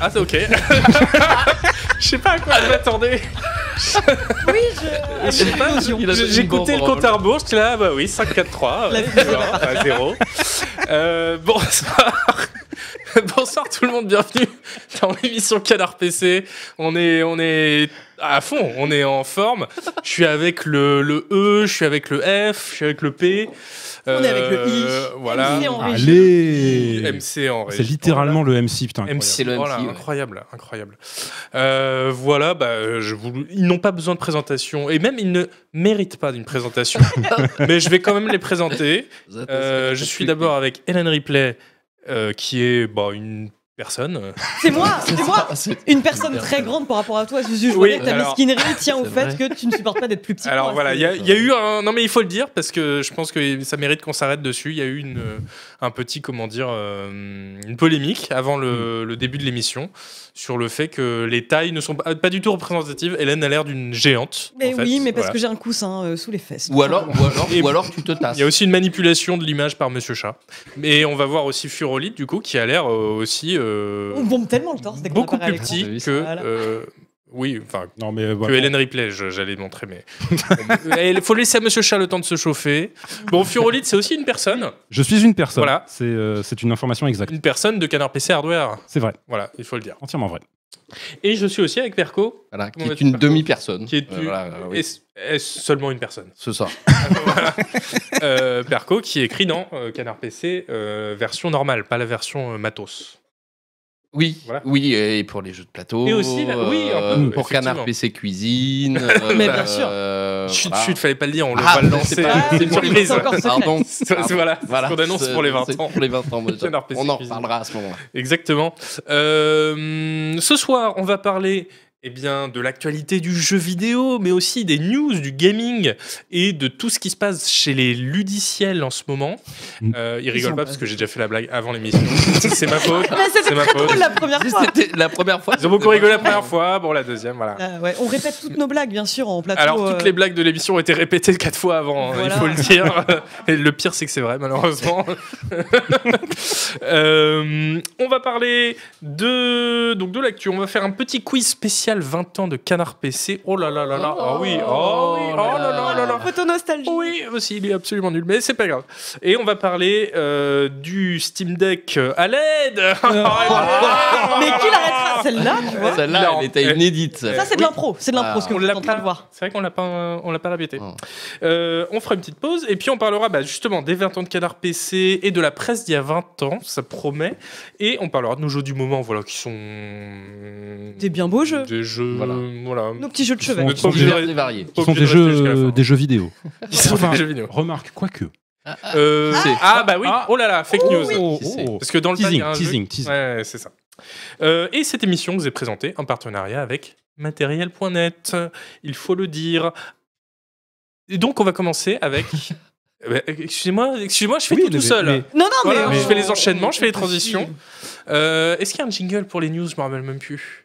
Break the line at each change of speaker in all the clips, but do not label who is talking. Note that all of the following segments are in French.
Ah, c'est ok. Je sais pas à quoi je m'attendais.
Oui, je.
Je sais pas, Ah, j'ai-
Il a
j'ai
fait une
écouté le
banderole.
compte à rebours, j'étais là, bah oui, 5, 4, 3, ouais, d'accord, pas 0. Euh, bonsoir. Bonsoir tout le monde, bienvenue dans l'émission Canard PC. On est, on est à fond, on est en forme. Je suis avec le, le E, je suis avec le F, je suis avec le P. Euh,
On est avec le I.
Voilà.
MC en régie.
Allez
MC en
C'est
régie.
littéralement le MC, putain. incroyable.
MC, le MC.
Voilà,
ouais.
Oh incroyable, incroyable. Euh, voilà, bah, euh, je vous... ils n'ont pas besoin de présentation, et même ils ne méritent pas d'une présentation, mais je vais quand même les présenter.
Vous êtes-
Euh,
vous êtes-
je suis d'abord avec Hélène Ripley, euh, qui est bah, une personne.
C'est moi, c'est moi.
Ah, c'est-
Une personne très grande par rapport à toi, Zuzu. Je
Oui,
vois bien que ta
alors-
mesquinerie tient au
C'est
fait
vrai.
que tu ne supportes pas d'être plus petit. que
Alors
moi,
voilà,
c'est-
il y, a- il y a eu un... Non mais il faut le dire, parce que je pense que ça mérite qu'on s'arrête dessus. Il y a eu une, euh, un petit, comment dire, euh, une polémique avant
Mm.
le, le début de l'émission sur le fait que les tailles ne sont pas, pas du tout représentatives. Hélène a l'air d'une géante.
Mais
en fait.
oui, mais parce
Voilà.
que j'ai un coussin euh, sous les fesses.
Ou alors, ou alors,
Et-
ou alors tu te tasses.
Il y a aussi une manipulation de l'image par Monsieur Chat. Mais on va voir aussi Furolite, du coup, qui a l'air euh, aussi euh,
On bombe tellement le torse dès qu'on
beaucoup
apparaît à
plus
l'écran.
petit
Oui,
que.
voilà.
euh, oui, enfin.
Non, mais
Que
voilà.
Hélène Ripley, je- j'allais montrer, mais. Il faut laisser à Monsieur Chat le temps de se chauffer. Bon, Furolite, c'est aussi une personne.
Je suis une personne.
Voilà.
C'est euh, c'est une information exacte.
Une personne de Canard PC Hardware.
C'est vrai.
Voilà, il faut le dire.
Entièrement vrai.
Et je suis aussi avec Perco,
Voilà, qui
Comment
est
vas-tu
une
faire
demi-personne.
qui est,
Euh, voilà, oui.
est- est seulement une personne.
Ce soir.
Euh, Perco qui écrit dans euh, Canard PC euh, version normale, pas la version euh, matos.
Oui,
Voilà.
oui, et pour les jeux de plateau.
Et aussi, là- oui, un peu,
euh,
effectivement.
pour Canard PC Cuisine. euh,
Mais bien sûr.
Chut,
voilà.
chut, fallait pas le dire, on le
Ah,
va le lancer.
c'est pas-
Ah,
C'est une
oui,
surprise.
c'est encore secret.
Pardon. Pardon.
Voilà, c'est ce qu'on annonce
c'est-
pour les 20
c'est
ans.
pour les 20 ans. mais
Canard PC
on en
Cuisine.
reparlera à ce moment-là.
Exactement. Euh, ce soir, on va parler eh bien, de l'actualité du jeu vidéo, mais aussi des news, du gaming et de tout ce qui se passe chez les ludiciels en ce moment.
Mm.
Euh, ils
Ils
rigolent
sont
pas
pas-
parce que j'ai déjà fait la blague avant l'émission. c'est ma faute.
Mais
C'est
c'était
ma
très
faute.
drôle la première fois.
C'était la première fois.
Ils ont beaucoup rigolé la première fois, bon la deuxième, voilà.
Ah, ouais, On répète toutes nos blagues, bien sûr, en plateau.
Alors, toutes
euh,
les blagues de l'émission ont été répétées quatre fois avant, hein,
Voilà.
il faut le dire. Et le pire, c'est que c'est vrai, malheureusement. Euh, on va parler de, donc de l'actu. On va faire un petit quiz spécial 20 ans de Canard PC. Oh là là là là. Ah oui, oh oui, oh là là là là.
Photo nostalgie.
Oui, aussi, il est absolument nul, mais c'est pas grave. Et on va parler euh, du Steam Deck euh, à l'aide. Ah,
Mais qui l'arrêtera Celle-là, tu vois
Celle-là,
Non.
elle était inédite.
Ça, c'est de l'impro. C'est de l'impro,
Ah.
ce que
On
vous êtes
l'a
en train
pas
de voir.
C'est vrai qu'on l'a pas, on l'a pas répété.
Non.
Euh, on fera une petite pause et puis on parlera bah, justement des 20 ans de Canard PC et de la presse d'il y a 20 ans, ça promet. Et on parlera de nos jeux du moment, voilà, qui sont
Des bien beaux jeux.
des jeux,
Voilà.
voilà.
Nos petits jeux de chevet.
sont-
Ne
qui
pas obligé de-
Divers et variés.
pas
Qui sont
obligé
des
de rester jusqu'à la
jeux, euh,
fin.
des jeux vidéo.
Ils sont
Enfin,
des jeux vidéo.
Remarque, quoique.
Euh,
Ah,
ah bah oui, oh là là, fake news.
Oh,
Qui c'est
oh, oh.
Parce que dans le tas, il y
Teasing,
a un jeu-
teasing, teasing.
Ouais, c'est ça. Euh, et cette émission vous est présentée en partenariat avec matériel.net, il faut le dire. Et donc, on va commencer avec. Eh ben, excusez-moi, excusez-moi, je fais
Oui,
tout, tout
mais-
seul.
mais-
Non, non, mais.
Voilà,
on-
je fais les enchaînements, je fais les transitions. Euh, est-ce qu'il y a un jingle pour les news Je me rappelle même plus.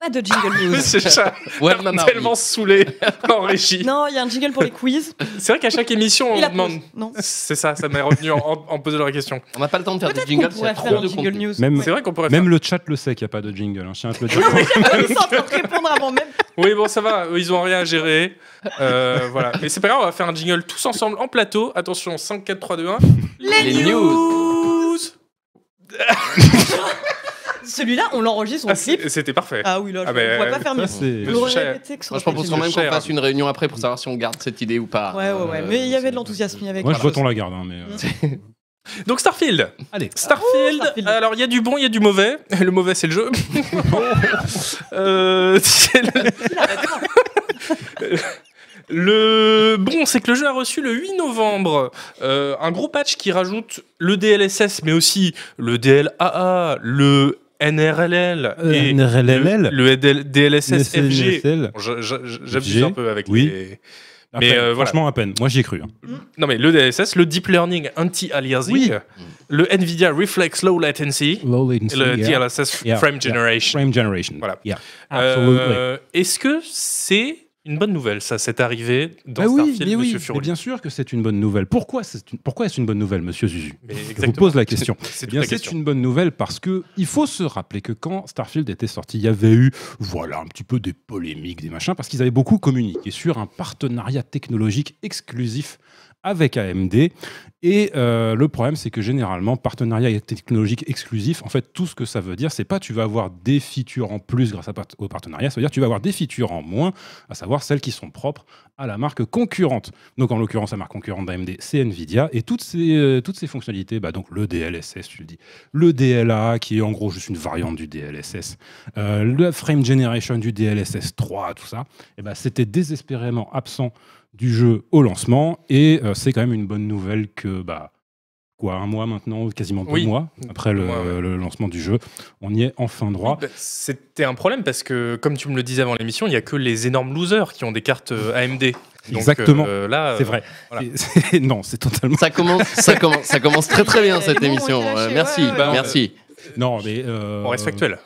Pas de jingle news.
Monsieur Chat,
Ouais,
est
non, non,
tellement saoulé en régie.
Non, il y a un jingle pour les quiz.
C'est vrai qu'à chaque émission, on
Et la
demande.
pause. Non.
C'est ça, ça m'est revenu en, en- en posant la question.
On n'a pas le temps de faire des
Peut-être qu'on
jingles, c'est
pourrait faire
trop
un
de
jingle
contenu.
news.
Même-
C'est vrai qu'on pourrait
Même le chat le sait qu'il n'y a pas de jingle. hein. Je tiens à te le dire.
Ils sont en train de répondre avant même.
Oui, bon, ça va, eux, ils ont rien à gérer. Euh, voilà. Mais c'est pas grave, on va faire un jingle tous ensemble en plateau. Attention, 5, 4, 3, 2, 1.
Les,
Les
news. Celui-là, on l'enregistre, on
Ah,
le clip.
c'est- C'était parfait.
Ah oui, là, je
Ah, mais-
on pourrait pas faire mieux.
Ça, c'est-
Le
Monsieur Chat.
répéter que ça
Moi, je
aurait
propose
été
quand
mieux.
même qu'on
Cher.
fasse une réunion après pour savoir si on garde cette idée ou pas.
Ouais, ouais, ouais.
Euh,
Mais il y avait
c'est-
de l'enthousiasme. Il y avait
Moi, je
quoi.
vote, on la garde. hein, mais, euh,
Donc, Starfield.
Allez.
Starfield.
Oh, Starfield.
Alors, il y a du bon, il y a du mauvais. Le mauvais, c'est le jeu. Euh, c'est le... Le- bon, c'est que le jeu a reçu le 8 novembre euh, un gros patch qui rajoute le DLSS, mais aussi le DLAA, le NRLL
Euh,
et
NRLL.
le, le DLSS FG.
NSL.
Bon, je- je- je-
FG,
J'abuse un peu avec
oui.
les...
À
Mais,
peine.
euh, voilà.
Franchement, à peine. Moi, j'y ai cru. hein.
Non mais le DLSS, le Deep Learning Anti-Aliasing,
Oui.
le NVIDIA Reflex Low Latency,
Low
et le
yeah.
DLSS
Yeah,
Frame
yeah.
Generation.
Frame generation.
Voilà.
Yeah.
Euh, Est-ce que c'est une bonne nouvelle, ça, c'est arrivé dans
Bah oui,
Starfield,
mais oui,
Monsieur
mais
Furly.
bien sûr que c'est une bonne nouvelle. Pourquoi c'est une, pourquoi est-ce une bonne nouvelle, Monsieur Zuzu
Mais
Je vous
exactement.
pose la question.
C'est
Eh
toute
bien,
la
c'est
question.
une bonne nouvelle parce que il faut se rappeler que quand Starfield était sorti, il y avait eu, voilà, un petit peu des polémiques, des machins, parce qu'ils avaient beaucoup communiqué sur un partenariat technologique exclusif avec AMD. Et euh, le problème, c'est que généralement, partenariat technologique exclusif, en fait, tout ce que ça veut dire, c'est pas tu vas avoir des features en plus grâce à part- au partenariat, ça veut dire tu vas avoir des features en moins, à savoir celles qui sont propres à la marque concurrente. Donc en l'occurrence, la marque concurrente d'AMD, c'est Nvidia. Et toutes ces, euh, toutes ces fonctionnalités, bah, donc le DLSS, tu le dis, le DLA, qui est en gros juste une variante du DLSS, euh, le frame generation du DLSS 3, tout ça, et ben c'était désespérément absent du jeu au lancement. Et euh, c'est quand même une bonne nouvelle que, bah, quoi, un mois maintenant, quasiment deux
Oui.
mois, après le,
Ouais, ouais.
le lancement du jeu, on y est enfin droit.
Bah, C'était un problème parce que, comme tu me le disais avant l'émission, il n'y a que les énormes losers qui ont des cartes euh, AMD. Donc,
Exactement.
euh, là,
C'est
euh,
vrai.
voilà.
Et c'est- non, c'est totalement.
Ça commence, ça commence, ça commence très très bien cette
Bon, on
émission.
s'est lâché,
Euh,
ouais,
merci,
ouais,
ouais.
merci.
Non, mais. euh,
on reste factuel.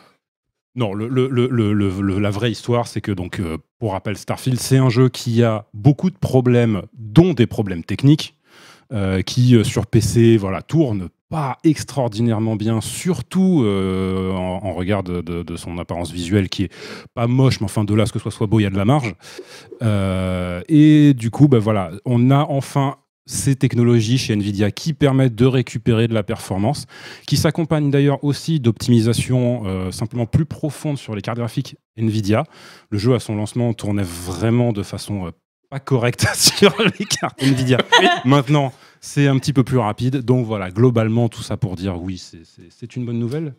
Non, le, le- le- le- le- le- la vraie histoire, c'est que, donc, euh, pour rappel, Starfield, c'est un jeu qui a beaucoup de problèmes, dont des problèmes techniques, euh, qui euh, sur PC voilà, tourne pas extraordinairement bien, surtout euh, en, en regard de, de- de son apparence visuelle qui est pas moche, mais enfin de là à ce que soit soit beau, il y a de la marge. Euh, et du coup, bah, voilà, on a enfin ces technologies chez Nvidia qui permettent de récupérer de la performance qui s'accompagne d'ailleurs aussi d'optimisation simplement plus profonde sur les cartes graphiques Nvidia. Le jeu à son lancement tournait vraiment de façon euh, pas correcte sur les cartes Nvidia. Maintenant, c'est un petit peu plus rapide. Donc voilà, globalement, tout ça pour dire oui, c'est- c'est c'est une bonne nouvelle.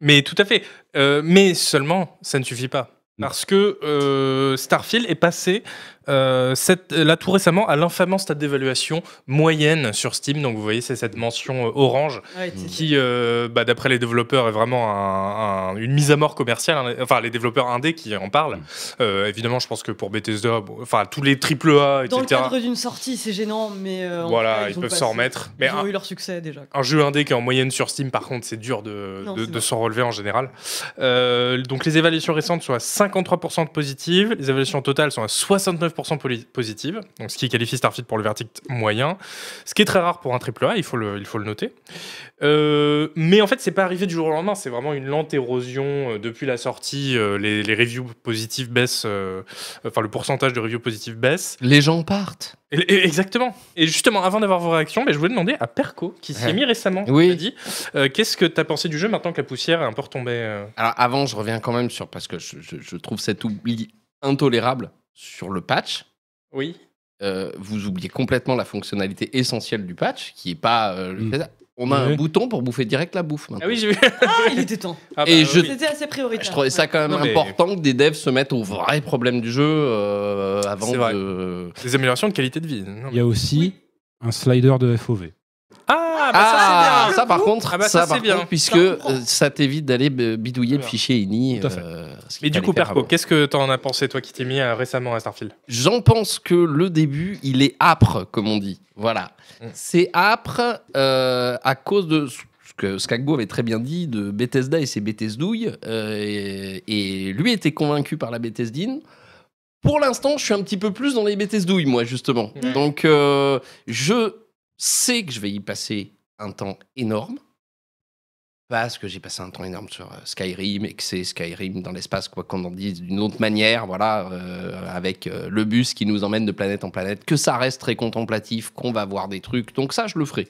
Mais tout à fait. Euh, mais seulement, ça ne suffit pas.
Non.
Parce que euh, Starfield est passé euh, cette- là tout récemment à l'infamant stade d'évaluation moyenne sur Steam. Donc vous voyez, c'est cette mention euh, orange
Ouais, c'est-
qui, euh, bah, d'après les développeurs, est vraiment un- un- une mise à mort commerciale. hein. Enfin, les développeurs indés qui en parlent.
Mm.
Euh, évidemment, je pense que pour Bethesda, bon, enfin tous les triple A,
Dans
etc.
le cadre d'une sortie, c'est gênant, mais. euh, en tout
voilà,
cas,
ils,
ont
peuvent
passé-
s'en remettre. Mais
Ils ont
un-
eu leur succès déjà.
un jeu indé qui est en moyenne sur Steam, par contre, c'est dur de,
Non,
de,
c'est
de
vrai.
s'en relever en général. Euh, donc les évaluations récentes sont à 53% de positives, les évaluations totales sont à 69% poli- positives, donc ce qui qualifie Starfield pour le verdict moyen, ce qui est très rare pour un AAA, il faut le, il faut le noter. Euh, mais en fait, c'est pas arrivé du jour au lendemain, c'est vraiment une lente érosion euh, depuis la sortie. euh, les, les reviews positives baissent, euh, enfin le pourcentage de reviews positives baisse.
Les gens partent.
Et- et- Exactement. Et justement, avant d'avoir vos réactions, mais je voulais demander à Perco, qui s'y est
Ouais.
mis récemment,
Oui.
qui a dit euh, Qu'est-ce que t'as pensé du jeu maintenant que la poussière est un peu retombée euh,
Alors avant, je reviens quand même sur parce que je, je- je trouve cet oubli intolérable sur le patch.
Oui.
Euh, vous oubliez complètement la fonctionnalité essentielle du patch, qui est pas. euh, le
Mm.
fait- On a
Ouais.
un bouton pour bouffer direct la bouffe. maintenant.
Ah oui, j'ai vu.
Ah, il était temps.
Ah
Et je-
oui.
C'était assez prioritaire.
Je trouvais ça quand même
Non, mais-
important que des devs se mettent au vrai problème du jeu euh, avant
C'est vrai.
de.
Des améliorations de qualité de vie. Non,
Il
mais-
y a aussi
Oui.
un slider de FOV.
Ah, bah
Ah,
ça, c'est bien.
ça, par contre,
Ah bah ça,
ça,
c'est
par
bien.
contre, puisque
Ça, on comprend.
euh, ça t'évite d'aller b- bidouiller le
Voilà.
fichier INI.
Tout à fait.
euh, ce qu'il
Mais du
fallait
coup,
faire
Perco,
avant.
qu'est-ce que t'en as pensé, toi qui t'es mis euh, récemment à Starfield
J'en pense que le début, il est âpre, comme on dit. Voilà.
Mm.
C'est âpre euh, à cause de ce que Skagbo avait très bien dit de Bethesda et ses Bethesdouilles. euh, et, et lui était convaincu par la Bethesdine. Pour l'instant, je suis un petit peu plus dans les Bethesdouilles, moi, justement.
Mm.
Donc, euh, je sais que je vais y passer un temps énorme. Parce que j'ai passé un temps énorme sur euh, Skyrim et que c'est Skyrim dans l'espace, quoi qu'on en dise, d'une autre manière, voilà, euh, avec euh, le bus qui nous emmène de planète en planète, que ça reste très contemplatif, qu'on va voir des trucs. Donc ça, je le ferai.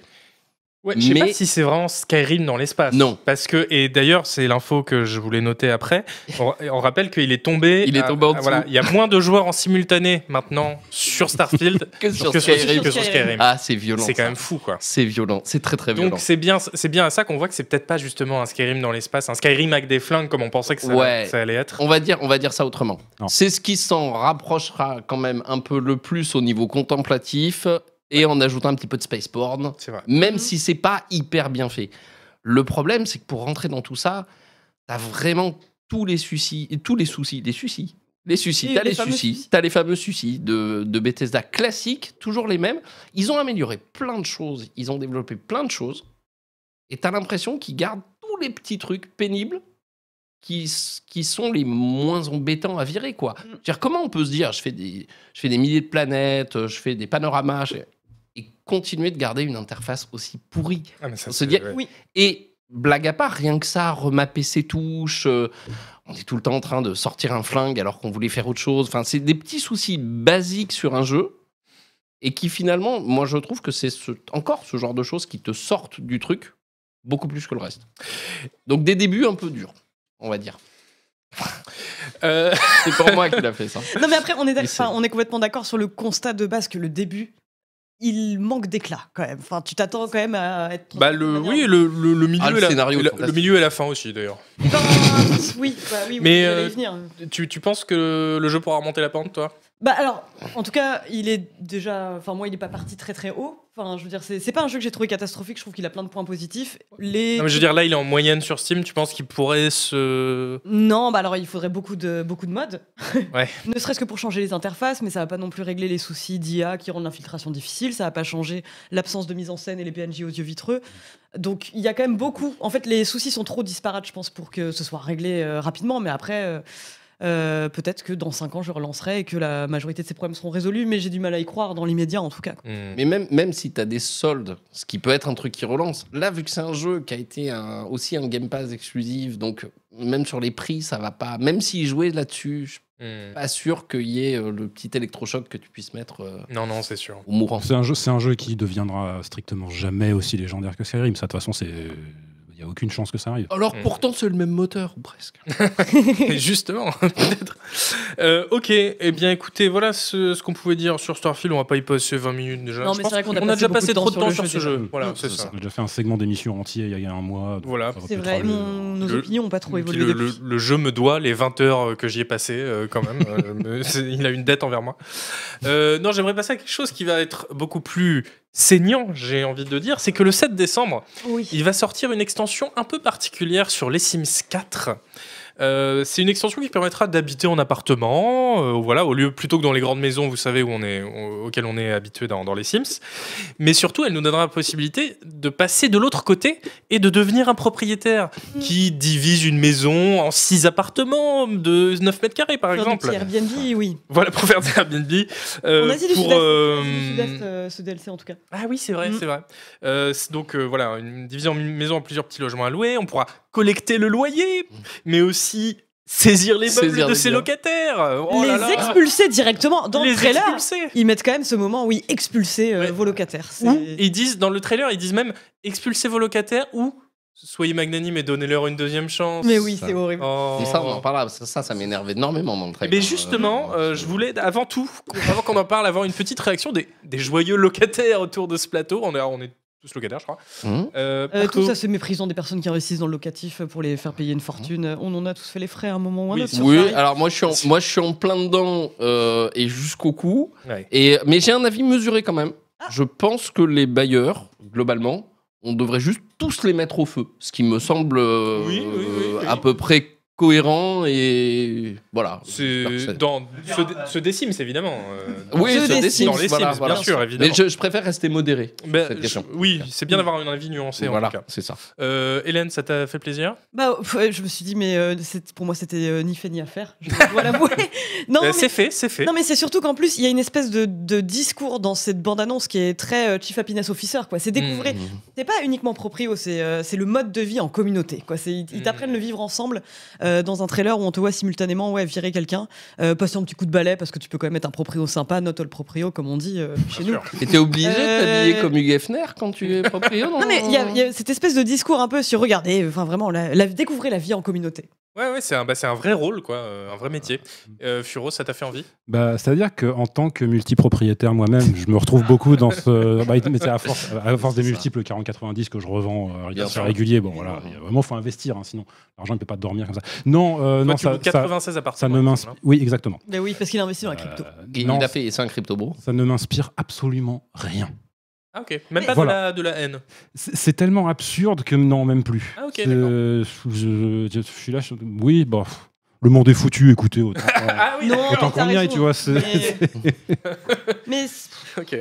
Ouais, je sais pas
Mais-
si c'est vraiment Skyrim dans l'espace.
Non.
Parce que, et d'ailleurs, c'est l'info que je voulais noter après. On, on rappelle qu'il est tombé.
Il est
à-
tombé en
à- voilà,
dessous.
Il y a moins de joueurs en simultané maintenant sur Starfield
Que
que sur
Skyrim.
que sur Skyrim.
Ah, c'est violent.
C'est quand
ça.
même fou, quoi.
C'est violent. C'est très très violent.
Donc c'est bien, c'est bien à ça qu'on voit que c'est peut-être pas justement un Skyrim dans l'espace, un Skyrim avec des flingues comme on pensait que ça,
Ouais.
que ça allait être.
On va dire, on va dire ça autrement.
Non.
C'est ce qui s'en rapprochera quand même un peu le plus au niveau contemplatif et en ajoutant un petit peu de space porn,
C'est vrai.
même
Mhm.
si c'est pas hyper bien fait. Le problème, c'est que pour rentrer dans tout ça, t'as vraiment tous les soucis, tous les soucis, les soucis, les soucis,
Et
t'as
les
les,
fameux
soucis,
soucis.
t'as les fameux soucis de, de Bethesda classiques, toujours les mêmes. Ils ont amélioré plein de choses, ils ont développé plein de choses, et t'as l'impression qu'ils gardent tous les petits trucs pénibles qui, s- qui sont les moins embêtants à virer, quoi.
Mmh.
Je veux dire, comment on peut se dire, je fais des, je fais des milliers de planètes, euh, je fais des panoramas, je- et continuer de garder une interface aussi pourrie
Ah, mais ça,
On se
c'est-
dit-
ouais.
Oui.
et blague à part, rien que ça, remapper ses touches, euh, on est tout le temps en train de sortir un flingue alors qu'on voulait faire autre chose. Enfin, c'est des petits soucis basiques sur un jeu et qui finalement, moi je trouve que c'est ce- encore ce genre de choses qui te sortent du truc beaucoup plus que le reste. Donc des débuts un peu durs, on va dire.
Euh,
C'est pour moi qui l'a fait ça.
Non, mais après, on est, d'ac-
Et c'est-
enfin, on est complètement d'accord sur le constat de base que le début, il manque d'éclat quand même. Enfin, tu t'attends quand même à être.
bah, le, oui, le, le- le milieu
Ah, le
et la-
scénario
et
est
la- le
fantastique.
milieu et la fin aussi, d'ailleurs.
Ben, oui, bah, oui, oui,
Mais,
j'allais y
euh,
venir.
Tu, tu penses que le jeu pourra remonter la pente, toi
Bah alors, en tout cas, il est déjà. Enfin, moi, il est pas parti très très haut. Enfin, je veux dire, c'est c'est pas un jeu que j'ai trouvé catastrophique. Je trouve qu'il a plein de points positifs. Les.
Non, mais je veux dire, là, il est en moyenne sur Steam. Tu penses qu'il pourrait se.
Non, bah alors il faudrait beaucoup de, beaucoup de modes.
Ouais.
ne serait-ce que pour changer les interfaces, mais ça va pas non plus régler les soucis d'IA qui rendent l'infiltration difficile, ça va pas changer l'absence de mise en scène et les PNJ aux yeux vitreux. Donc il y a quand même beaucoup. En fait, les soucis sont trop disparates, je pense, pour que ce soit réglé euh, rapidement, mais après. euh, euh, peut-être que dans 5 ans je relancerai et que la majorité de ces problèmes seront résolus, mais j'ai du mal à y croire dans l'immédiat en tout cas.
Hmm.
Mais même, même si tu as des soldes, ce qui peut être un truc qui relance, là, vu que c'est un jeu qui a été un- aussi un Game Pass exclusif, donc même sur les prix, ça va pas. Même s'ils jouaient là-dessus, je suis
Hmm.
pas sûr qu'il y ait euh, le petit électrochoc que tu puisses mettre euh,
Non, non, c'est sûr.
au mourant.
C'est un, jeu- c'est un jeu qui deviendra strictement jamais aussi légendaire que Skyrim. Ça, de toute façon, c'est. Il n'y a aucune chance que ça arrive.
Alors
Mm.
pourtant, c'est le même moteur, ou presque.
Et Justement, peut-être. Euh, ok, eh bien écoutez, voilà ce, ce qu'on pouvait dire sur Starfield. On va pas y passer 20 minutes déjà.
Non,
Je
mais
pense
c'est vrai qu'on a
qu'on
passé
déjà
beaucoup
passé
de
trop de
temps
temps
sur
sur
le
ce
jeu
jeu. Voilà,
Mm,
c'est
c'est
ça.
On a déjà fait un segment d'émission entier il y a un mois. donc
Ah. Voilà.
ça va
C'est
peut-être
vrai,
aller-
mon- nos
Le-
opinions ont pas trop
Et puis
évolué.
le,
depuis.
le- le jeu me doit les 20 heures que j'y ai passées euh, quand même. Euh, me- c'est- il a une dette envers moi. Euh, non, j'aimerais passer à quelque chose qui va être beaucoup plus saignant, j'ai envie de dire. C'est que le 7 décembre,
Oui.
il va sortir une extension un peu particulière sur les Sims 4. Euh, c'est une extension qui permettra d'habiter en appartement, euh, voilà, au lieu plutôt que dans les grandes maisons, vous savez, où on est, au- auxquelles on est habitué dans, dans les Sims. Mais surtout, elle nous donnera la possibilité de passer de l'autre côté et de devenir un propriétaire
Mm.
qui divise une maison en six appartements de 9 mètres carrés, par
Faire du
exemple.
petit Airbnb, oui.
Voilà, pour faire des Airbnb. euh,
En Asie du
pour,
Sud-Est,
euh,
Du Sud-Est, euh, ce DLC en tout cas.
ah oui, c'est vrai,
Mm.
c'est vrai. Euh, c'est donc euh, voilà, une division en maison en plusieurs petits logements à louer. On pourra collecter le loyer, mais aussi saisir les meubles
Mm. Saisir
de
les
ses
biens.
locataires. Oh
les
là là.
expulser directement dans
Les
le trailer.
expulser.
Ils mettent quand même ce moment où ils expulsaient euh,
Ouais.
vos locataires. C'est-
Ou ils disent dans le trailer, ils disent même expulsez vos locataires ou soyez magnanime et donnez-leur une deuxième chance.
Mais oui,
ça.
c'est horrible.
Oh.
Mais ça, on en parlera, parce que ça, ça m'énerve énormément dans le trailer.
Mais justement,
Euh,
euh, je voulais avant tout, avant qu'on en parle, avoir une petite réaction des, des joyeux locataires autour de ce plateau. On est, on est tous locataires, je crois.
Hmm
Euh,
Euh,
Marco.
tout ça, c'est méprisant des personnes qui investissent dans le locatif euh, pour les faire payer une fortune. Euh, On en a tous fait les frais à un moment ou
Hein.
à un
Oui,
autre. sur
Oui,
Paris.
alors moi je suis en, moi, je suis en plein dedans euh, et jusqu'au cou.
Ouais.
Et, mais j'ai un avis mesuré quand même.
Ah.
Je pense que les bailleurs, globalement, on devrait juste tous les mettre au feu. Ce qui me semble euh,
Oui, oui, oui, oui.
à peu près cohérent et voilà. J'espère que
C'est
c'est-
dans ce, dé- ce décime, c'est évidemment. euh,
Oui,
Ceux
ceux
des
des
Sims.
dans les
Sims, voilà,
Sims,
voilà.
bien sûr, évidemment.
Mais je, je préfère rester modéré.
Ben,
cette
je-
question.
oui, c'est bien d'avoir un avis nuancé en
voilà,
tout cas.
c'est ça.
Euh, Hélène, ça t'a fait plaisir
Bah, pff, ouais, je me suis dit, mais euh, c'est- pour moi, c'était euh, ni fait ni à faire. Je dois l'avouer. non,
Ben,
mais-
C'est fait, c'est fait.
Non mais c'est surtout qu'en plus il y a une espèce de, de discours dans cette bande-annonce qui est très euh, Chief Happiness Officer quoi. C'est découvrir,
Mmh,
Mhm.
c'est pas uniquement proprio, c'est euh, c'est le mode de vie en communauté quoi. C'est ils, ils
Mhm.
t'apprennent le vivre ensemble euh, dans un trailer où on te voit simultanément ouais virer quelqu'un, euh, passer un petit coup de balai parce que tu peux quand même être un proprio sympa, not all proprio comme on dit euh, chez nous.
sûr.
Et t'es obligé de t'habiller
Euh,
comme Hugh Hefner quand tu es propriétaire
Non mais il y, a- il y a cette espèce de discours un peu sur regardez, enfin vraiment la, la- découvrez la vie en communauté.
Ouais, ouais, c'est un, bah, c'est un vrai rôle, quoi, euh, un vrai métier. Euh, Furo, ça t'a fait envie
Bah, C'est-à-dire qu'en tant que multipropriétaire moi-même, je me retrouve beaucoup dans ce. Bah, mais c'est à force, à force des
C'est ça.
multiples 40-90 que je revends euh,
Bien
c'est
sûr.
régulier. Bon,
Évidemment.
voilà, il y a- vraiment, faut investir, hein, sinon l'argent ne peut pas dormir comme ça. Non, euh,
Toi,
non
tu
ça,
loues
ça-
96
ça
appartements.
ne
il me
m'inspire.
semble,
Oui, exactement.
Mais Ben oui parce qu'il investit dans la crypto.
Euh,
Il
non,
l'a fait, et c'est un crypto-bro.
ça ne m'inspire absolument rien.
hein. Ah, ok. Même
Mais-
pas
Voilà.
de, la, de la haine.
C'est c'est tellement absurde que non, même plus.
Ah, ok,
C'est-
d'accord.
je, je- je suis là, je- oui, bon, pff, le monde est foutu, écoutez, autant,
Ah, oui,
Non,
d'accord.
autant
t'as
qu'on y aille,
raison.
tu vois. c'est-
Mais- mais
Ok.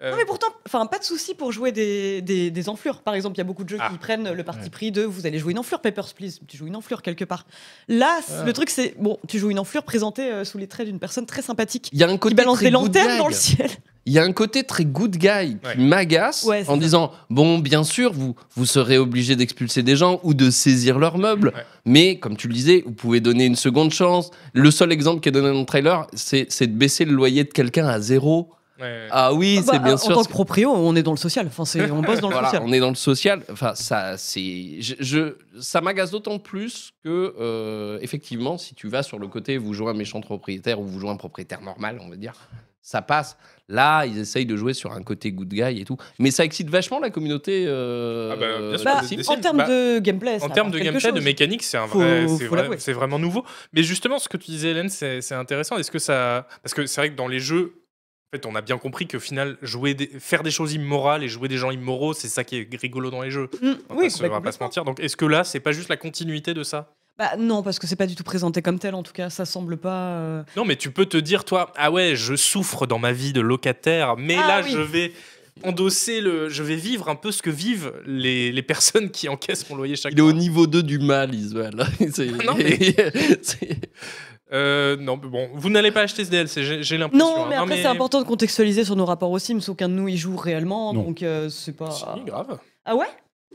Euh,
Non, mais pourtant, enfin, pas de souci pour jouer des, des, des enflures. Par exemple, il y a beaucoup de jeux
Ah.
qui prennent le parti
Ouais.
pris de vous allez jouer une enflure, Papers, Please. Tu joues une enflure quelque part. Là, c-
Ah.
le truc, c'est bon, tu joues une enflure présentée euh, sous les traits d'une personne très sympathique
Il y a un
qui
côté
balance
très
des
good
lanternes
guy.
dans le ciel.
Il y a un côté très good guy qui
Ouais.
m'agace
Ouais, c'est
en
ça.
disant bon bien sûr vous vous serez obligé d'expulser des gens ou de saisir leurs meubles
Ouais.
mais comme tu le disais vous pouvez donner une seconde chance le seul exemple qui est donné dans le trailer c'est c'est de baisser le loyer de quelqu'un à zéro
ouais.
ah oui
Bah,
c'est bien
en
sûr
tant
ce
que proprio, on est dans le social. Enfin, c'est- on bosse dans le
Voilà,
social.
on est dans le social. Enfin, ça, c'est, je, je- ça m'agace d'autant plus que, euh, effectivement, si tu vas sur le côté, vous jouez un méchant propriétaire ou vous jouez un propriétaire normal, on va dire, ça passe. Là, ils essayent de jouer sur un côté good guy et tout, mais ça excite vachement la communauté. euh,
Ah bah, bien sûr,
Bah,
des- des
en
films.
termes
Bah,
de gameplay, ça
En termes de
apporte quelque
gameplay, de
chose.
mécanique, c'est un
Faut-
vrai, c'est
faut
vrai-
l'avouer.
c'est vraiment nouveau. Mais justement, ce que tu disais, Hélène, c'est c'est intéressant. Est-ce que ça, parce que c'est vrai que dans les jeux, en fait, on a bien compris que au final, jouer, des- faire des choses immorales et jouer des gens immoraux, c'est ça qui est rigolo dans les jeux.
Mm,
On va
oui,
pas se- on va pas se
complètement.
mentir. Donc, est-ce que là, c'est pas juste la continuité de ça
Bah, non, parce que c'est pas du tout présenté comme tel. En tout cas, ça semble pas. euh,
Non, mais tu peux te dire, toi, ah ouais, je souffre dans ma vie de locataire, mais
Ah
là,
oui.
je vais endosser le, je vais vivre un peu ce que vivent les, les personnes qui encaissent mon loyer chaque
Il est au
mois.
niveau 2 du mal, Isval. C'est-
Bah, Non, mais-
c'est-
Euh, non, mais bon, vous n'allez pas acheter ce DLC, j'ai j'ai l'impression.
Non,
hein.
mais après, c'est important de contextualiser sur nos rapports aux Sims. Aucun de nous y joue réellement,
Non.
donc euh, c'est pas.
Si, grave.
Ah ouais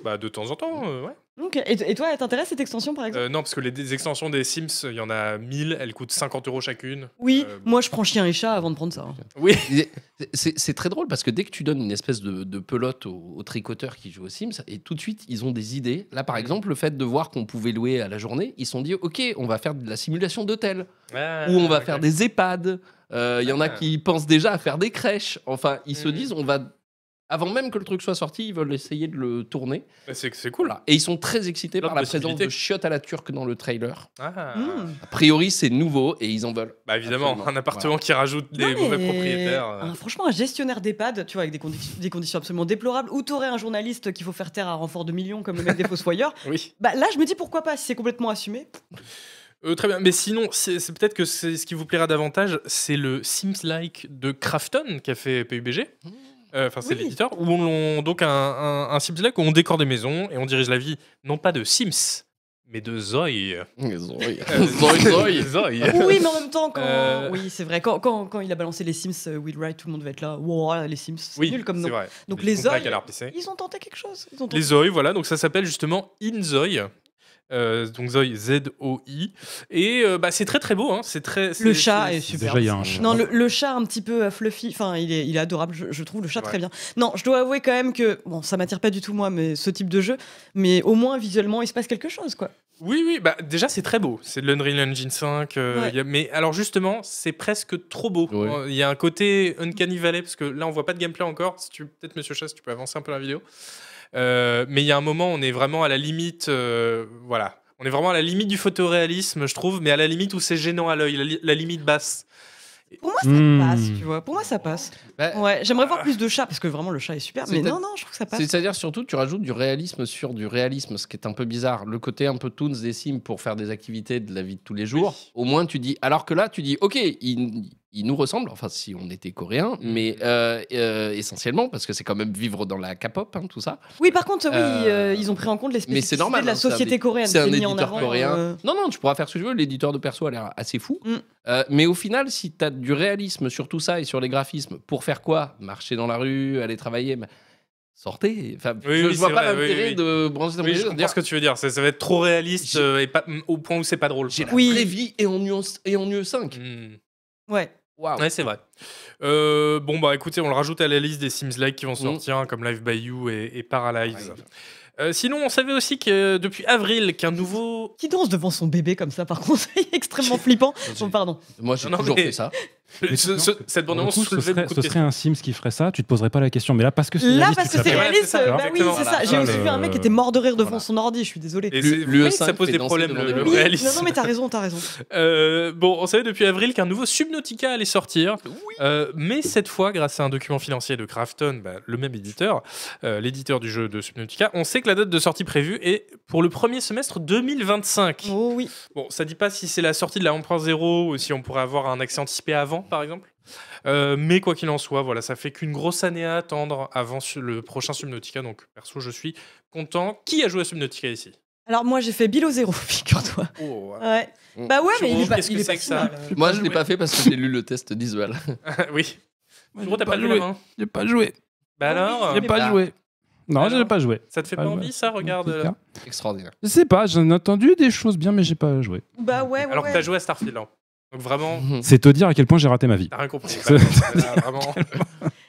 Bah, de temps en temps, euh, ouais.
Ok. Et, et toi, elle t'intéresse cette extension par exemple
Euh, non, parce que les, les extensions des Sims, il y en a 1000, elles coûtent 50 euros chacune.
Oui,
euh, bon.
moi je prends chien et chat avant de prendre ça. hein.
Oui.
C'est c'est très drôle parce que dès que tu donnes une espèce de, de pelote aux, aux tricoteurs qui jouent aux Sims, et tout de suite, ils ont des idées. Là, par exemple, le fait de voir qu'on pouvait louer à la journée, ils se sont dit OK, on va faire de la simulation d'hôtel,
Ah,
ou on va
ok.
faire des EHPAD. Euh, Il y en a
Ah.
qui pensent déjà à faire des crèches. Enfin, ils se
Mhm.
disent on va. Avant même que le truc soit sorti, ils veulent essayer de le tourner.
Bah, C'est c'est cool.
Et ils sont très excités
Plein
par
de
la présence
possibilités.
de chiottes à la turque dans le trailer.
Ah.
Mm.
A priori, c'est nouveau et ils en veulent.
Bah, évidemment,
Absolument.
un appartement qui rajoute des
Non, mais-
mauvais propriétaires. euh.
Ah, franchement, un gestionnaire d'EHPAD, tu vois, avec des, condi- des conditions absolument déplorables, ou t'aurais un journaliste qu'il faut faire taire à renfort de millions comme le mec des fossoyeurs,
Oui.
bah là je me dis pourquoi pas, si c'est complètement assumé.
Euh, très bien, mais sinon, c'est c'est peut-être que c'est ce qui vous plaira davantage, c'est le Sims-like de Crafton qu'a fait PUBG. Euh, Enfin, c'est
Oui.
l'éditeur, où on, on- donc un, un- un Sims-like où on décore des maisons et on dirige la vie, non pas de Sims, mais de Zoe.
Zoï.
Euh,
Zoï, Zoï.
Zoe.
Oui, mais en même temps, quand.
Euh.
Oui, c'est vrai, quand, quand, quand il a balancé les Sims, euh, Will Wright, tout le monde va être là, wow, les Sims, c'est
Oui,
nul comme
c'est
nom.
vrai.
Donc
Ils
les
font pas
Zoe,
qu'à la RPC.
ils ont tenté quelque chose. Ils ont tenté-
Les Zoe, voilà, donc ça s'appelle justement In Zoe. Euh, donc Zoe, Z-O-I. Et euh, bah, c'est très très beau, hein. c'est très... c'est-
Le chat
c'est-
est
c'est-
super.
Déjà, il y a un chat.
Non, le, le chat un petit peu euh, fluffy, enfin, il est, il est adorable, je, je trouve le chat
Ouais.
très bien. Non, je dois avouer quand même que, bon, ça m'attire pas du tout, moi, mais ce type de jeu, mais au moins visuellement, il se passe quelque chose, quoi.
Oui, oui, bah déjà c'est très beau, c'est de l'Unreal Engine 5, euh,
Ouais.
y a- mais alors justement c'est presque trop beau. Il
Ouais.
y a un côté Uncanny Valley, parce que là on voit pas de gameplay encore, si tu... peut-être Monsieur Chasse, tu peux avancer un peu la vidéo. Euh, mais il y a un moment on est vraiment à la limite, euh, voilà, on est vraiment à la limite du photoréalisme je trouve, mais à la limite où c'est gênant à l'œil, la, li- la limite basse.
Pour moi, ça
Hmm.
passe, tu vois. Pour moi, ça passe.
Bah,
Ouais, j'aimerais voir plus de chats, parce que vraiment, le chat est super,
C'est
mais
ta-
non, non, je trouve que ça passe.
C'est-à-dire surtout, tu rajoutes du réalisme sur du réalisme, ce qui est un peu bizarre. Le côté un peu toons des sims pour faire des activités de la vie de tous les jours,
Oui.
au moins tu dis. Alors que là, tu dis, ok, il, il nous ressemble, enfin si on était coréen,
Mm.
mais euh, euh, essentiellement, parce que c'est quand même vivre dans la K-pop, hein, tout ça.
Oui, par contre, oui,
Euh,
euh, ils ont pris en compte les
mais
spécificités
c'est normal,
de la
hein, c'est un
société
édi-
coréenne.
c'est un
mis en
éditeur
avant,
coréen.
euh,
Non, non, tu pourras faire ce que tu veux, l'éditeur de perso a l'air assez fou.
Mm.
Euh, mais au final, si tu as du réalisme sur tout ça et sur les graphismes, pour faire quoi Marcher dans la rue, aller travailler bah, Sortez. Enfin,
Oui,
je
oui,
je vois
c'est vrai,
pas
oui,
l'intérêt
oui.
de brancher dans
Oui,
les
je
jeux, de
comprends
dire,
ce que tu veux dire, ça, ça va être trop réaliste
J'ai-
euh, et pas, au point où c'est pas drôle.
J'ai
quoi.
la
Oui.
vraie vie et en nuance et en UE 5.
Hmm.
Ouais.
Waouh.
Ouais, c'est vrai. Euh, bon, bah écoutez, on le rajoute à la liste des Sims Like
Mm.
qui vont sortir, hein, comme Live by You et, et Paralyze. Euh, sinon, on savait aussi que euh, depuis avril, qu'un nouveau.
Qui danse devant son bébé comme ça, par contre, c'est extrêmement flippant. Bon, pardon.
Moi, j'ai
Non, non,
toujours
mais-
fait ça.
Mais
ce-
non,
ce- cette
Pour le
bande-annonce
coup, ce
soulevait
serait,
beaucoup
ce
de
serait un Sims qui ferait ça, tu te poserais pas la question. Mais là, parce que c'est
Là,
réaliste,
parce
tu
que
te
c'est
la
Voilà,
réaliste,
c'est ça,
bah oui,
exactement.
c'est ça.
Voilà,
J'ai
ça,
aussi
le-
vu un mec qui était mort de rire devant
euh, Voilà.
son ordi, je suis désolée.
questions. Et
L'U-
c'est- vous
l'UE5
E
voyez que ça pose
fait
des
danser
problèmes,
devant
le,
des
le
murs.
Oui,
réalisme.
Non, non, mais t'as raison, t'as raison.
Euh, bon, on savait depuis avril qu'un nouveau Subnautica allait sortir, Euh, mais cette fois, grâce à un document financier de Crafton, bah, le même éditeur, euh, l'éditeur du jeu de Subnautica, on sait que la date de sortie prévue est pour le premier semestre 2025.
Oh oui.
Bon, ça dit pas si c'est la sortie de la 1.0 ou si on pourrait avoir un accès anticipé avant, par exemple. Euh, mais quoi qu'il en soit, voilà, ça fait qu'une grosse année à attendre avant su- le prochain Subnautica. Donc, perso, je suis content. Qui a joué à Subnautica ici
Alors moi j'ai fait Bilo Zero, figure-toi. Ouais.
Mm.
Bah ouais, mais il
Chiro,
est pas,
qu'est-ce
il
que
est pas
c'est
hein.
que
si
ça
mal.
Moi, je l'ai pas fait parce que j'ai lu le test d'Isval.
Oui. Gros, t'as pas levé la main
J'ai pas joué.
Bah alors,
Ah,
J'ai
euh,
pas
bah.
joué. Non,
Alors
j'ai pas joué.
ça te fait pas
Ah,
envie, ça Regarde. euh,
hein.
Putain.
Extraordinaire.
Je sais pas, j'en ai entendu des choses bien, mais j'ai pas joué.
Bah ouais, ouais.
Alors que
ouais.
t'as joué à Starfield. hein. Donc, vraiment,
Mhm.
C'est te dire à quel point j'ai raté ma vie.
T'as rien compris.
C'est-
Bah, vraiment.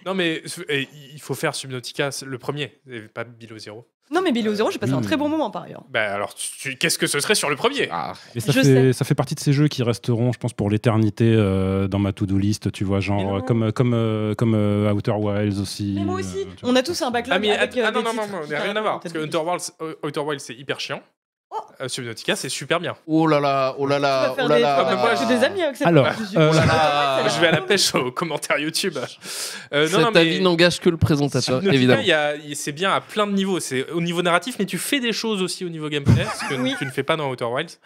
Non, mais et il faut faire Subnautica, c'est le premier, et pas Bilo Zero.
Non mais Bilo Zero, j'ai passé un
Mm.
Hmm.
très bon moment par ailleurs.
Bah alors, tu- qu'est-ce que ce serait sur le premier
Ah,
Et ça
Je
fait, ça fait partie de ces jeux qui resteront, je pense, pour l'éternité euh, dans ma to-do list, tu vois,
Mais
genre
non.
euh, comme, euh, comme, euh, comme euh, Outer Wilds aussi.
Mais moi aussi,
euh, tu vois.
on a tous un backlog
Ah, mais
avec
att-
euh,
ah, non,
des
non, non,
titres
non,
qui
il y a rien
t'arrêtent
à voir.
dans
Parce
ta
que
vie.
Outer Wilds, euh, Outer Wilds, c'est hyper chiant.
Oh.
Euh, Subnautica, c'est super bien.
Oh là là, oh là
Tu vas
là, oh
faire
là
des-
là.
ah, bah, moi, j'ai des amis avec cette
Alors,
je suis-
euh,
Oh là là.
Ah,
Je vais à la pêche aux commentaires YouTube. Euh,
Cet avis n'engage que le présentateur,
Subnautica,
évidemment.
il y a- il- c'est bien à plein de niveaux. C'est au niveau narratif, mais tu fais des choses aussi au niveau gameplay, ce que
Oui.
tu ne fais pas dans Outer Wilds.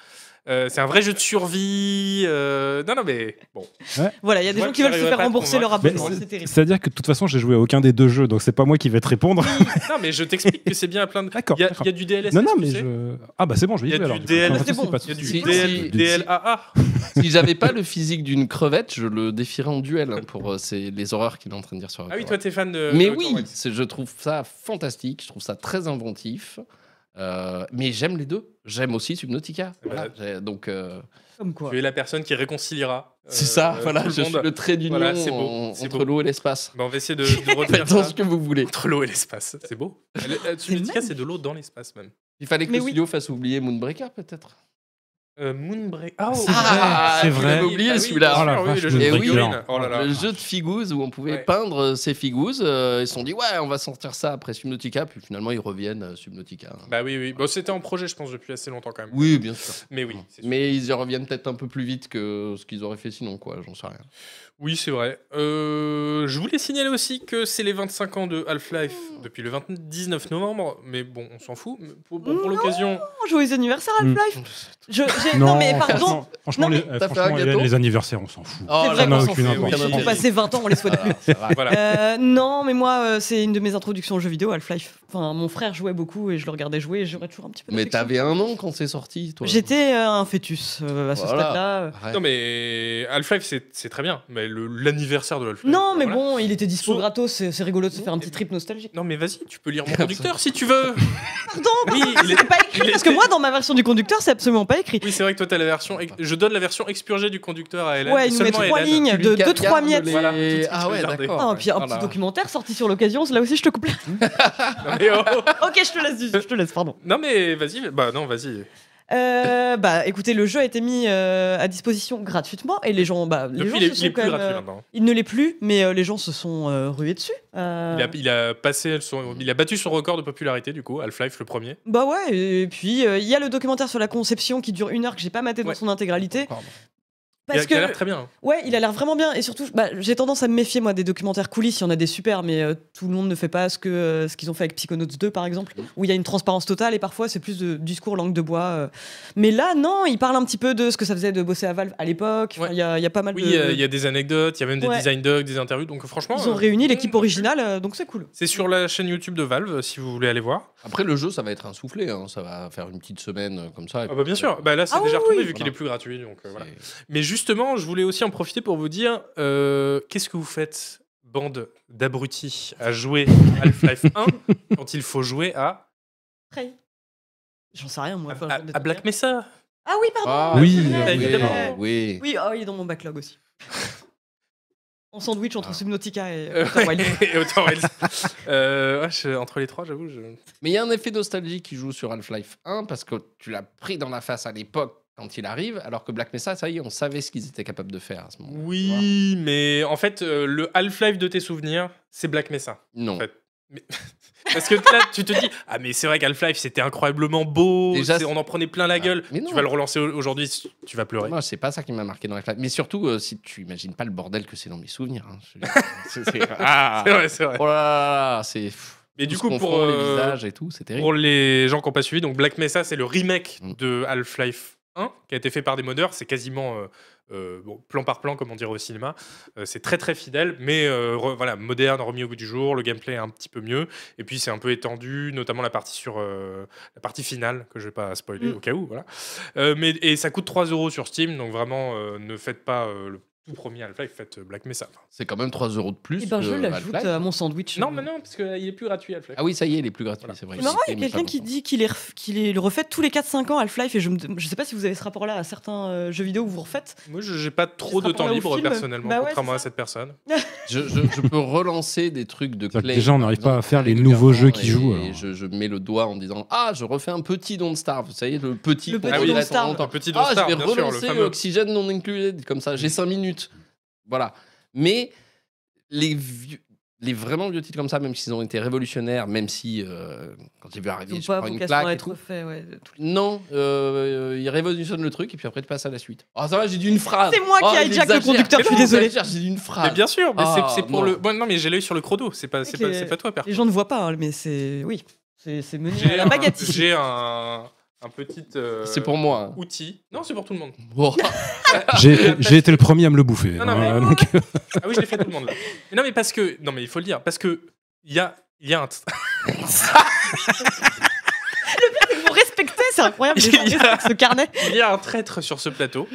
Euh, c'est un vrai jeu de survie. euh, Non, non, mais bon.
Voilà, il y a
Je
des
vois
gens
que
qui veulent se
j'arriverai
faire
pas à
rembourser leur
convaincre.
Mais
abonnement,
c'est-
c'est terrible.
C'est-à-dire que de toute façon, j'ai joué à aucun des deux jeux, donc c'est pas moi qui vais te répondre.
Non, mais je t'explique que c'est bien à plein de.
D'accord.
Il y, a-
d'accord.
il y a du DLSS.
Non, non,
tu
mais
sais.
je. Ah, bah c'est bon, je vais
Il y a
jouer alors.
du
coup.
DL,
Pas de
c'est
souci,
bon.
pas de
Il y a du
souci.
DL,
Du- du-
DLAA.
Si j'avais pas le physique d'une crevette, je le défierais en duel hein, pour euh, c'est les horreurs qu'il est en train de dire sur
Ah
la
oui,
crevette.
toi, t'es fan de.
Mais
de-
oui,
de-
c'est- je trouve ça fantastique, je trouve ça très inventif. Euh, mais j'aime les deux. J'aime aussi Subnautica. Voilà,
bah.
j'ai- donc euh,
Comme quoi.
Tu es la personne qui réconciliera. euh,
c'est ça,
euh,
voilà,
tout
je
le
suis
monde.
le trait d'union
Voilà, c'est beau,
en-
c'est
entre
beau.
l'eau et l'espace.
Bah, on va essayer de, de refaire
Faites-en
ça.
ce que vous voulez.
Entre l'eau et l'espace. C'est beau. Elle- euh, Subnautica, c'est de l'eau dans l'espace, même.
Il fallait que
Mais
le
oui.
studio fasse oublier Moonbreaker peut-être.
Euh, Moonbreak. Ah,
C'est
oh,
vrai,
Ah,
c'est
tu
vrai.
l'avais oublié
Bah oui,
celui-là.
bien
Oh la
sûr, oui,
vache,
le jeu de
Eh oui.
figurines. Oh là là.
Le jeu de figouze où on pouvait
Ouais.
peindre ces figouses, euh, ils se sont dit ouais, on va sortir ça après Subnautica, puis finalement ils reviennent euh, Subnautica.
Bah oui, oui. Bon, c'était en projet, je pense, depuis assez longtemps quand même.
Oui, bien sûr.
Mais oui. c'est sûr.
Mais ils y reviennent peut-être un peu plus vite que ce qu'ils auraient fait sinon, quoi. J'en sais rien.
Oui, c'est vrai. Euh, je voulais signaler aussi que c'est les 25 ans de Half-Life depuis le 19 novembre, mais bon, on s'en fout. Mais Pour, bon, pour
Non.
l'occasion,
Oh, joyeux anniversaire
Hmm.
Mm.
Half-Life Je- j'ai-
Non,
Non mais pardon,
franchement, franchement,
Non, mais
les, euh,
t'as fait
franchement,
un
les-
gâteau
les anniversaires, on s'en fout.
Ah,
Oh
C'est
là
vrai
là,
qu'on
on
s'en
s'en fout,
fout, on s'en
on
on
fout.
passe-
passait 20 ans, on les souhaite.
Voilà, ça va.
voilà.
Euh, non, mais moi, euh, c'est une de mes introductions aux jeux vidéo, Half-Life. Enfin, mon frère jouait beaucoup et je le regardais jouer et j'aurais toujours un petit peu
Mais
d'affection.
t'avais un an quand c'est sorti, toi.
J'étais euh, un fœtus euh, à ce
Voilà.
stade-là. euh.
Arrête.
Non, mais Half-Life, c'est c'est très bien, mais le- l'anniversaire de Half-Life. ben
Non, mais
voilà.
bon, il était dispo
Sauf-
gratos, c'est c'est rigolo de se faire un
Oui,
petit
mais-
trip nostalgique.
Non, mais vas-y, tu peux lire mon conducteur si tu veux.
Pardon,
Oui, il est-
c'est pas écrit
il
parce
était-
que moi, dans ma version du conducteur, c'est absolument pas écrit.
Oui, c'est vrai que toi, t'as la version. ex- Je donne la version expurgée du conducteur à Hélène.
Ouais, il nous met
seulement à
trois
Hélène.
lignes
Tu lui
de
gardes
2-3 miettes.
les-
Voilà, tout de suite,
ah
tu
ouais,
peux garder.
d'accord.
Ah, et puis un
Voilà.
petit documentaire sorti sur l'occasion, là aussi je te coupe la...
Non, mais, oh.
ok, je te laisse, Zuzu, je te laisse, pardon.
Non, mais vas-y, bah non, vas-y.
Euh, bah écoutez, le jeu a été mis euh, à disposition gratuitement et les gens, bah, les
Depuis,
gens
il est,
se
il
sont
est
quand
plus
même,
gratuit
euh,
maintenant.
Il ne l'est plus, mais euh, les gens se sont euh, rués dessus. Euh,
Il a, il a passé son- il a battu son record de popularité, du coup, Half-Life le premier.
Bah ouais, et puis euh, il y a le documentaire sur la conception qui dure une heure que j'ai pas maté dans
Ouais.
son intégralité.
Pardon.
Il a,
Parce
il a
que,
l'air très bien. hein.
ouais, il a l'air vraiment bien et surtout, bah, j'ai tendance à me méfier moi des documentaires coulisses, il y en a des super, mais euh, tout le monde ne fait pas ce que euh, ce qu'ils ont fait avec Psychonauts 2 par exemple,
Mm.
où il y a une transparence totale et parfois c'est plus de discours langue de bois. euh. Mais là, non, il parle un petit peu de ce que ça faisait de bosser à Valve à l'époque, Enfin, il
Ouais.
y, a, il y a pas mal
Oui,
de.
il y a- il y, a des anecdotes, il y a même des
Ouais.
design docs, des interviews. Donc, franchement,
Ils ont
euh,
réuni l'équipe originale, euh, donc c'est cool.
C'est sur la chaîne YouTube de Valve, si vous voulez aller voir.
Après, le jeu, ça va être un soufflé. hein, Ça va faire une petite semaine euh, comme ça. et
Ah
puis-
bah bien sûr, bah là c'est
Ah
déjà
oui,
retombé
oui.
vu qu'il
Voilà.
est plus gratuit. Donc, euh, voilà.
C'est-
Mais justement, je voulais aussi en profiter pour vous dire euh, qu'est-ce que vous faites, bande d'abrutis, à jouer à Half-Life 1 quand il faut jouer à,
Prey. J'en sais rien moi.
à,
enfin,
à-
genre de
à Black
trucs.
Mesa
Ah oui, pardon.
Ah,
Oui,
c'est vrai,
oui,
c'est
évidemment.
vrai.
oui.
Oui, oh, il est dans mon backlog aussi. On sandwich entre
Ah.
Subnautica et
Euh,
Outer Wilds.
et Outer Wilds. Euh, ouais, je- entre les trois, j'avoue. je-
Mais il y a un effet nostalgie qui joue sur Half-Life 1 parce que tu l'as pris dans la face à l'époque quand il arrive, alors que Black Mesa, ça y est, on savait ce qu'ils étaient capables de faire à ce moment.
Oui, mais en fait, euh, le Half-Life de tes souvenirs, c'est Black Mesa.
Non.
Ouais. Parce que là, tu te dis, ah, mais c'est vrai qu'Half-Life, c'était incroyablement beau,
Déjà,
c'est-
c'est- Ah.
on en prenait plein la gueule.
Mais non.
Tu vas le relancer au- aujourd'hui, tu vas pleurer.
Moi, c'est pas ça qui m'a marqué dans Half-Life. Mais surtout, euh, si tu imagines pas le bordel que c'est dans mes souvenirs. hein. C'est- c'est- ah.
C'est vrai, c'est vrai.
Oh là là, là, c'est. pff,
Mais du
tout
coup,
ce qu'on
pour,
fond, les
euh,
visages et tout, c'est terrible.
Pour les gens qui n'ont pas suivi, donc Black Mesa, c'est le remake
Mm.
de Half-Life 1, qui a été fait par des modeurs. C'est quasiment euh, euh, bon, plan par plan, comme on dirait au cinéma. Euh, c'est très très fidèle, mais euh, re- voilà, moderne, remis au goût du jour. Le gameplay est un petit peu mieux. Et puis c'est un peu étendu, notamment la partie sur euh, la partie finale que je vais pas spoiler
Mm.
au cas où. Voilà. Euh, mais et ça coûte 3 euros sur Steam, donc vraiment euh, ne faites pas euh, le tout premier Half-Life, faites euh, Black Mesa. Enfin,
C'est quand même 3 euros de plus.
Eh ben, je
que
l'ajoute
Half-Life.
à mon sandwich. euh,
non, mais non, parce qu'il est plus gratuit Half-Life.
Ah oui, ça y est, il est plus gratuit,
Voilà.
c'est vrai.
C'est marrant,
J'ai
il y a
aimé
quelqu'un
pas
qui
longtemps.
dit qu'il les ref- qu'il les- le refait tous les 4-5 ans, Half-Life, et je ne sais pas si vous avez ce rapport-là à certains euh, jeux vidéo où vous refaites.
Moi, je- j'ai pas trop
seras
de
pour
temps
là au
libre
film
personnellement,
Bah ouais,
contrairement
c'est
à
ça.
cette personne.
Je, je- je peux relancer des trucs de
C'est-à-dire que
Clay.
déjà, on
par
n'arrive pas
exemple,
à faire les
régulièrement,
nouveaux jeux qui
et
jouent, alors.
Je, je mets le doigt en disant Ah, je refais un petit Don't Starve. Vous savez, le petit
Le
qu'on
petit
relit
Don't
de temps en
Starve.
temps.
Un petit Don't
Ah,
Starve,
je vais
bien sûr,
relancer
le fameux.
Oxygène non included. Comme ça, j'ai 5 minutes. Voilà. Mais les, vieux- les vraiment vieux titres comme ça, même s'ils ont été révolutionnéraires, même si euh, quand j'ai vu
Ils
arriver,
n'ont
je
pas
prends une
vocation
claque.
à
et
être
tout.
refaits. ouais.
Non, euh, euh, il révolutionne le truc et puis après tu passes à la suite. Ah ça va, j'ai dit une phrase.
C'est moi
Oh,
qui
il
hijack le
exagère.
conducteur, je suis
Mais non, il
désolé.
exagère, J'ai dit une phrase.
Mais bien sûr, mais c'est-
Ah,
c'est pour
non.
le. Bon, non, mais j'ai l'œil sur le chrono. C'est pas, c'est
Mec,
pas,
les-
c'est pas toi, Perf.
Ah.
Les gens ne voient pas, hein, mais c'est. Oui, c'est c'est mené à
J'ai
la
un,
baguette ici.
j'ai un, un petit. euh,
C'est pour moi. hein.
Outil. Non, c'est pour tout le monde.
Oh.
J'ai été- j'ai été le premier à me le bouffer.
Ah. Non, non, mais-
hein, donc-
Ah oui, je l'ai fait tout le monde là. Mais non, mais parce que. Non, mais il faut le dire. Parce que. Il y a, il y a un.
Vous respectez, c'est incroyable, les gens
Il y a-
respectent ce carnet.
Il y a un traître sur ce plateau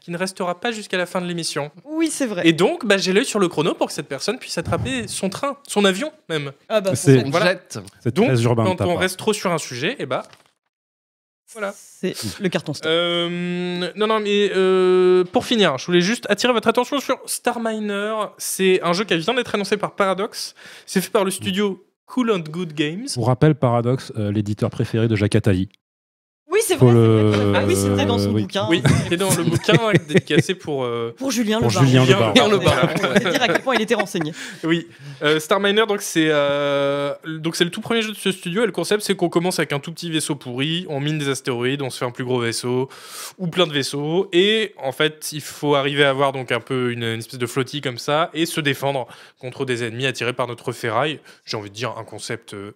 qui ne restera pas jusqu'à la fin de l'émission.
Oui, c'est vrai.
Et donc, bah, j'ai l'œil sur le chrono pour que cette personne puisse attraper son train, son avion même.
Ah bah,
C'est-
c'est
On
Voilà.
jette.
C'est
Donc,
très urbain de
Quand
ta
on
part.
reste trop sur un sujet, et bah. Voilà.
c'est le carton stop.
Euh, non, non, mais euh, pour finir, je voulais juste attirer votre attention sur Star Miner. C'est un jeu qui vient d'être annoncé par Paradox. C'est fait par le studio Cool and Good Games.
Pour rappel, Paradox, euh, l'éditeur préféré de Jacques Attali.
Oui, c'est
Faut
vrai.
le-
c'est vrai. Ah oui, c'était dans son
oui.
bouquin.
Euh, Oui, qui est dans le bouquin dédicacé pour. euh,
Pour Julien
Pour
Le Baron.
Julien Le
Baron.
Julien Le Baron.
On peut dire à quel point il était renseigné.
oui, Euh, Star Miner, donc c'est euh, donc c'est le tout premier jeu de ce studio. Et le concept, c'est qu'on commence avec un tout petit vaisseau pourri, on mine des astéroïdes, on se fait un plus gros vaisseau ou plein de vaisseaux. Et en fait, il faut arriver à avoir donc un peu une, une espèce de flottille comme ça et se défendre contre des ennemis attirés par notre ferraille. J'ai envie de dire un concept. euh,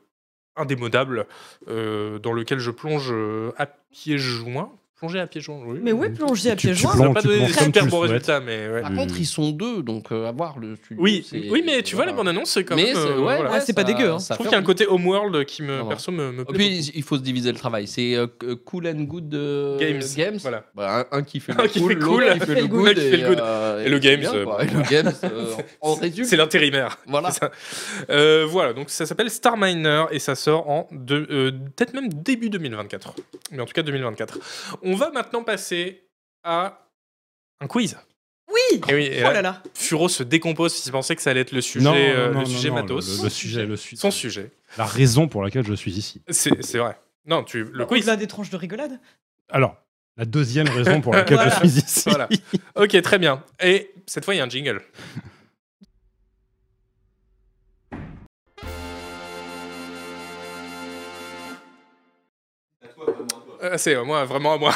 indémodable euh, dans lequel je plonge euh, à pieds joints plonger à pieds joints oui
Mais oui, plongé à
Tu-
pieds
tu
joints.
ça n'a pas
Tu
donné des
plonges comme
super
tu le
bons
souhaites.
résultats mais ouais.
Par
Hmm.
contre, ils sont deux, donc euh, à voir le studio.
Hum. Oui,
Ah, c'est-
oui, mais tu vois, la
voilà.
bande-annonce, c'est quand
Mais
même.
c'est-
euh,
ouais,
voilà.
ouais,
c'est pas
ça-
dégueu, hein.
ça
Je trouve
fait
qu'il y a un
envie.
côté homeworld qui me
Voilà.
perso me, me plaît.
Et Oh, puis il faut se diviser le travail. C'est euh, euh, cool and good euh,
Games.
games.
beaucoup. Voilà.
Bah, un, un qui fait
Un
le
qui
cool,
fait
l'autre
cool,
qui fait le good,
qui fait le good.
euh,
Et le
c'est
games,
bien,
euh,
quoi. Et le games, euh, en en résulte.
C'est l'intérimaire.
Voilà.
c'est ça. Euh, voilà, donc ça s'appelle Star Miner et ça sort en deux- euh, peut-être même début 2024. Mais en tout cas 2024. On va maintenant passer à un quiz.
Oui
Et oui, et
Oh
là,
là là
Furo se décompose s'il pensait que ça allait être le sujet,
Non,
euh,
non,
le
non,
sujet
non,
matos.
le- le sujet, le sujet.
Son sujet.
La raison pour laquelle je suis ici.
C'est c'est vrai. Non, tu le quiz.
Au-delà des tranches de rigolade.
Alors, la deuxième raison pour laquelle
Voilà.
je suis ici.
Voilà. Ok, très bien. Et cette fois, il y a un jingle. Euh, c'est à moi, vraiment à moi.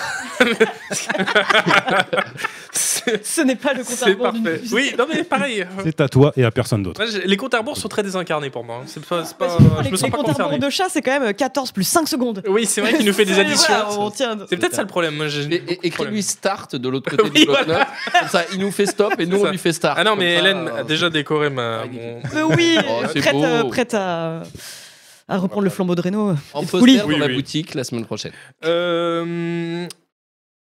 c'est
Ce n'est pas le compte à
c'est
rebours d'une
parfait.
fusée.
Oui, non mais pareil.
C'est à toi et à personne d'autre.
Moi, j'ai- les comptes à rebours sont très désincarnés pour moi. hein. C'est pas, c'est
Parce
pas-
que les-
je me sens
les
pas
comptes à rebours
concerné.
de chat, c'est quand même 14 plus 5 secondes.
Oui, c'est vrai qu'il nous fait des
Voilà,
additions.
on tient-
C'est peut-être ça le problème. Moi, j'ai
Et-
beaucoup de
et- Écris-lui
problèmes.
start de l'autre côté
Oui,
du bloc Comme ça, il nous fait stop et nous,
C'est ça.
on lui fait start.
Ah non,
Comme
mais
ça,
Hélène
euh,
a déjà décoré ma.
Ah,
mon-
Euh, oui,
Oh, c'est
prête,
beau.
euh, prête à, à reprendre le flambeau de Renault.
En
Et de
poster
coulis.
dans
Oui,
la
oui.
boutique la semaine prochaine.
Euh,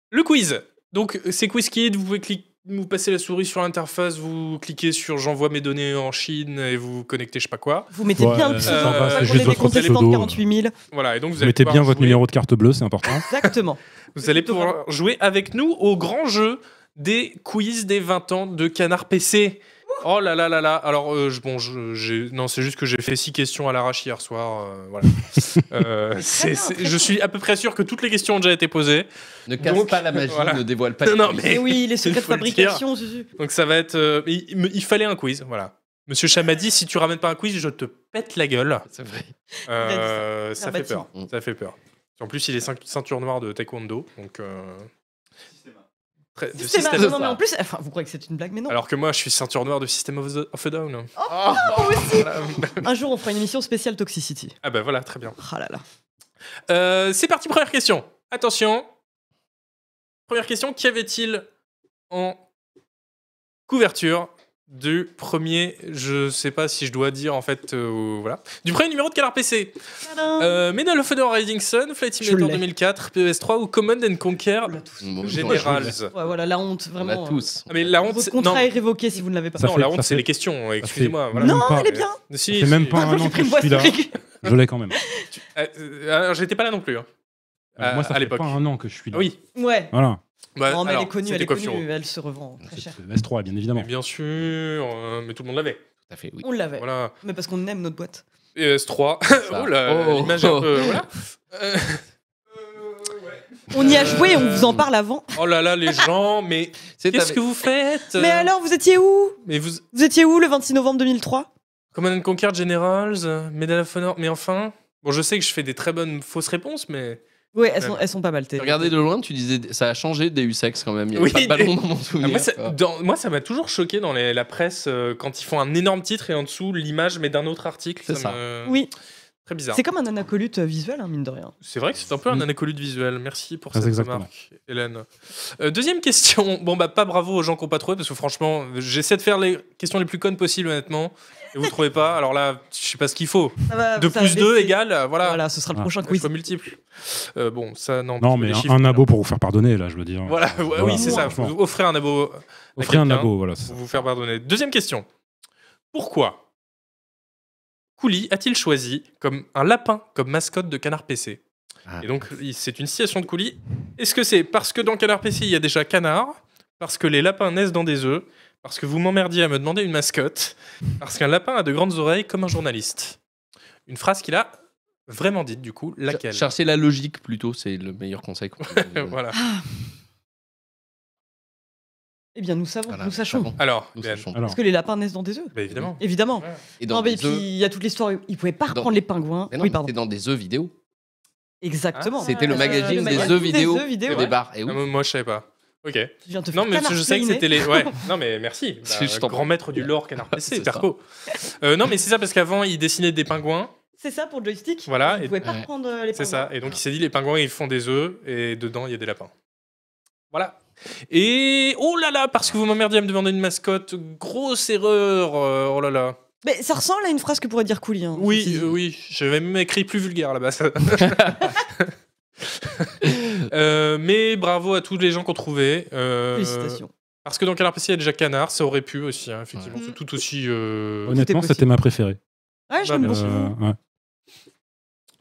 le quiz. Donc, c'est QuizKid. Vous pouvez cliquer. Vous passez la souris sur l'interface, vous cliquez sur j'envoie mes données en Chine et vous connectez je sais pas quoi.
Vous mettez
Ouais,
bien le
euh,
petit.
ça va,
pour
c'est
pas qu'on
juste
ait
votre
des comptes
pseudo.
de 48 000.
Voilà, et donc vous allez
Mettez
pouvoir
bien votre
jouer-
numéro de carte bleue, c'est important.
Exactement.
Vous allez pouvoir jouer avec nous au grand jeu des quiz des 20 ans de Canard PC. Oh là là là là. Alors euh, je- bon, je- j'ai- non, c'est juste que j'ai fait six questions à l'arrache hier soir. euh, voilà. Euh, c'est-
bien,
c'est-
Ah très
je
bien.
suis à peu près sûr que toutes les questions ont déjà été posées.
Ne casse
Donc,
pas la magie,
voilà.
ne dévoile pas.
Non,
les
non,
coulisses.
mais-
Et oui, les secrets de
faut le dire.
fabrication, Zuzu.
Donc ça va être. euh, il, il me- il fallait un quiz, voilà. Monsieur Chamadi, si tu ramènes pas un quiz, je te pète la gueule.
C'est vrai.
Euh, ça fait
Verbatim.
peur. Ça fait peur. En plus, il est ceinture- ceinture noire de taekwondo, donc. euh, très- de
C'est marrant.
System-
Non, mais en plus, enfin, vous croyez que c'est une blague, mais non.
Alors que moi, je suis ceinture noire de System of, the- of a Down.
Oh,
Voilà.
Un jour, on fera une émission spéciale Toxicity.
ah bah voilà, très bien.
Ah là là.
Euh, c'est parti, première question. Attention. Première question, qu'y avait-il en couverture du premier, je sais pas si je dois dire en fait, euh, voilà, du premier numéro de Canard PC
Tadam
euh, Medal of Honor Rising Sun, Flight
Je
Simulator
l'ai.
2004, PES3 ou Command and Conquer
On l'a tous.
Bon,
Generals.
Ouais, voilà, la honte,
On
vraiment.
l'a tous.
Ah, mais la honte,
Votre
c'est- non,
contrat est révoqué si vous ne l'avez pas.
Ça
non
fait-
la
ça
honte, c'est
fait-
les questions, excusez-moi.
fait-
Voilà.
Non,
Non,
pas.
elle est bien.
Si,
C'est même
si.
pas un
J'ai pris
an que je
une voix
suis là.
stricte.
Je l'ai quand même.
Euh, euh, alors, j'étais pas là non plus. hein.
Alors, Euh, Moi,
À
ça fait
l'époque.
pas un an que je suis là.
Oui.
Ouais.
Voilà.
Bah,
non, mais
alors,
elle est connue,
c'était
elle est
quoi,
connue,
Furo
elle se revend très
C'est
cher.
le S3, bien évidemment.
Mais Bien sûr, euh, mais tout le monde l'avait.
Tout à fait, oui.
On l'avait,
Voilà.
mais parce qu'on aime notre boîte.
PS3.
Ça.
oh là,
Oh.
l'image est un peu. Voilà. Euh,
On y a
Euh,
joué, on vous en parle avant.
oh là là, les gens, mais
C'est
qu'est-ce
avec-
que vous faites
Mais alors, vous étiez où
Mais vous.
Vous étiez où le 26 novembre 2003
Command and Conquer Generals, euh, Medal of Honor, mais enfin. Bon, je sais que je fais des très bonnes fausses réponses, mais.
Ouais, elles sont,
Ouais.
elles sont pas mal. t'es-
Regardez de loin, tu disais ça a changé Deus Ex quand même. Il y a
Oui,
pas de ballon
mais-
dans mon souvenir.
Ah, moi, ça,
quoi.
dans- moi, ça m'a toujours choqué dans les- la presse euh, quand ils font un énorme titre et en dessous l'image, mais d'un autre article.
C'est ça.
me-
Oui,
Très bizarre.
c'est comme un anacolute euh, visuel, hein, mine de rien.
C'est vrai que c'est un peu un
Mm.
anacolute visuel. Merci pour
Très
cette
exactement.
remarque, Hélène. Euh, deuxième question. Bon, bah, pas bravo aux gens qui n'ont pas trouvé, parce que franchement, j'essaie de faire les questions les plus connes possibles, honnêtement. Et vous ne trouvez pas Alors là, je sais pas ce qu'il faut.
Ça va-
De
ça va
plus
baisser.
2 égale, euh, voilà.
Voilà, ce sera le
Ah.
prochain
Oui.
quiz.
Choix multiple. Euh, bon, ça, non. parce
Non,
que
mais
les
un,
chiffres,
un abo pour vous faire pardonner, là, je veux dire.
Voilà, ouais, oui, c'est ça.
franchement.
Vous offrez un abo à
Offrez un
quelqu'un
abo, voilà. c'est ça.
pour vous faire pardonner. Deuxième question. Pourquoi Couli a-t-il choisi comme un lapin comme mascotte de Canard PC
Ah.
Et donc, il- c'est une citation de Couli. Est-ce que c'est parce que dans Canard PC, il y a déjà canard Parce que les lapins naissent dans des œufs Parce que vous m'emmerdiez à me demander une mascotte Parce qu'un lapin a de grandes oreilles comme un journaliste Une phrase qu'il a vraiment dite, du coup,
Cher-
laquelle
Chercher la logique plutôt, c'est le meilleur conseil qu'on peut donner.
Voilà.
Eh bien, nous savons,
Voilà,
nous sachons.
savons,
Alors,
nous
Hélène.
sachons.
Alors,
Parce que les lapins naissent dans des œufs.
Bah, évidemment.
Évidemment.
Et
non, mais
des
puis
œufs-
il y a toute l'histoire. Ils pouvaient pas
Dans-
reprendre les pingouins.
Mais non,
oui,
mais
pardon.
c'était dans des œufs vidéo.
Exactement.
C'était le
Euh,
magazine des
le magazine
œufs vidéo.
œufs
Au
vidéo, ouais.
départ. Et
Ah,
oui.
moi, moi, je savais pas. Ok.
Tu viens de te
Non,
faire
mais
canard
je sais que
féliner.
c'était les. Ouais. Non, mais merci. Bah,
C'est- je t'en
grand maître du lore canard PC,
C'est ça.
Perco. Euh, non, mais c'est ça parce qu'avant, il dessinait des pingouins.
C'est ça pour joystick.
Voilà,
Ils
et-
pouvaient pas
ouais.
reprendre euh, les
C'est
pingouins.
ça. Et donc, il s'est dit les pingouins, ils font des œufs et dedans, il y a des lapins. Voilà. Et oh là là, parce que vous m'emmerdiez à me demander une mascotte. Grosse erreur. euh, Oh là là.
Mais ça ressemble à une phrase que pourrait dire Couli. hein,
Oui,
ceci dit.
euh, oui. J'avais même écrit plus vulgaire là-bas. ça. Euh, mais bravo à tous les gens qui ont trouvé. Euh,
Félicitations.
Parce que dans Canard PC, il y a déjà Canard, ça aurait pu aussi, hein, effectivement.
Ouais.
C'est tout aussi. euh,
Honnêtement,
Tout est possible. Mmh.
c'était ma préférée.
Ouais, je
bah,
l'aime
mais,
beaucoup.
Euh, ouais.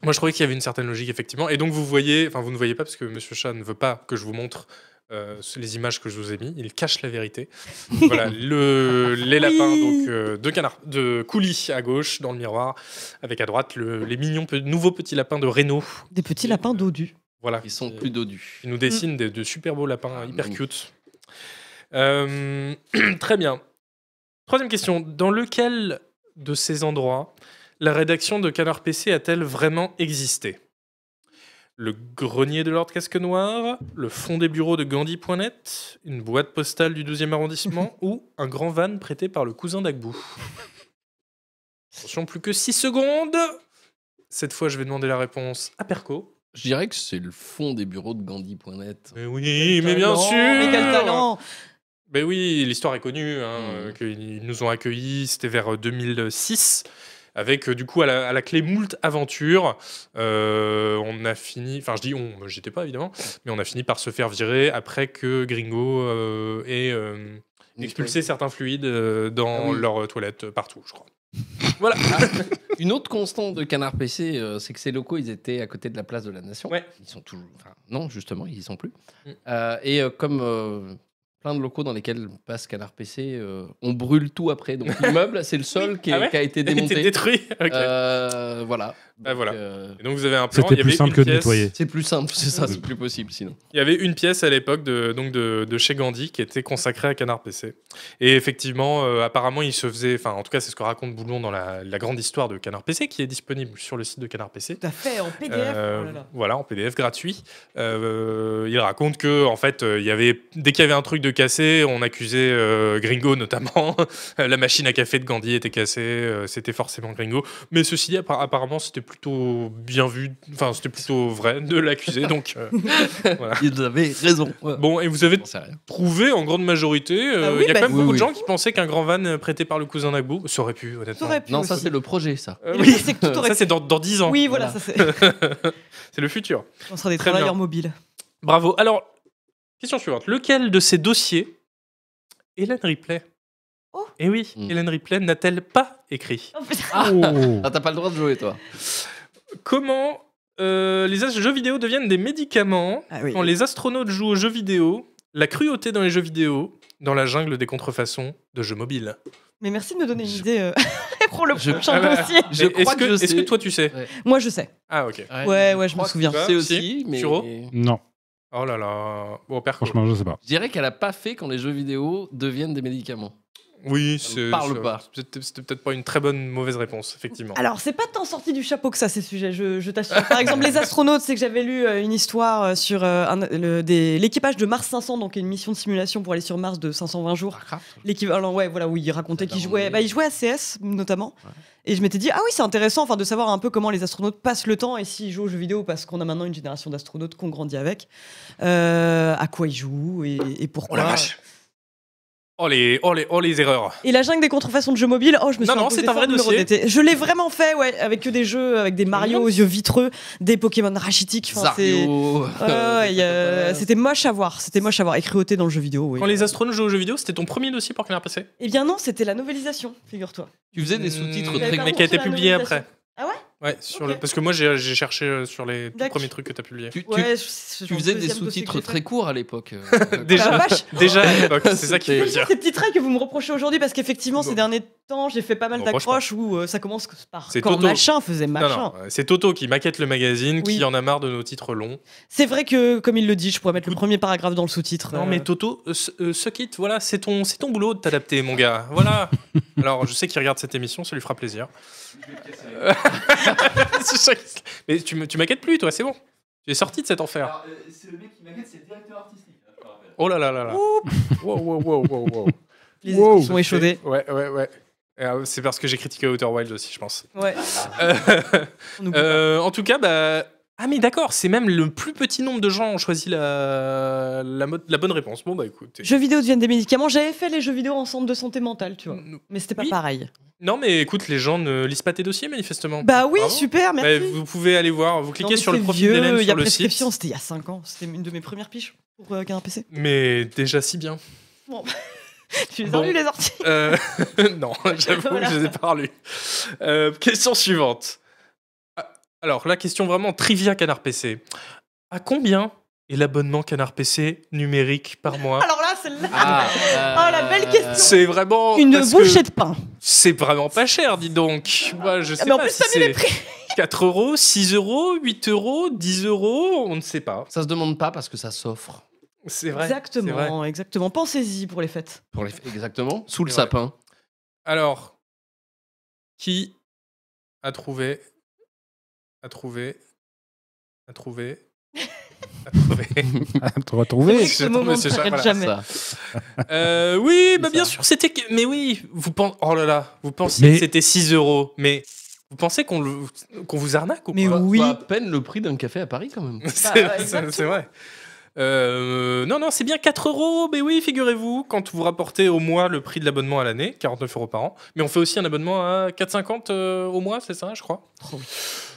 Moi, je trouvais qu'il y avait une certaine logique, effectivement. Et donc, vous voyez, enfin, vous ne voyez pas, parce que Monsieur Chat ne veut pas que je vous montre euh, les images que je vous ai mis. Il cache la vérité. voilà, le, les lapins
Oui.
donc, euh, de canard, de coulis à gauche, dans le miroir, avec à droite le- les mignons pe- nouveaux petits lapins de Renault.
Des petits lapins dodus.
Voilà. Euh,
Ils sont plus dodus.
Ils nous dessinent des, de super beaux lapins
Ah,
hyper
magnifique.
cute. Euh, très bien. Troisième question. Dans lequel de ces endroits la rédaction de Canard PC a-t-elle vraiment existé Le grenier de Lord Casque Noir Le fond des bureaux de Gandhi.net Une boîte postale du 12e arrondissement Ou un grand van prêté par le cousin d'Agbou Attention, plus que 6 secondes Cette fois, je vais demander la réponse à Perco.
Je dirais que c'est le fond des bureaux de Gandhi.net.
Mais oui, mais bien
Talent,
sûr
Mais quel talent
Mais oui, l'histoire est connue, hein,
Mm.
euh, qu'ils nous ont accueillis, c'était vers euh, 2006, avec euh, du coup à la, à la clé moult aventures. Euh, on a fini, enfin je dis on, j'étais pas évidemment, mais on a fini par se faire virer après que Gringo euh, ait euh, expulsé certains fluides euh, dans
Ah oui.
leurs toilettes euh, partout, je crois.
Une autre constante de Canard PC, euh, c'est que ces locaux, ils étaient à côté de la place de la Nation.
Ouais.
Ils sont toujours. Enfin, non, justement, ils y sont plus.
Mm.
Euh, et euh, comme euh, plein de locaux dans lesquels passe Canard PC, euh, on brûle tout après. Donc l'immeuble, c'est le seul qui, est-
Ah ouais
qui a été
Il était
démonté.
détruit. ok.
Euh, voilà.
Bah, voilà.
euh,
Et donc vous avez un plan,
C'était
il y
plus
avait
simple
une
que de
pièce-
nettoyer.
c'est plus simple, c'est ça, c'est plus possible sinon.
Il y avait une pièce à l'époque de, donc de, de chez Gandhi qui était consacrée à Canard PC. Et effectivement, euh, apparemment, il se faisait, enfin, en tout cas, c'est ce que raconte Boulon dans la, la grande histoire de Canard PC qui est disponible sur le site de Canard PC.
Tout à fait, en PDF.
Euh,
oh là là.
Voilà, en PDF gratuit. Euh, il raconte que, en fait, euh, il y avait, dès qu'il y avait un truc de cassé, on accusait euh, Gringo notamment. la machine à café de Gandhi était cassée, euh, c'était forcément Gringo. Mais ceci dit, appa- apparemment, c'était plutôt bien vu, enfin c'était plutôt vrai de l'accuser. donc euh,
Ils avaient raison. Ouais.
bon, et vous avez
J'en sais rien.
trouvé en grande majorité. euh,
Ah
Il
oui,
y a
bah,
quand même
oui,
beaucoup
oui.
de gens qui pensaient qu'un grand van prêté par le cousin d'Agbou, ça aurait pu honnêtement.
T'aurais pu.
Non, ça
aussi.
c'est le projet, ça.
Euh,
Et le
oui,
pire, c'est que tout aurait
ça c'est dans, dans 10 ans.
Oui, voilà,
Voilà.
ça c'est.
C'est le futur.
On sera des
Très bien.
travailleurs mobiles.
Bravo. Alors, question suivante. Lequel de ces dossiers Hélène Ripley
Oh.
Eh oui,
Mm.
Hélène Ripley n'a-t-elle pas écrit
Oh.
Ah, t'as pas le droit de jouer, toi.
Comment euh, les as- jeux vidéo deviennent des médicaments
Ah oui.
Quand les astronautes jouent aux jeux vidéo, la cruauté dans les jeux vidéo, dans la jungle des contrefaçons de jeux mobiles.
Mais merci de me donner une
Je-
idée euh, pour le
Je-
prochain
Ah bah.
dossier.
Je
Et
crois
est-ce
que je
Est-ce que
sais.
toi tu sais
Moi, je sais.
Ah ok.
Ouais, ouais, je me
crois que
souviens.
Je
Si,
sais aussi, mais.
Turo
Je
Non,
Oh là là. Bon, perco.
franchement, je sais pas.
dirais qu'elle a pas fait quand les jeux vidéo deviennent des médicaments.
Oui,
Ça me
c'est.
parle
c'est-
pas.
C'était c'était peut-être pas une très bonne mauvaise réponse, effectivement.
Alors, c'est pas tant sorti du chapeau que ça, ces sujets, je, je t'assure. Par exemple, les astronautes, c'est que j'avais lu euh, une histoire euh, sur euh, un- le- des- l'équipage de Mars 500, donc une mission de simulation pour aller sur Mars de 520 jours.
Warcraft
L'équivalent, ouais, voilà, où il racontait
Ça
qu'il
doit
jouait,
remonter.
bah, il jouait à CS notamment.
Ouais.
Et je m'étais dit, ah oui, c'est intéressant enfin, de savoir un peu comment les astronautes passent le temps et s'ils jouent aux jeux vidéo, parce qu'on a maintenant une génération d'astronautes qu'on grandit avec. Euh, à quoi ils jouent et, et pourquoi.
Ah. Oh les, oh les, oh les erreurs.
Et la jungle des contrefaçons de jeux mobiles, oh, je me suis
Non, non,
imposé
c'est un vrai
fort numéro
dossier.
d'été. Je l'ai vraiment fait, ouais, avec que des jeux, avec des Mario
mignon.
aux yeux vitreux, des Pokémon rachitiques. enfin, c'est-
Zario.
Ouais, ouais, y a- euh, c'était moche à voir, c'était moche à voir, et cruauté dans le jeu vidéo, oui.
Quand les astronautes jouent aux jeux vidéo, c'était ton premier dossier pour Canard PC
Eh bien non, c'était la novelisation, figure-toi.
Tu faisais des sous-titres
Mmh,
très
Mais
pardon,
qui a
gros.
été
sur la
publié
novelisation.
après.
Ah
Ouais, sur
Ok.
le... parce que moi j'ai j'ai cherché euh, sur les tout
D'accord.
premiers trucs que t'as publiés.
Tu, tu-
Ouais, je-
tu
genre
faisais des
deuxième dossier que
sous-titres
j'ai fait.
très courts à l'époque. Euh,
Déjà,
la vache.
déjà à l'époque, c'est ça qu'il faut
C'était-
dire.
C'est petit trait que vous me reprochez aujourd'hui parce qu'effectivement ces
Bon.
derniers temps j'ai fait pas mal
On reproche
d'accroches où euh, ça commence par
C'est
quand
Toto.
machin faisait
Non,
machin.
non, euh, c'est Toto qui maquette le magazine,
Oui.
qui en a marre de nos titres longs.
C'est vrai que comme il le dit, je pourrais mettre le premier paragraphe dans le sous-titre.
Non,
euh,
mais Toto, euh, ce, euh, ce kit, voilà, c'est ton, c'est ton boulot de t'adapter, mon gars. Voilà. Alors, je sais qu'il regarde cette émission, ça lui fera plaisir. C'est ça qui- mais tu, me- tu m'inquiètes plus, toi, c'est bon. Tu es sorti de cet enfer.
Alors, euh, c'est le mec qui m'inquiète, c'est le directeur artistique. là, je me rappelle.
Oh là là là là. Wow, wow, wow, wow, wow.
les
Wow.
esprits sont échaudés.
Ouais, ouais, ouais. Euh, C'est parce que j'ai critiqué Outer Wild aussi, je pense.
Ouais.
Euh,
On oublie.
euh, en tout cas, bah. Ah, mais d'accord, c'est même le plus petit nombre de gens ont choisi la, la, mode- la bonne réponse. Bon, bah écoute.
Jeux vidéo deviennent des médicaments. J'avais fait les jeux vidéo ensemble de santé mentale, tu vois. Mais c'était pas
Oui.
pareil.
Non, mais écoute, les gens ne lisent pas tes dossiers, manifestement.
Bah oui,
Bravo.
super, merci.
Bah, vous pouvez aller voir, vous
Non,
cliquez
mais
sur le
c'est
profil
vieux,
d'Hélène
Il y
sur
a
le
prescription,
site.
c'était il y a 5 ans. C'était une de mes premières piches pour euh, qu'un PC.
Mais déjà si bien.
Tu les
Bon.
as lus, les orties
Euh, non, j'avoue
Voilà.
que je les ai pas relus. Euh, question suivante. Ah, Alors, la question vraiment trivia Canard PC. À combien est l'abonnement Canard PC numérique par mois
Ah, Alors là, celle-là.
Ah,
Ah, la belle question.
C'est vraiment.
Une
parce que
bouchée de pain.
C'est vraiment pas cher, dis donc. Moi, je sais
Ah, mais en
pas
plus,
si
t'as mis les
c'est 4 euros, 6 euros, 8 euros, 10 euros, on ne sait pas.
Ça se demande pas parce que ça s'offre.
C'est vrai. c'est vrai.
exactement, exactement. Pensez-y pour les fêtes.
Pour les... Exactement. Sous le
Ouais.
sapin.
Alors, qui a trouvé A trouvé A trouvé A trouvé
Te retrouver
c'est
ce
ça,
moment
mais
ne
c'est ça,
s'arrête
voilà,
jamais.
Ça.
Euh, Oui, bah
ça.
bien sûr, c'était. que- Mais oui, vous pensez. Oh là là, vous pensez
Mais-
que c'était 6 euros, mais vous pensez qu'on le- qu'on vous arnaque ou
Mais
pas
oui.
Soit à peine le prix d'un café à Paris quand même.
C'est
Bah,
c'est-
exactement.
c'est vrai. Euh, non, non, c'est bien 4 euros, mais oui, figurez-vous, quand vous rapportez au mois le prix de l'abonnement à l'année, 49 euros par an, mais on fait aussi un abonnement à 4,50 euh, au mois, c'est ça, je crois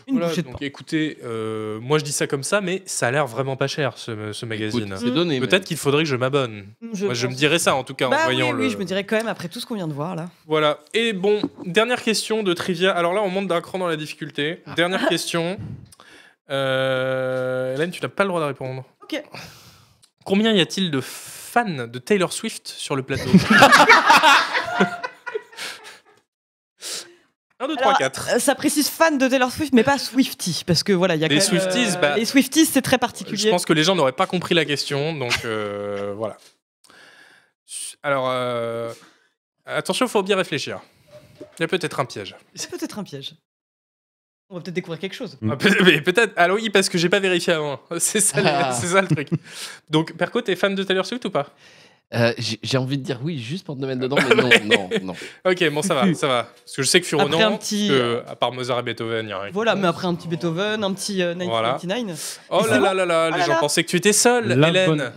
Une
Voilà,
bouchée de
donc
pain.
écoutez, euh, moi je dis ça comme ça, mais ça a l'air vraiment pas cher ce, ce magazine.
Écoute, C'est
Mm.
donné. mais-
Peut-être qu'il faudrait que je m'abonne.
Je,
Moi, je me
pense.
dirais ça en tout cas en
Bah oui,
voyant
oui,
le-
je me dirais quand même après tout ce qu'on vient de voir là.
Voilà. Et bon, dernière question de trivia. Alors là, on monte d'un cran dans la difficulté.
Ah.
Dernière question. Euh, Hélène, tu n'as pas le droit de répondre.
Ok.
Combien y a-t-il de fans de Taylor Swift sur le plateau 1, 2, 3,
Alors,
4.
Euh, Ça précise fan de Taylor Swift, mais pas Swifty, parce que voilà, il y a
Les
quand même, euh,
Swifties, bah,
les Swifties, c'est très particulier.
Je pense que les gens n'auraient pas compris la question, donc euh, voilà. Alors, euh, attention, faut bien réfléchir. Il y a peut-être un piège.
C'est peut-être un piège. On va peut-être découvrir quelque chose.
Mm.
Ah, peut- mais peut-être. Ah oui, parce que j'ai pas vérifié avant. C'est ça, le-
Ah.
c'est ça le truc. Donc, Perco, t'es fan de Taylor Swift ou pas
Euh, j'ai j'ai envie de dire oui juste pour te mettre dedans, mais non, non, non.
Ok, bon, ça va, ça va. Parce que je sais que Furono,
Après un petit- euh,
que, à part Mozart et Beethoven, il y a rien.
Voilà, mais après un petit Beethoven, un petit euh,
Voilà.
1999.
Oh
Et
là
c'est Ah
là là là, les
là
gens
là.
pensaient que tu étais seule,
La
Hélène.
bonne-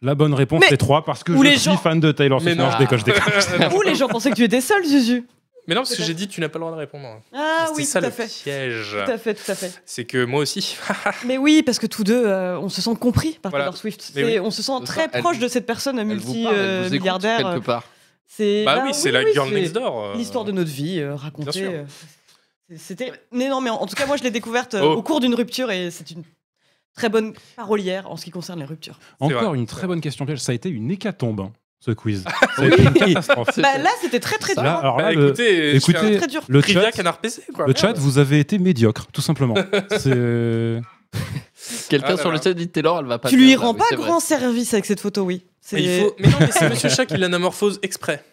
La bonne réponse,
Mais-
c'est 3 parce que
Ou
je
les
suis
gens-
fan de Taylor
Mais
Swift. Non,
non.
je déconne, je déconne.
Où les gens pensaient que tu étais seul, Zuzu
Mais non, parce que
Peut-être.
j'ai dit, tu n'as pas le droit de répondre.
Ah
C'était
oui,
ça
tout à
le
fait.
piège.
Tout à fait, tout à fait.
C'est que moi aussi.
Mais oui, parce que tous deux, euh, on se sent compris par
Voilà.
Taylor Swift.
Mais
C'est- On se sent
Ça,
très
elle-
proche de cette personne
Elle vous parle,
euh,
elle vous écoute
multi-milliardaire.
quelque part.
bah oui, c'est la girl next door. euh.
L'histoire de notre vie euh, racontée.
sûr.
euh, c'est- C'était. Mais non, mais en, en tout cas, moi, je l'ai découverte euh,
Oh.
au cours d'une rupture et c'est une très bonne parolière en ce qui concerne les ruptures.
Encore
vrai,
une
c'est
très
vrai.
bonne question piège. Ça a été une hécatombe, hein, ce quiz. Ça a été une catastrophe.
Bah, là, c'était très très dur.
Là,
hein.
alors
Bah,
là, le,
écoutez,
écoutez,
écoutez,
Très dur.
le
trivia
chat,
canard PC, quoi.
le chat, vous avez été médiocre, tout simplement. C'est- euh,
Quelqu'un
Ah là
sur le
là.
chat dit Taylor, elle va pas.
Tu lui
bien, là,
rends
oui,
pas
c'est vrai.
grand service avec cette photo, oui.
Mais,
C'est-
il faut... mais non, mais c'est Monsieur Chat qui l'anamorphose exprès.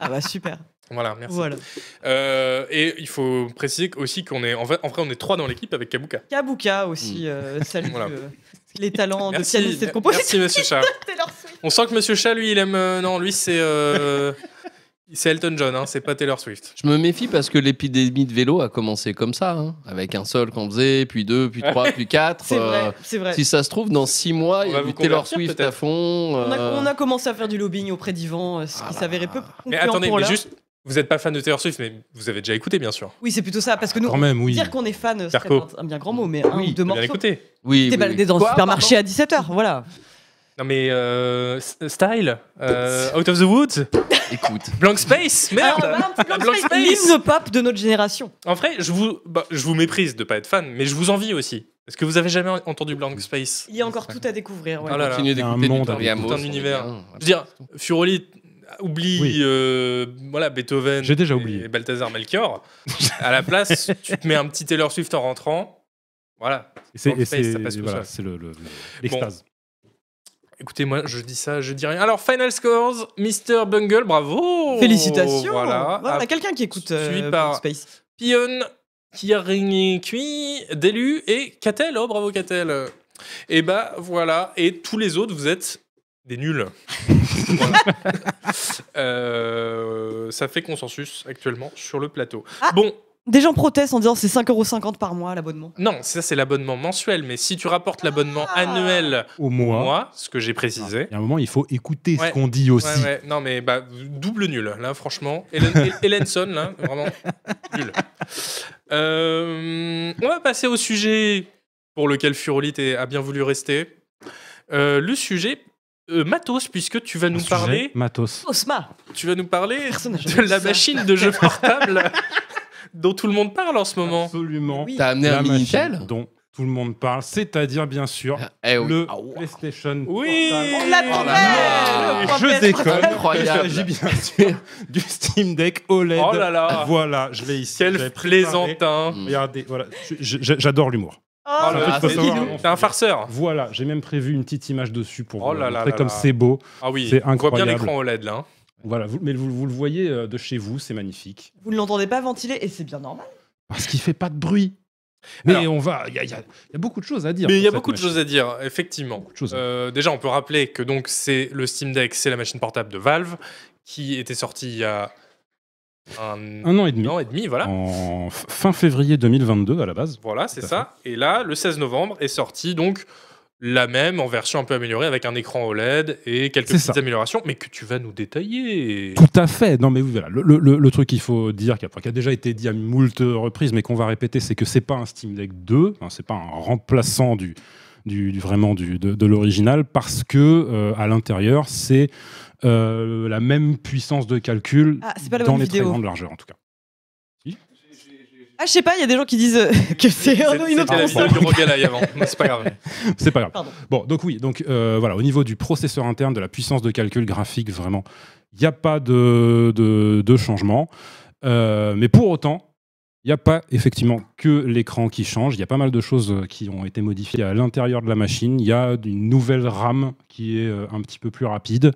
Ah bah super.
Voilà, merci.
voilà.
Euh, et il faut préciser aussi qu'on est. En vrai, en vrai, on est trois dans l'équipe avec Kabuka.
Kabuka aussi euh, salue
Mm. Voilà.
euh, les talents de
Merci,
pianiste et de
mer- merci
compositeur.
Monsieur Chat.
Taylor Swift.
On sent que Monsieur Chat, lui, il aime. euh, non, lui, c'est. euh, c'est Elton John, hein, c'est pas Taylor Swift.
Je me méfie parce que l'épidémie de vélo a commencé comme ça, hein, avec un seul qu'on faisait, puis deux, puis trois, puis quatre.
C'est
euh,
vrai, c'est vrai.
Si ça se trouve, dans six mois,
On
il y
va
a
vous
du Taylor
convertir,
Swift
peut-être.
à fond.
On a,
euh,
on a commencé à faire du lobbying auprès d'Yvan, euh, ce
Ah
qui
là
s'avérait peu
là.
Mais
concluant
attendez,
pour
mais
l'heure.
juste, vous n'êtes pas fan de Taylor Swift, mais vous avez déjà écouté, bien sûr.
Oui, c'est plutôt ça, parce que nous,
Quand même, oui.
dire qu'on est fan, c'est
Perco.
un, un bien grand mot, mais un Ah, ou deux
Vous avez bien
morceaux.
écouté.
Oui, oui,
T'es baladé
oui.
dans le
Quoi,
supermarché à 17h, voilà.
Non, mais. euh, S- style euh, Out of the Woods
pardon Écoute,
Blank Space Merde
Alors, voilà Ah, un petit peu
Blank
le-
Space.
L'hymne pop de notre génération.
En vrai, je vous, bah, je vous méprise de pas être fan, mais je vous envie aussi. Parce que vous avez jamais entendu Blank Space.
Il y a encore tout à découvrir. ouais.
Ah là là.
continue
Il y a un
d'écouter
monde
du
avec
Toriamos,
tout un
on est
univers.
bien.
Je veux dire, Furoli oublie
Oui.
euh, voilà, Beethoven
J'ai déjà
et-
oublié.
et Balthazar Melchior. à la place, tu te mets un petit Taylor Swift en rentrant. Voilà.
Et c'est-
Dans
et
le space,
c'est
ça passe tout
voilà,
seul.
c'est le- le- le- l'extase.
Écoutez, moi, je dis ça, je dis rien. Alors, Final Scores, Mr. Bungle, bravo
Félicitations.
Oh, Voilà. Ah,
Voilà,
À
quelqu'un qui écoute
suivi
euh,
par-
Blank Space.
Pion, Kierini Kui, Delu et Catel. Oh, bravo Catel. Et bah voilà. Et tous les autres, vous êtes des nuls. Voilà. Euh, ça fait consensus actuellement sur le plateau.
Ah.
Bon,
Des gens protestent en disant c'est 5,50€ par mois l'abonnement.
non, ça c'est l'abonnement mensuel, mais si tu rapportes l'abonnement annuel
Au
moi,
mois,
ce que j'ai précisé.
il y a un moment, il faut écouter
Ouais.
ce qu'on dit aussi.
Ouais, ouais, non mais bah, double nul, là franchement. Helen- Helenson, là, vraiment nul. Euh, on va passer au sujet pour lequel Furolite est- a bien voulu rester. Euh, le sujet euh, Matos, puisque tu vas
Un
nous
sujet
parler,
Matos.
Osma,
tu vas nous parler
Personne n'a jamais
de
dit
la
ça.
machine de jeu portable dont tout le monde parle en ce moment.
Absolument.
Oui.
T'as amené
La
un
machine
Minitel
dont tout le monde parle, c'est-à-dire, bien sûr,
Eh oui.
le
Ah, wow.
PlayStation
Oui,
On l'a trouvé
là
Le
là.
point
je
PS.
déconne. Il
Incroyable.
s'agit bien sûr du Steam Deck OLED.
Oh là là,
Voilà, je l'ai ici.
quel
J'avais préparé.
plaisantin.
Mm.
Regardez, voilà, je- je- j'adore l'humour.
Oh,
Oh là là,
faut
c'est-
savoir,
t'es un farceur.
Voilà, j'ai même prévu une petite image dessus pour
Oh
vous
là là
montrer
là
comme
là.
c'est beau.
Ah oui,
C'est
on voit bien
incroyable.
l'écran OLED là. hein.
Voilà, vous- mais vous, vous le voyez euh, de chez vous, c'est magnifique.
Vous ne l'entendez pas ventiler et c'est bien normal.
Parce qu'il fait pas de bruit. Mais
Alors-
on va, il y, a- il y a il y a beaucoup de choses à dire.
Mais il
sur
y a
cette
beaucoup de
machine.
choses à dire, effectivement.
Beaucoup de choses à
Euh, déjà, on peut rappeler que donc c'est le Steam Deck, c'est la machine portable de Valve qui était sortie il y a un,
Un an et demi,
an et demi, voilà.
en f- fin février 2022 à la base.
Voilà, c'est
Tout à
ça. Et là, le 16 novembre est sorti donc la même en version un peu améliorée avec un écran OLED et quelques
C'est
petites
ça.
améliorations, mais que tu vas nous détailler.
Tout à fait. Non, mais oui, voilà. Le, le- le- le truc qu'il faut dire, qui a, qui a déjà été dit à moult reprises, mais qu'on va répéter, c'est que c'est pas un Steam Deck 2, hein, c'est pas un remplaçant du, du, du- vraiment du, de, de l'original, parce que euh, à l'intérieur, c'est euh, la même puissance de calcul
Ah, c'est pas la
dans
bonne
les
vidéo.
très grandes largeurs, en tout cas.
Ah, je sais pas, il y a des gens qui disent euh, que c'est
C'est-
Ah
un- une autre
c'était la vidéo
console.
du Rogalai avant, mais c'est pas grave.
C'est pas grave.
Pardon.
Bon, donc oui, donc euh, voilà, au niveau du processeur interne, de la puissance de calcul graphique, vraiment, il n'y a pas de, de, de changement. Euh, mais pour autant, il n'y a pas effectivement que l'écran qui change. Il y a pas mal de choses euh, qui ont été modifiées à l'intérieur de la machine. Il y a une nouvelle RAM qui est euh, un petit peu plus rapide.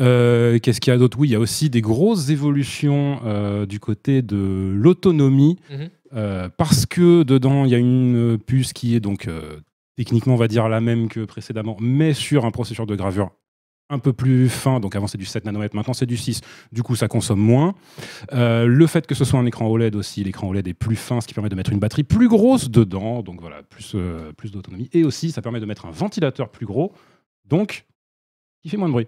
Euh, Qu'est-ce qu'il y a d'autre Oui, il y a aussi des grosses évolutions euh, du côté de l'autonomie.
Mhm.
euh, parce que dedans, il y a une euh, puce qui est donc euh, techniquement, on va dire la même que précédemment, mais sur un processeur de gravure un peu plus fin, donc avant c'est du 7 nanomètres, maintenant c'est du 6, du coup ça consomme moins. Euh, le fait que ce soit un écran OLED aussi, l'écran OLED est plus fin, ce qui permet de mettre une batterie plus grosse dedans, donc voilà, plus, euh, plus d'autonomie. Et aussi ça permet de mettre un ventilateur plus gros, donc qui fait moins de bruit.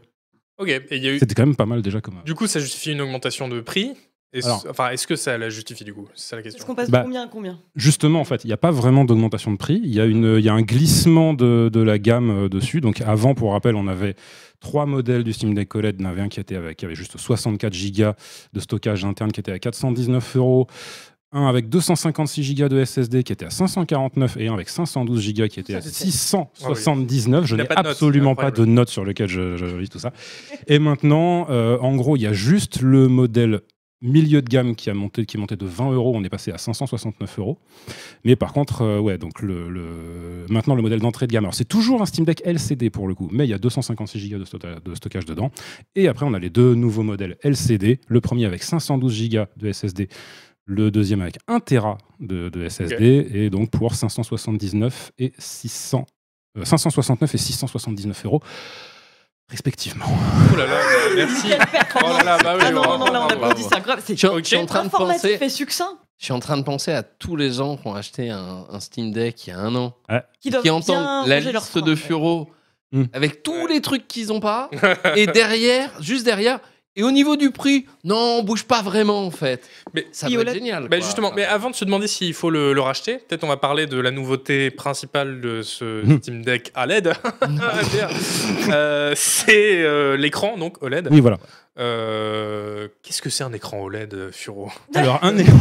Ok, et il y a eu.
C'était quand même pas mal déjà comme...
Du coup, ça justifie une augmentation de prix. Est-ce-
Alors.
Enfin, est-ce que ça la justifie du coup C'est ça la
Est-ce
question.
qu'on passe
Bah,
de combien à combien
Justement, en fait, il n'y a pas vraiment d'augmentation de prix. Il y, a une- il y a un glissement de, de la gamme euh, dessus. Donc, avant, pour rappel, on avait trois modèles du Steam Deck OLED. Il y en avait un qui, était avec, qui avait juste 64 Go de stockage interne qui était à 419 euros. Un avec 256 Go de SSD qui était à 549 et un avec 512 Go qui était à
Ça, je sais.
679. Je
Il n'a
n'ai
pas de notes,
absolument
c'est
pas
incroyable.
de notes sur lequel je, je- je lis tout ça. Et maintenant, euh, en gros, il y a juste le modèle milieu de gamme qui a monté qui est monté de 20 euros on est passé à 569 euros mais par contre euh, ouais donc le, le- maintenant le modèle d'entrée de gamme alors c'est toujours un Steam Deck LCD pour le coup mais il y a 256 Go de, stota- de stockage dedans et après on a les deux nouveaux modèles LCD le premier avec 512 Go de SSD le deuxième avec 1 Tera de, de SSD et donc pour 579 et 600 euh, 569 et 679 euros respectivement
Oh là là, merci.
Quelle
Oh là
performance
là, bah oui,
Ah non, non,
bravo,
non, là on
bravo,
applaudit,
bravo.
c'est incroyable. C'est
Je, je suis en train de
informatif
penser,
et succinct
je suis en train de penser à tous les gens qui ont acheté un, un Steam Deck il y a un an,
qui
qui
doivent bien
entendent la
ranger leur
liste
frein.
de furaux
Hmm.
avec tous les trucs qu'ils ont pas, et derrière, juste derrière, et au niveau du prix, non, on bouge pas vraiment en fait.
Mais-
Mais ça doit être
Violet-
génial.
Bah,
quoi.
justement, mais avant de se demander s'il faut le, le racheter, peut-être on va parler de la nouveauté principale de ce
Mhm.
Steam Deck à LED. Euh, c'est euh, l'écran, donc OLED.
oui voilà
Euh, Qu'est-ce que c'est un écran OLED, Furo
alors un écran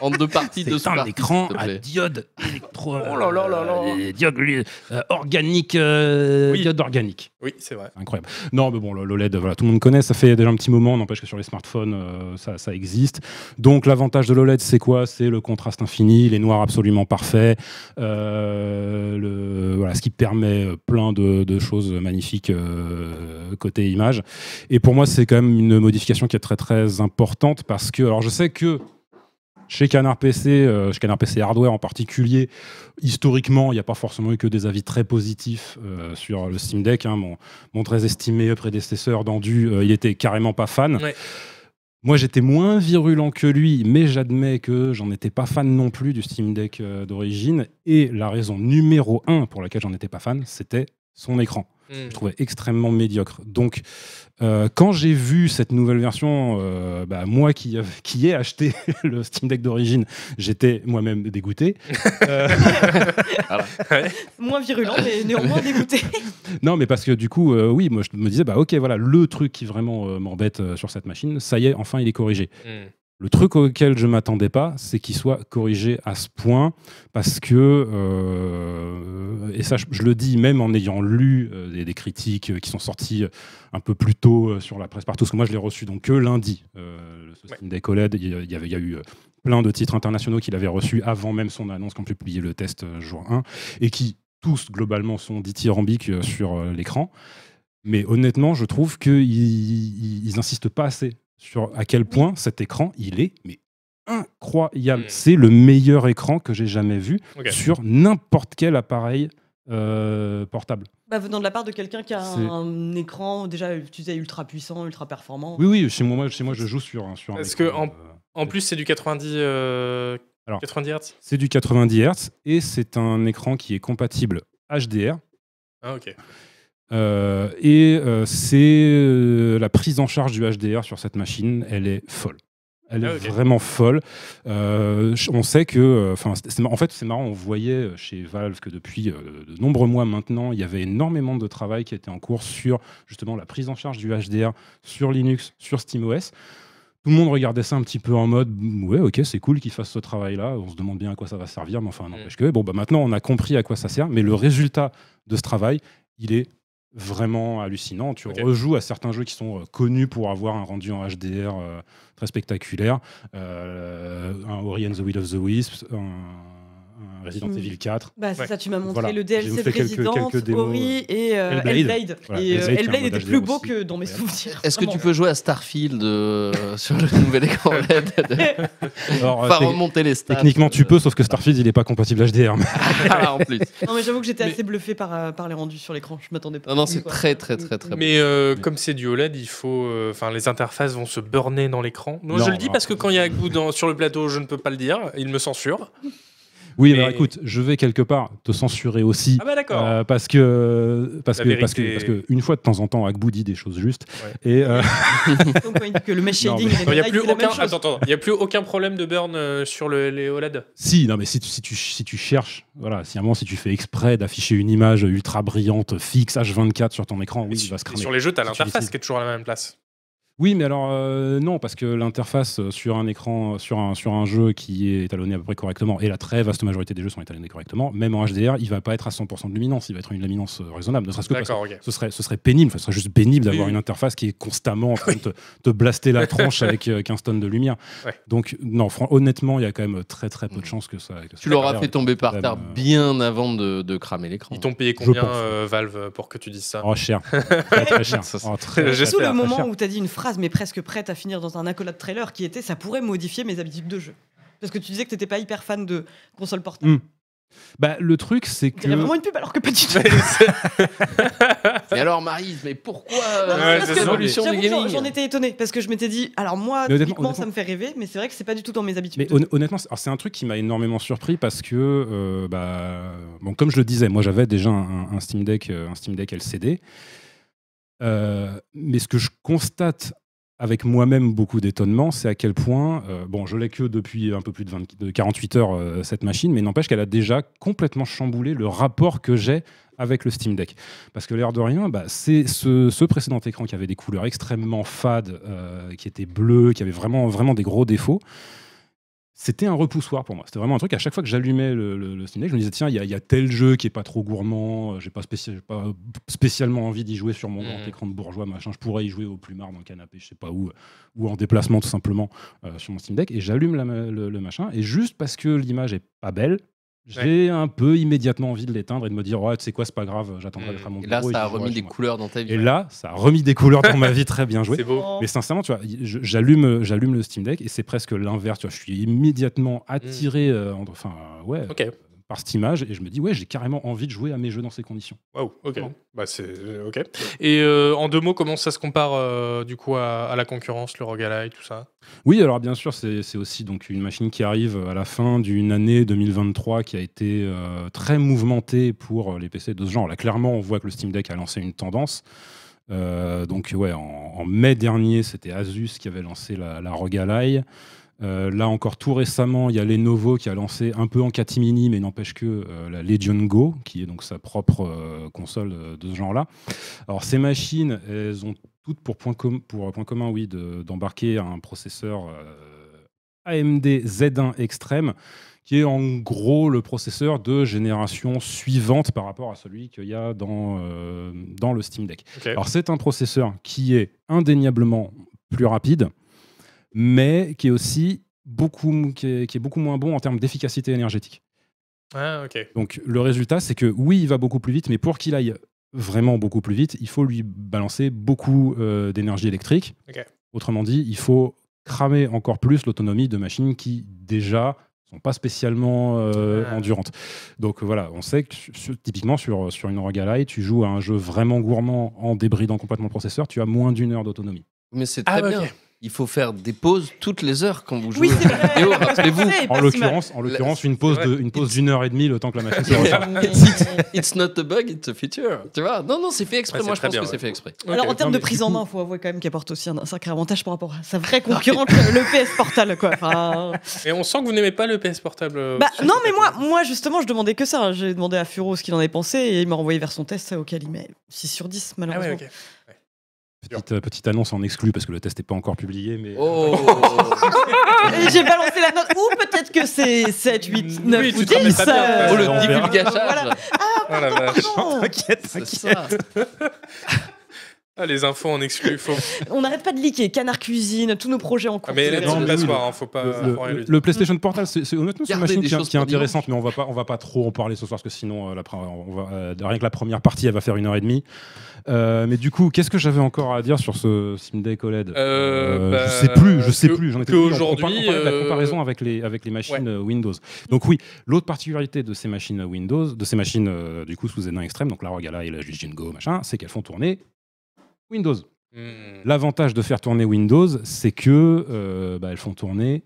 en deux parties de
C'est un écran
s'il te
à
plaît.
diode électro.
Oh là là là là.
euh, diode euh, organique. euh,
Oui.
Diode organique.
Oui, c'est vrai.
Incroyable. Non, mais bon, le- l'OLED, voilà, tout le monde connaît. Ça fait déjà un petit moment. N'empêche que sur les smartphones, euh, ça, ça existe. Donc, l'avantage de l'OLED, c'est quoi C'est le contraste infini, les noirs absolument parfaits. euh, le, voilà, ce qui permet euh, plein de, de choses magnifiques euh, côté image. Et pour moi, c'est quand même une modification qui est très, très importante parce que, alors, je sais que. Chez Canard PC, euh, chez Canard PC Hardware en particulier, historiquement, il n'y a pas forcément eu que des avis très positifs euh, sur le Steam Deck. hein. Mon, mon très estimé prédécesseur d'Andu, euh, il était carrément pas fan.
Ouais.
Moi, j'étais moins virulent que lui, mais j'admets que j'en étais pas fan non plus du Steam Deck euh, d'origine. Et la raison numéro un pour laquelle j'en étais pas fan, c'était son écran
Hmm.
je trouvais extrêmement médiocre. Donc, euh, quand j'ai vu cette nouvelle version, euh, bah, moi qui, qui ai acheté le Steam Deck d'origine, j'étais moi-même dégoûté. Euh,
Moins virulent, mais néanmoins dégoûté.
non, mais parce que du coup, euh, oui, moi je me disais, bah ok, voilà, le truc qui vraiment euh, m'embête euh, sur cette machine, ça y est, enfin, il est corrigé.
Hmm.
Le truc auquel je m'attendais pas, c'est qu'il soit corrigé à ce point, parce que, euh, et ça je, je le dis même en ayant lu euh, des, des critiques euh, qui sont sorties un peu plus tôt euh, sur la presse partout, parce que moi je l'ai reçu donc que lundi, euh, ce Steam Deck OLED, il y, a- il y avait, il y a eu euh, plein de titres internationaux qu'il avait reçus avant même son annonce quand publié le test euh, jour 1, et qui tous globalement sont dithyrambiques euh, sur euh, l'écran. Mais honnêtement, je trouve qu'ils insistent pas assez sur à quel point cet écran, il est mais incroyable.
Mm.
C'est le meilleur écran que j'ai jamais vu
Ok.
sur n'importe quel appareil euh, portable.
Bah, venant de la part de quelqu'un qui a
C'est-
un écran déjà, tu disais, ultra puissant, ultra performant.
Oui, oui, chez moi, chez moi je joue sur, un- sur un
Parce
écran,
que en-
euh,
En plus, c'est du 90, euh,
Alors.
90 Hz.
C'est du 90 Hz et c'est un écran qui est compatible HDR.
Ah, ok.
euh, et euh, c'est euh, la prise en charge du HDR sur cette machine, elle est folle. Elle est
Ah, ok.
vraiment folle. Euh, ch- on sait que, euh, 'fin, c'est- c'est mar- en fait, c'est marrant. On voyait euh, chez Valve que depuis euh, de nombreux mois maintenant, il y avait énormément de travail qui était en cours sur justement la prise en charge du HDR sur Linux, sur SteamOS. Tout le monde regardait ça un petit peu en mode ouais ok c'est cool qu'ils fassent ce travail là on se demande bien à quoi ça va servir mais
Mm.
enfin n'empêche que bon bah maintenant on a compris à quoi ça sert mais le résultat de ce travail il est vraiment hallucinant tu
Ok.
rejoues à certains jeux qui sont euh, connus pour avoir un rendu en HDR euh, très spectaculaire euh, un Ori and the Will of the Wisps un, euh, Resident
Hmm.
Mm.
Evil 4.
Bah, c'est
Ouais.
ça, tu m'as montré
Voilà.
le
J'ai
DLC
vous
de
fait quelques-
Resident,
quelques démos,
Ori et euh,
Hellblade.
Hellblade.
Voilà,
Et euh,
Hellblade, qui est un
Hellblade était
modèle
plus beau
aussi.
que dans mes souvenirs.
Est-ce que tu
vraiment.
peux jouer à Starfield euh, sur le nouvel écran LED
Alors, euh,
Pas
t'es-
remonter les stats.
Techniquement, tu
euh,
peux, sauf que Starfield, il n'est pas compatible HDR. mais-
ah, en plus.
Non, mais j'avoue que j'étais
Mais-
assez bluffé par, euh, par les rendus sur l'écran. Je m'attendais pas.
Ah Non, non,
plus,
c'est
quoi.
très, très, très, très bon.
Mais euh, comme c'est du OLED, il faut, euh, enfin, les interfaces vont se burner dans l'écran. Moi,
Non,
je le dis
non.
parce que quand il y a Agou dans- sur le plateau, je ne peux pas le dire. Il me censure.
Oui,
Mais-
alors écoute, je vais quelque part te censurer aussi.
Ah bah d'accord.
euh, parce que parce
La
que, parce que
vérité-
parce que une fois de temps en temps Agbou dit des choses justes et euh,
Donc, quand il dit que le mesh
Non,
shading,
mais-
Non, Il n'y a plus
la même
aucun.
chose.
Attends, attends. Il y a plus aucun problème de burn euh, sur le- les OLED.
si non mais si tu, si tu si tu cherches voilà si à un moment si tu fais exprès d'afficher une image ultra brillante fixe H24 sur ton écran
Et
oui il
sur,
va se
et
cramer
sur les jeux, t'as
Si tu
l'interface
décides.
qui est toujours à la même place.
Oui, mais alors euh, non, parce que l'interface euh, sur un écran, euh, sur un, sur un jeu qui est étalonné à peu près correctement, et la très vaste majorité des jeux sont étalonnés correctement, même en HDR, il va pas être à 100% de luminance, il va être une luminance euh, raisonnable, ne serait-ce que parce que
D'accord, ok.
ce serait, ce serait pénible, enfin, ce serait juste pénible d'avoir
Oui.
une interface qui est constamment en train de te, te blaster la tronche avec euh, 15 tonnes de lumière.
Ouais. Mmh.
Donc non, fran- honnêtement, il y a quand même très très peu de
Mm.
chances que ça... que
Tu
ça
l'auras
perde.
fait tomber par
problème,
terre
euh.
bien avant de, de cramer l'écran.
Ils t'ont payé
Je
combien
pense.
euh, Valve pour que tu dises ça
Oh cher, très très cher.
Ça, c'est-
Oh, très, très,
J'espère.
Sous
très,
le
très
moment
cher.
où t'as dit une phrase, mais presque prête à finir dans un accolade trailer, qui était ça pourrait modifier mes habitudes de jeu. Parce que tu disais que t'étais pas hyper fan de console portable.
Mm. Bah, le truc, c'est
Il
que...
vraiment une pub alors que pas du tout.
Mais alors, Marise, mais pourquoi
Non,
Ouais,
euh,
c'est
parce
cette
que
ça,
évolution
j'avoue
du
que j'en-
gaming
J'en étais étonné parce que je m'étais dit, alors moi,
Mais honnêtement-
typiquement, ça me fait rêver, mais c'est vrai que c'est pas du tout dans mes habitudes.
Mais
de jeu.
hon- honnêtement, c'est alors c'est un truc qui m'a énormément surpris parce que, euh, bah, bon, comme je le disais, moi j'avais déjà un, un Steam Deck, euh, un Steam Deck LCD. Euh, mais ce que je constate avec moi-même beaucoup d'étonnement, c'est à quel point, euh, bon, je l'ai que depuis un peu plus de, 20 de 48 heures euh, cette machine, mais n'empêche qu'elle a déjà complètement chamboulé le rapport que j'ai avec le Steam Deck. Parce que l'air de rien, bah, c'est ce, ce précédent écran qui avait des couleurs extrêmement fades, euh, qui était bleu, qui avait vraiment, vraiment des gros défauts c'était un repoussoir pour moi. C'était vraiment un truc, à chaque fois que j'allumais le, le, le Steam Deck, je me disais, tiens, il y, a- il y a tel jeu qui est pas trop gourmand, euh, j'ai pas, spéci- j'ai pas spécialement envie d'y jouer sur mon grand
Mhm.
écran de bourgeois, machin, je pourrais y jouer au plumard dans le canapé, je sais pas où, euh, ou en déplacement tout simplement euh, sur mon Steam Deck, et j'allume la ma- le, le machin, et juste parce que l'image est pas belle, j'ai un peu immédiatement envie de l'éteindre et de me dire, ouais, tu sais quoi, c'est pas grave, j'attendrai
Mhm.
d'être à mon
Et là,
bureau
ça a
puis je
remis
jouerai
des
chez moi.
couleurs dans ta vie.
Et là, ça a remis des couleurs dans ma vie, très bien joué.
C'est beau.
Mais sincèrement, tu vois, y- je- j'allume, euh, j'allume le Steam Deck et c'est presque l'inverse. Tu vois, je suis immédiatement attiré,
Mm.
euh, entre- enfin, euh, ouais,
Ok.
par cette image et je me dis, ouais, j'ai carrément envie de jouer à mes jeux dans ces conditions.
Waouh. Ok.
Non.
Bah, c'est euh, ok. Et euh, en deux mots, comment ça se compare euh, du coup à, à la concurrence, le roguelike, tout ça
Oui, alors bien sûr, c'est c'est aussi donc une machine qui arrive à la fin d'une année 2023 qui a été euh, très mouvementée pour euh, les PC de ce genre. Là, clairement, on voit que le Steam Deck a lancé une tendance. Euh, donc, ouais, en, en mai dernier, c'était Asus qui avait lancé la, la ROG Ally. Euh, là encore, tout récemment, il y a Lenovo qui a lancé un peu en catimini, mais n'empêche que euh, la Legion Go, qui est donc sa propre euh, console euh, de ce genre-là. Alors, ces machines, elles ont toutes pour point, com- pour euh, point commun oui, de- d'embarquer un processeur euh, AMD Z1 Extreme, qui est en gros le processeur de génération suivante par rapport à celui qu'il y a dans, euh, dans le Steam Deck.
Ok.
Alors c'est un processeur qui est indéniablement plus rapide, mais qui est aussi beaucoup, m- qui est, qui est beaucoup moins bon en termes d'efficacité énergétique.
Ah, ok.
Donc le résultat, c'est que oui, il va beaucoup plus vite, mais pour qu'il aille vraiment beaucoup plus vite, il faut lui balancer beaucoup euh, d'énergie électrique.
Ok.
Autrement dit, il faut cramer encore plus l'autonomie de machines qui déjà sont pas spécialement euh,
Ah.
endurantes. Donc voilà, on sait que sur- typiquement sur, sur une Rogue Ally, tu joues à un jeu vraiment gourmand en débridant complètement le processeur, tu as moins d'une heure d'autonomie.
Mais c'est
Ah,
très
bah,
bien.
ok.
Il faut faire des pauses toutes les heures quand vous jouez
Oui,
aux
c'est
jeux
vrai.
vidéo, rappelez-vous.
C'est
Ah,
pas
En
si
l'occurrence, en
La-
l'occurrence, une pause
c'est
de- une pause d'une heure et demie le temps que la machine se
Ouais.
recharge.
mal.
It's not a bug, it's a feature. Tu vois Non, non, c'est fait exprès.
Ouais, c'est
Moi, je
très
pense
bien,
que
ouais.
c'est fait exprès.
Ok.
Alors en
non,
termes de
mais du
prise en
coup-
main, faut avouer quand même qu'elle porte aussi un, un sacré avantage par rapport à sa vraie concurrente, le PS Portal quoi. Enfin,
Et on sent que vous n'aimez pas le PS portable. euh,
bah,
sur
non
cette
mais moi,
plateforme.
moi justement, je demandais que ça. hein. J'ai demandé à Furo ce qu'il en avait pensé et il m'a renvoyé vers son test auquel il met 6 sur 10
Ah
malheureusement.
ouais, ok.
Petite, euh, petite annonce en exclu parce que le test n'est pas encore publié, mais
Oh
Et J'ai balancé la note ou peut-être que c'est 7, 8, 9
Ah Oui,
ou
tu te
10.
rappelles pas bien.
Oh,
euh,
on
le
verra.
divulgachage
Voilà.
Ah la vache.
Non.
t'inquiète,
C'est ça.
Ah, les infos en exclu, faut.
On n'arrête pas de liquer. Canard Cuisine, tous nos projets en
Ah,
cours.
mais
tous les
là,
Non,
c'est
réseaux.
le
mais oui,
passoire, hein, faut pas.
Le-
faut rien
le,
lui dire.
le PlayStation Portal, c'est c'est honnêtement c'est une
Gardez
machine
des
qui, est-
choses
qui est
pour dimanche.
intéressante, mais on va pas, on va pas trop en parler ce soir parce que sinon, euh, la pre- on va- euh, rien que la première partie, elle va faire une heure et demie. Euh, mais du coup, qu'est-ce que j'avais encore à dire sur ce Sim Deck OLED
Euh, bah,
Je sais plus, je sais
que-
plus. J'en étais
que
plus. On- on parle-
aujourd'hui,
on parlait de la
euh,
comparaison avec les avec les machines euh, Windows. Donc oui, l'autre particularité de ces machines Windows, de ces machines euh, du coup sous Zen extrême, donc la Rogue Ally et la Legion Go, machin, c'est qu'elles font tourner Windows.
Hmm.
L'avantage de faire tourner Windows, c'est que euh, bah, elles font tourner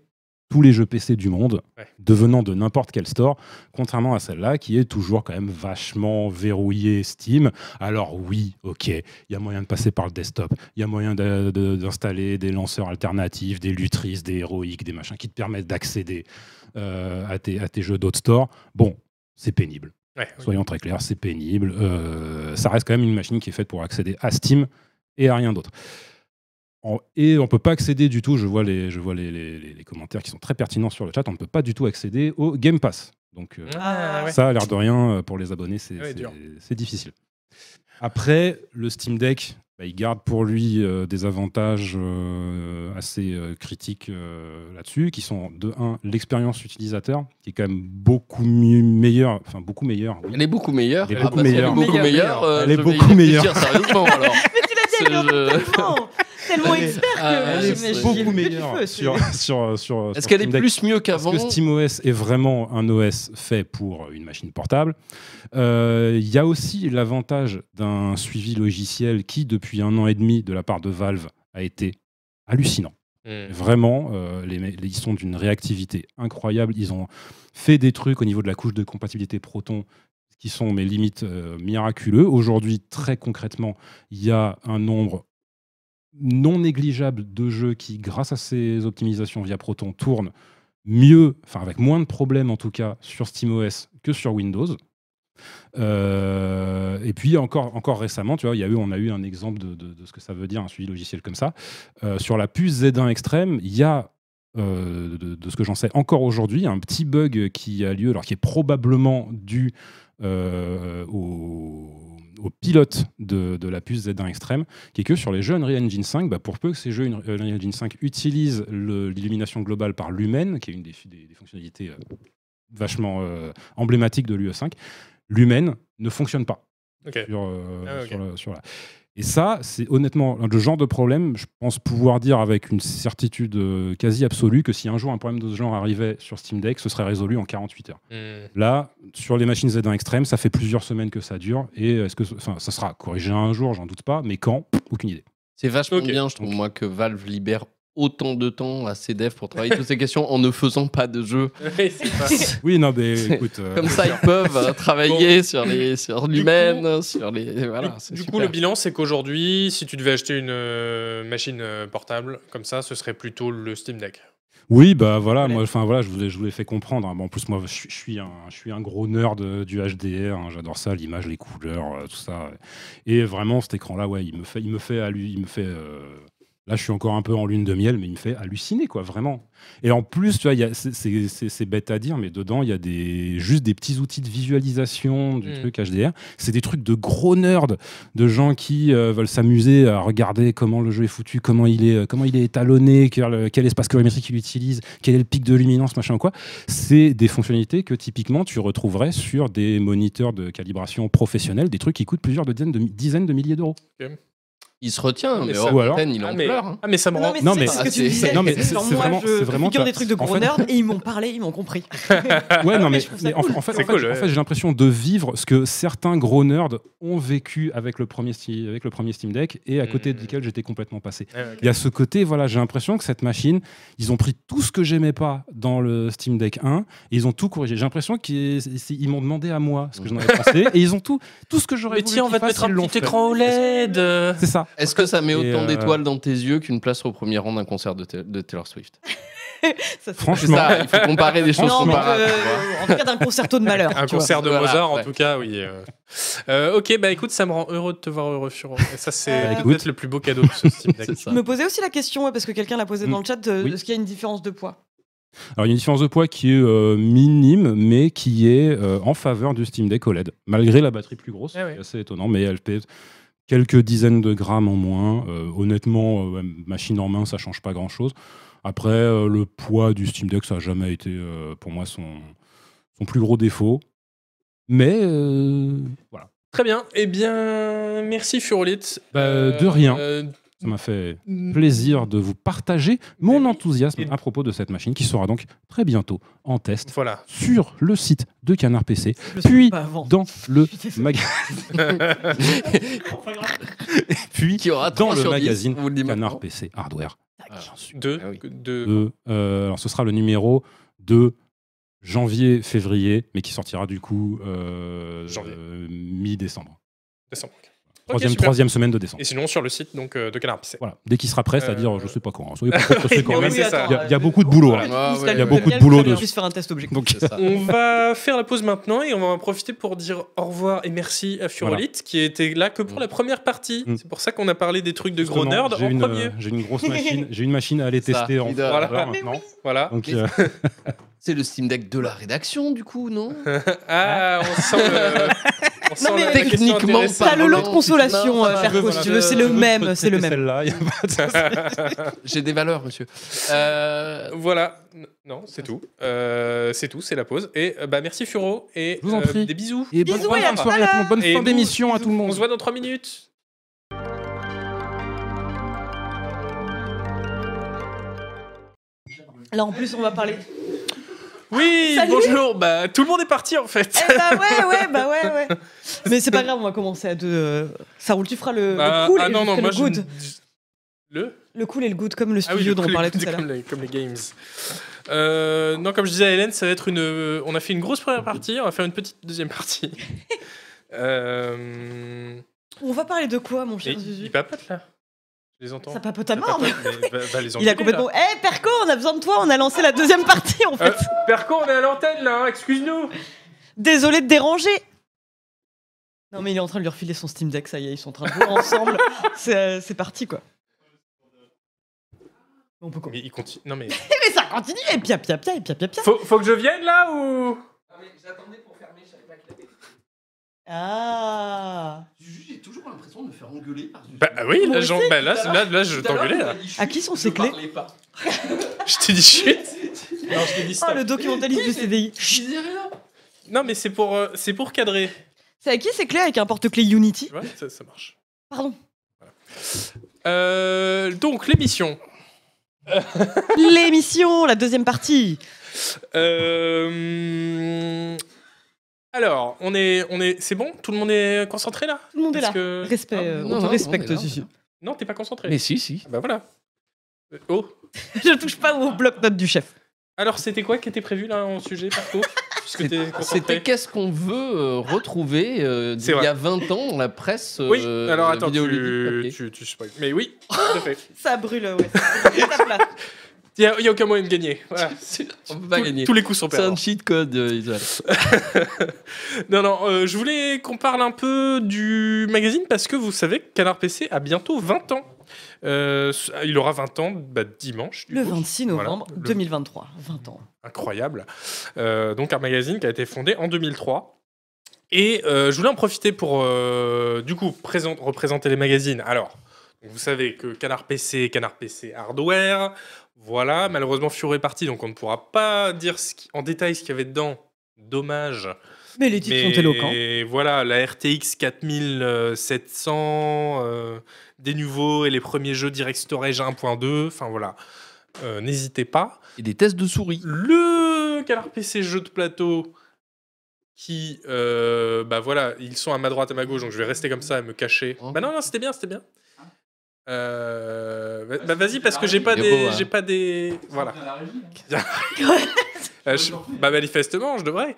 tous les jeux PC du monde,
Ouais.
devenant de n'importe quel store, contrairement à celle-là qui est toujours quand même vachement verrouillée Steam. Alors oui, ok, il y a moyen de passer par le desktop, il y a moyen de- de- d'installer des lanceurs alternatifs, des lutrices, des héroïques, des machins qui te permettent d'accéder euh, à, tes, à tes jeux d'autres stores. Bon, c'est pénible.
Ouais, oui.
Soyons très clairs, c'est pénible. Euh, ça reste quand même une machine qui est faite pour accéder à Steam et à rien d'autre. En- et on peut pas accéder du tout, je vois, les, je vois les, les- les- les commentaires qui sont très pertinents sur le chat, on ne peut pas du tout accéder au Game Pass. Donc euh,
Ah, ouais.
ça, à l'air de rien, euh, pour les abonnés, c'est
Ouais,
c'est-
dur.
c'est difficile. Après, le Steam Deck, bah, il garde pour lui euh, des avantages euh, assez euh, critiques euh, là-dessus, qui sont de 1, l'expérience utilisateur, qui est quand même beaucoup mieux, meilleure, enfin beaucoup meilleure, oui,
Elle est beaucoup meilleure.
Elle est
Ah,
beaucoup
bah, si
meilleure.
Elle est beaucoup
Meilleure.
meilleure. euh,
Elle est
je vais y
beaucoup meilleure.
réfléchir Sérieusement, alors.
Mais tu l'as dit, elle est
C'est- euh,
en mode tellement, tellement
Elle est-
expert que
Ah,
moi,
elle est
j'imagine-
beaucoup
j'y ai vu du feu,
meilleure
c'est-
sur, sur, sur,
Est-ce
sur
qu'elle est
Steam Deck.
plus mieux
Parce
qu'avant
que SteamOS est vraiment un OS fait pour une machine portable. Euh, Il y a aussi l'avantage d'un suivi logiciel qui, depuis un an et demi, de la part de Valve, a été hallucinant.
Hmm.
Vraiment, euh, les, les- ils sont d'une réactivité incroyable. Ils ont fait des trucs au niveau de la couche de compatibilité Proton qui sont mes limites euh, miraculeux. Aujourd'hui, très concrètement, il y a un nombre non négligeable de jeux qui, grâce à ces optimisations via Proton, tournent mieux, enfin avec moins de problèmes en tout cas, sur SteamOS que sur Windows. Euh, et puis encore, encore récemment, tu vois, il y a eu, on a eu un exemple de, de- de ce que ça veut dire un suivi logiciel comme ça. Euh, sur la puce Z1 Extreme, il y a euh, de, de ce que j'en sais encore aujourd'hui, un petit bug qui a lieu, alors qui est probablement dû euh, au, au pilote de, de la puce Z1 Extreme, qui est que sur les jeux Unreal Engine 5, bah, pour peu que ces jeux Unreal Engine 5 utilisent le- l'illumination globale par Lumen, qui est une des, des- des fonctionnalités euh, vachement euh, emblématiques de l'UE5, Lumen ne fonctionne pas
Ok.
sur, euh,
Ah ouais, ok.
sur le- sur la- Et ça, c'est honnêtement le genre de problème, je pense pouvoir dire avec une certitude euh, quasi absolue que si un jour un problème de ce genre arrivait sur Steam Deck, ce serait résolu en 48 heures.
Hmm.
Là, sur les machines Z1 Extrême, ça fait plusieurs semaines que ça dure. Et est-ce que ce- enfin, ça sera corrigé un jour, j'en doute pas, mais quand Pff, Aucune idée.
C'est vachement
Ok.
bien, je trouve,
Ok.
moi, que Valve libère autant de temps à ses devs pour travailler toutes ces questions en ne faisant pas de jeu.
Hmm. Ouais, c'est pas-
Oui, non, mais
C'est-
écoute. euh,
Comme ça, ils peuvent euh, travailler sur les sur l'humaine, sur les voilà.
du
c'est
du coup,
super.
le bilan, c'est qu'aujourd'hui, si tu devais acheter une euh, machine euh, portable comme ça, ce serait plutôt le Steam Deck.
Oui, bah voilà,
Voilà.
moi, enfin voilà, je vous l'ai, je vous l'ai fait comprendre. hein. Bon, en plus, moi, je, suis- je suis un, je suis un gros nerd euh, du HDR. hein. J'adore ça, l'image, les couleurs, euh, tout ça. Et vraiment, cet écran-là, ouais, il me fait, il me fait, hallu- il me fait. euh, Là, je suis encore un peu en lune de miel, mais il me fait halluciner, quoi, vraiment. Et en plus, tu vois, il y a- c'est, c'est- c'est- c'est bête à dire, mais dedans, il y a des, juste des petits outils de visualisation du
Mm.
truc HDR. C'est des trucs de gros nerds, de gens qui euh, veulent s'amuser à regarder comment le jeu est foutu, comment il est, euh, comment il est étalonné, quel, quel espace colorimétrique il utilise, quel est le pic de luminance, machin ou quoi. C'est des fonctionnalités que typiquement tu retrouverais sur des moniteurs de calibration professionnels, des trucs qui coûtent plusieurs dizaines de, dizaines de milliers d'euros.
il se retient,
Mais
mais,
ça-
hors
Ou alors-
antenne, il
ah,
en
mais,
pleure. hein.
ah, mais ça me rend.
Non mais,
Non,
c'est
mais
ça, c'est ce que
c'est-
tu disais.
non, mais
c'est-
c'est-
genre,
c'est
moi,
vraiment-
je
c'est vraiment
figure
ça.
des trucs de
En
gros
fait-
nerds et ils m'ont parlé, ils m'ont compris.
Ah,
Ouais, non,
Mais
mais,
je trouve ça
mais en,
cool.
en fait,
C'est
en fait-
cool,
en
ouais.
fait, j'ai l'impression de vivre ce que certains gros nerds ont vécu avec le premier, Steam- avec le premier Steam Deck et à côté
Mm.
duquel j'étais complètement passé.
Ah, ok.
Il y a ce côté, voilà, j'ai l'impression que cette machine, ils ont pris tout ce que j'aimais pas dans le Steam Deck 1 et ils ont tout corrigé. J'ai l'impression qu'ils c'est- ils m'ont demandé à moi ce que j'en avais pensé et ils ont tout, tout ce que j'aurais
Mais
voulu
tiens, on
qu'ils
va te
fassent,
mettre un
ils l'ont
petit
fait.
écran OLED. euh.
C'est ça.
Est-ce que ça met
Et,
autant
euh,
d'étoiles dans tes yeux qu'une place au premier rang d'un concert de, Ta- de Taylor Swift
Ça, c'est-
C'est
Franchement,
ça, il faut comparer des choses
non, mais
comparables.
euh,
tu vois.
en tout cas d'un concerto de malheur.
Un
tu vois.
concert de
Voilà,
Mozart, en
ouais.
tout cas, oui. euh. Euh, ok, bah écoute, ça me rend heureux de te voir heureux, Furo. Et ça, c'est
Bah,
peut-être
écoute.
le plus beau cadeau de ce Steam Deck.
C'est ça.
Je me posais aussi la question ouais, parce que quelqu'un l'a posé dans le chat de,
Oui.
de ce qu'il y a une différence de poids.
Alors, il y a une différence de poids qui est euh, minime, mais qui est euh, en faveur du Steam Deck OLED, E malgré la batterie plus grosse.
Ah ouais.
C'est assez étonnant, mais elle pèse quelques dizaines de grammes en moins. Euh, honnêtement, euh, machine en main, ça change pas grand-chose. Après, euh, le poids du Steam Deck, ça n'a jamais été euh, pour moi son, son plus gros défaut. Mais euh, voilà,
Très bien. Eh bien, merci Furolite.
Bah, de rien.
euh,
ça m'a fait plaisir de vous partager mon enthousiasme
Et-
à propos de cette machine qui sera donc très bientôt en test
voilà.
sur le site de Canard PC,
Je le savais
Puis,
pas avant.
dans le
Je suis désolé.
magasin. Puis
Qui aura
dans
trois
le
sur dix,
magazine
on vous le dit
Canard
maintenant.
PC Hardware.
Alors,
Deux.
Ah oui.
deux.
de, euh, alors ce sera le numéro de janvier-février, mais qui sortira du coup euh,
Janvier.
euh, mi-décembre.
Décembre. Ok,
Troisième,
super.
troisième semaine de décembre.
Et sinon, sur le site donc, euh, de Canard PC.
Voilà. Dès qu'il sera prêt, c'est-à-dire,
Euh,
je sais pas quand. hein. Soyez pas trop pressés quand
Oui,
même.
oui, c'est ça.
Il y a- il y a beaucoup de boulot,
Il
hein.
y
Il y a
a
beaucoup de boulot
On
dessus.
juste faire un test objectif.
Donc, euh,
C'est ça.
On va faire la pause maintenant et on va en profiter pour dire au revoir et merci à Furolite qui était là que pour la première partie.
Mm.
C'est pour ça qu'on a parlé des trucs de gros
justement,
nerds
j'ai
en
une,
premier.
J'ai une grosse machine. J'ai une machine à aller
C'est ça,
tester en
leader.
Voilà.
heure
Ah,
Mais
maintenant.
Voilà.
Donc,
Mais-
euh,
C'est le Steam Deck de la rédaction, du coup, non
Ah, on sent. le- on sent
mais-
la question
Techniquement,
intéressante.
T'as le lot de
Non,
consolation,
non,
euh,
ça
Ferco,
va,
si
voilà.
tu veux, c'est le
je veux
même, c'est le même.
tester Celle-là, il y a pas de
J'ai des valeurs, monsieur. Euh,
Voilà. N- Non, c'est tout. Euh, c'est tout, c'est la pause. Et euh, bah merci Furo et euh,
Je vous en prie.
des bisous.
Et
Bisous
et à
bonne
tout à
soirée à tout le monde. Bonne
Et
fin
nous,
d'émission à tout le
On
monde.
se voit dans 3 minutes.
Là, en plus, on va parler.
Oui,
Ah, Salut.
bonjour. Bah, tout le monde est parti en fait.
Eh bah ouais, ouais, bah ouais, ouais. Mais c'est pas grave, on va commencer à deux. euh, Ça roule, tu feras le, le
Bah,
cool
ah
et
non, non,
le
moi je.
good.
Le
Le cool et le good, comme le
Ah oui,
studio
le
dont
cool et
on parlait
good,
tout à l'heure.
Comme les, comme les games. Euh, non, comme je disais à Hélène, ça va être une. euh, On a fait une grosse première partie, on va faire une petite deuxième partie. euh...
On va parler de quoi, mon
Et,
cher
il
Zuzu
papote là. Je les entends.
Ça papote à mort, mais-
Papote, mais va- va les
Il a
engueuler,
complètement.
là.
Eh, Perco, on a besoin de toi, on a lancé la deuxième partie en fait.
Euh, Perco, on est à l'antenne là, hein, excuse-nous.
Désolé de déranger. Non, mais il est en train de lui refiler son Steam Deck, ça y est, ils sont en train de jouer ensemble. C'est euh, c'est parti quoi. On peut Eh,
Mais il continue. Non, mais.
Mais ça continue, et pia pia pia, et pia pia pia.
Faut, faut que je vienne là ou.
Ah, mais j'attendais pour fermer, je savais pas qu'il avait.
Ah
J'ai toujours l'impression de me faire engueuler par
Bah oui,
Moi
là, Jean-
aussi,
bah, là,
tout à
c'est- là, là, je t'engueulais là.
À qui sont ces clés
pas.
Je t'ai dit chute. Non, je t'ai dit
Oh,
stop.
le documentaliste du CDI.
Je disais rien.
Ah, Non, mais c'est pour, euh, c'est pour cadrer.
C'est à qui c'est clé avec un porte-clé Unity
Tu vois, ça, ça marche.
Pardon.
Euh, donc, l'émission.
L'émission, la deuxième partie.
Euh, alors, on est, on est, c'est bon Tout le monde est concentré là
Tout le monde est
Parce
là.
que-
Respect,
Ah,
euh,
non,
on te
non,
respecte,
on est là,
Zuzu.
Non, t'es pas concentré.
Mais si, si.
Ah Bah voilà. Euh, oh.
Je touche pas au bloc-notes du chef.
Alors, c'était quoi qui était prévu là en sujet parcours Puisque t'es
C'était
concentré.
qu'est-ce qu'on veut euh, retrouver euh,
C'est
d'il
vrai.
y a 20 ans dans la presse euh,
Oui. alors attends, tu,
vidéoludique papier.
tu, tu spoil. Mais oui. Tout à fait.
Ça brûle, ouais. Tape là.
Il y a, il y a aucun moyen de gagner. Voilà.
On peut pas
Tous-
gagner.
Tous les coups sont
C'est
perdants.
un cheat code, euh, Israël.
Non, non, euh, je voulais qu'on parle un peu du magazine parce que vous savez que Canard PC a bientôt 20 ans. Euh, il aura 20 ans bah, dimanche. du
Le
coup.
26 novembre
Voilà, le-
2023, 20 ans.
Incroyable. Euh, donc un magazine qui a été fondé en 2003. Et euh, je voulais en profiter pour, euh, du coup, présent- représenter les magazines. Alors, vous savez que Canard PC, Canard PC Hardware, voilà, malheureusement Furo est parti, donc on ne pourra pas dire ce qui- en détail ce qu'il y avait dedans. Dommage.
Mais les titres
Mais
sont éloquents.
voilà, la RTX 4700, euh, des nouveaux et les premiers jeux Direct Storage 1.2, enfin voilà. Euh, N'hésitez pas.
Et des tests de souris.
Le Canard PC jeu de plateau qui, euh, bah voilà, ils sont à ma droite, à ma gauche, donc je vais rester comme ça et me cacher.
Hein
Bah non, non, c'était bien, c'était bien. Euh, bah, bah vas-y, parce que j'ai pas
Il est beau,
des...
hein.
J'ai pas des... Voilà.
Dans la régie, hein.
Euh, je- bah manifestement, je devrais.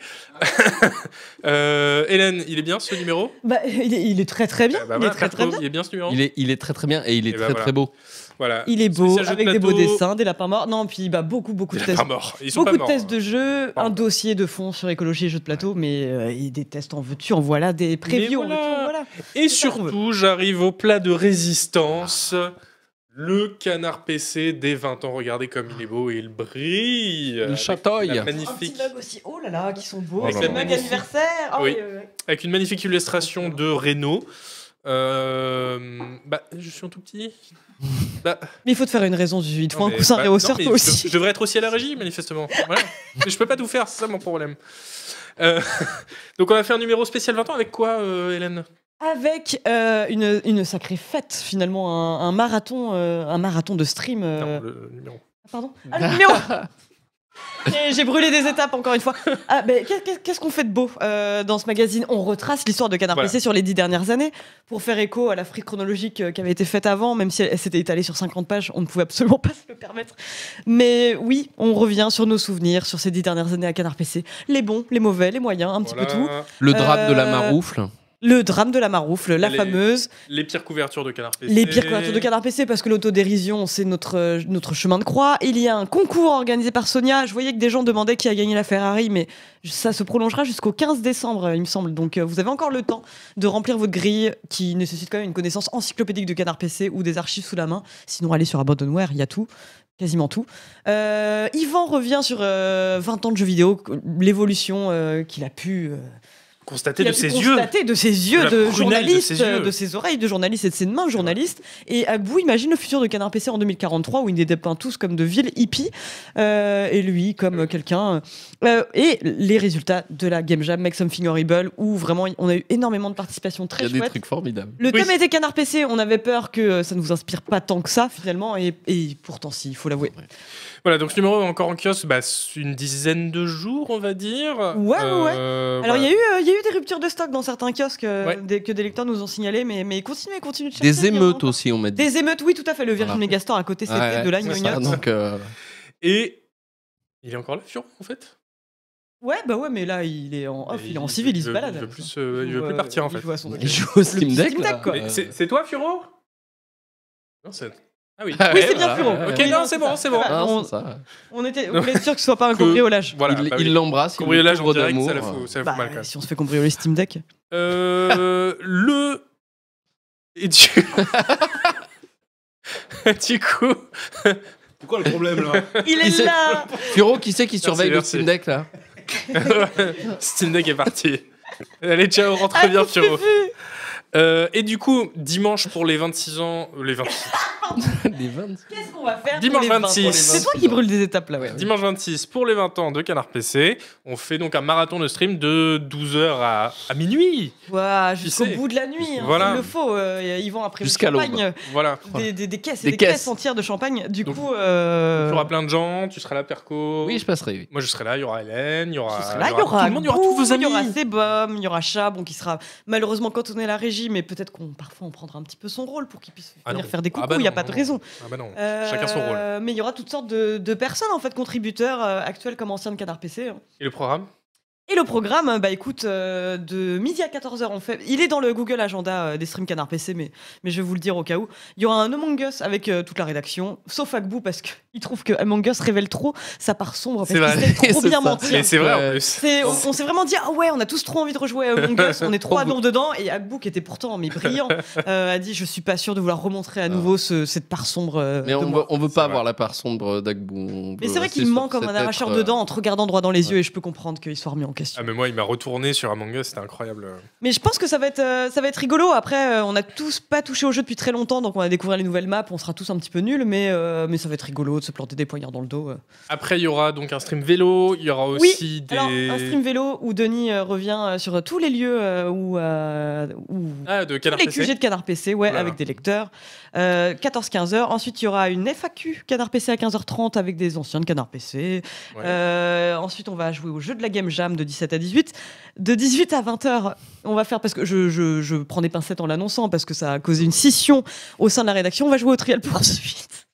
Euh, Hélène, il est bien ce numéro
Bah, il, est, il est très très bien.
Ah bah
il est
voilà,
très très
Perco,
bien.
Il est bien ce numéro
Il est, il est très très bien et il est
Et ben
très
voilà.
très beau.
Voilà.
Il est beau,
Spécial jeu de
avec des beaux
plateau.
dessins, des lapins morts. Non, puis bah, beaucoup, beaucoup de
Il est
tests.
pas mort. Ils sont
Beaucoup
pas
de
morts. hein.
tests de jeux,
Pardon.
un dossier de fond sur écologie et jeux de plateau, mais euh, et des tests en veux-tu, en voilà, des previews
voilà.
en veux-tu, en voilà.
Et
ça qu'on veut.
surtout, j'arrive au plat de résistance. Le canard PC des 20 ans. Regardez comme il est beau et il brille.
Le
Avec
chatoy.
Euh, la
Un petit
magnifique,
mug aussi, oh là là, qui sont beaux,
Avec
c'est
la
le mug
magnifique-
anniversaire. Ah
Oui.
oui, oui, oui.
avec une magnifique illustration de Renault. Euh, bah, je suis un tout petit. Bah,
Mais il faut te faire une raison, Zuzu. Il te faut
non,
un
mais-
coussin
bah,
réhausseur,
non, mais
toi
je-
aussi.
Je devrais être aussi à la régie, manifestement. Voilà. mais je peux pas tout faire, c'est ça mon problème. Euh, donc, on va faire un numéro spécial 20 ans avec quoi, euh, Hélène
Avec euh, une, une sacrée fête, finalement, un, un marathon, euh, un marathon de stream. euh,
Non, le numéro.
Ah, Pardon Ah, le numéro J'ai- J'ai brûlé des étapes encore une fois. Ah, ben, qu'est- qu'est- Qu'est-ce qu'on fait de beau euh, dans ce magazine On retrace l'histoire de Canard
Voilà.
PC sur les dix dernières années pour faire écho à la fric chronologique euh, qui avait été faite avant, même si elle, elle s'était étalée sur 50 pages, on ne pouvait absolument pas se le permettre. Mais oui, on revient sur nos souvenirs, sur ces dix dernières années à Canard PC. Les bons, les mauvais, les moyens, un petit peu tout.
Voilà.
Le drame de la
Euh,
maroufle.
Le drame de la maroufle, la
Les-
fameuse.
Les pires couvertures de Canard PC.
Les pires couvertures de Canard PC parce que l'autodérision c'est notre euh, notre chemin de croix. Il y a un concours organisé par Sonia. Je voyais que des gens demandaient qui a gagné la Ferrari, mais ça se prolongera jusqu'au 15 décembre, euh, il me semble. Donc euh, vous avez encore le temps de remplir votre grille qui nécessite quand même une connaissance encyclopédique de Canard PC ou des archives sous la main. Sinon allez sur Abandonware, il y a tout. Quasiment tout. Euh, Yvan revient sur euh, 20 ans de jeux vidéo, l'évolution euh, qu'il a pu euh,
Constater
il a
de
pu
ses yeux.
constater de ses
la
yeux de
prunelle de
journaliste, euh,
ses yeux.
de ses oreilles de journaliste et de ses mains de journaliste. Et à bout, imagine le futur de Canard PC en 2043 où ils les dépeignent tous comme de villes hippies euh, et lui comme quelqu'un. euh, et les résultats de la Game Jam Make Something Horrible où vraiment on a eu énormément de participation
Il y
très
a des
chouette.
trucs formidables.
Le
Oui.
thème était Canard PC, on avait peur que euh, ça ne vous inspire pas tant que ça finalement et, et pourtant si, il faut l'avouer.
Voilà, donc ce numéro est encore en kiosque, bah, c'est une dizaine de jours, on va dire.
ouais, ouais.
Euh,
Alors il
voilà.
y, a eu, euh, il y a eu des ruptures de stock dans certains kiosques euh,
Ouais.
des- que des lecteurs nous ont signalé, mais, mais continuez, continuez de chercher.
Des
il y en a
émeutes
encore.
aussi, on m'a dit.
Des émeutes, oui, tout à fait. Le Virgin
Voilà.
Megastore à côté, c'était
Ouais, ouais,
de la
c'est
gnognotte.
ça,
gnognotte.
donc, euh,
Et il est encore là, Fion, en fait
Ouais, bah ouais, mais là, il est en off,
Et
Oh, il est en civil, il se
veut-
balade.
Il veut plus, euh, il veut plus partir, en fait.
Il joue à son
il joue au Steam
petit
Deck.
Steam
là.
Deck, quoi.
Mais C'est c'est toi, Furo Non, c'est. Ah oui.
Ah
Oui,
ouais,
c'est bien
voilà,
Furo.
ouais, ouais.
Ok,
Oui,
non, c'est bon,
ça,
c'est
ça
bon.
va.
Ah,
On-
c'est ça.
On était on voulait être sûr que ce soit pas un cambriolage.
Voilà,
il
bah
il
oui.
l'embrasse. il
Cambriolage
le
en
couvre
direct,
d'amour.
ça la fout, ça la fout
Bah,
mal quand même.
si on se fait cambrioler Steam Deck.
Euh, le. Et du. du coup.
C'est quoi le problème là
Il
Il
est
s'est-
là
Furo, qui
Ah,
c'est qui surveille le
merci.
Steam Deck là
Steam Deck est parti. Allez, ciao, rentre
Ah,
bien,
je l'ai
Furo.
vu.
Euh, et du coup, dimanche pour les 26 ans. Les 26.
Les 20.
Qu'est-ce qu'on va faire
Dimanche
pour les
26.
vingt- C'est toi qui brûle des étapes là, ouais.
Dimanche 26 pour les 20 ans de Canard PC. On fait donc un marathon de stream de 12h à, à minuit.
Ouah, Jusqu'au
sais.
bout de la nuit, hein,
Voilà.
il le faut. euh, Ils vont après le
Jusqu'à l'aube.
champagne.
Voilà.
Des, des, des caisses, et
Des
des, caisses.
caisses.
entières de champagne. Du
Donc,
coup,
Il
euh,
y aura plein de gens, tu seras là, Perco.
Oui, je passerai. Oui.
Moi, je serai là, il y aura Hélène, il y aura.
Ce sera là, il y aura
tout le monde, il y aura tous
Gou,
vos amis.
Il y aura Sebum, il y aura Chat, bon, qui sera malheureusement cantonné à la régie, mais peut-être qu'on parfois on prendra un petit peu son rôle pour qu'il puisse
Ah
venir
non.
faire des
Ah
coucous,
bah
il n'y a
non,
pas de
non,
raison.
Ah bah non.
Euh,
Chacun son rôle.
Mais il y aura toutes sortes de, de personnes, en fait, contributeurs euh, actuels comme anciens de Canard PC. hein.
Et le programme
Et le programme, bah écoute, euh, de midi à 14h, on fait. Il est dans le Google Agenda euh, des streams Canard PC, mais, mais je vais vous le dire au cas où. Il y aura un Among Us avec euh, toute la rédaction, sauf Agbou, parce qu'il trouve que Among Us révèle trop sa part sombre,
C'est
parce qu'il
vrai.
sait trop
C'est
bien
ça.
mentir.
Mais c'est vrai
Euh,
Ouais.
en plus.
C'est- on on s'est vraiment dit, ah ouais, on a tous trop envie de rejouer à Among Us, on est
Trop
trois à nombre dedans, et Agbou, qui était pourtant mais brillant, euh, a dit, je suis pas sûr de vouloir remontrer à nouveau ce- cette part sombre. euh,
Mais
de
on
moi.
veut, on veut pas
C'est
avoir la part sombre d'Agbou.
Mais c'est vrai qu'il ment comme un arracheur dedans en te regardant droit dans les
euh, ouais.
yeux, et je peux comprendre qu'il soit remis en question.
Ah mais moi il m'a retourné sur Among Us, c'était incroyable.
Mais je pense que ça va être, euh, ça va être rigolo. Après, euh, on a tous pas touché au jeu depuis très longtemps, donc on va découvrir les nouvelles maps, on sera tous un petit peu nuls, mais, euh, mais ça va être rigolo de se planter des poignards dans le dos. euh.
Après il y aura donc un stream vélo, il y aura
Oui,
aussi des
Alors, un stream vélo où Denis euh, revient euh, sur euh, tous les lieux euh, où, euh, où
ah, de
tous
Canard
les
PC.
QG de Canard PC, ouais,
Oula.
avec des lecteurs. Euh, 14-15 heures. Ensuite, il y aura une FAQ Canard PC à 15h30 avec des anciens de Canard PC.
Ouais.
Euh, ensuite, on va jouer au jeu de la Game Jam de 17 à 18. De 18 à 20h, on va faire, parce que je, je, je prends des pincettes en l'annonçant, parce que ça a causé une scission au sein de la rédaction, on va jouer au Trial Poursuite.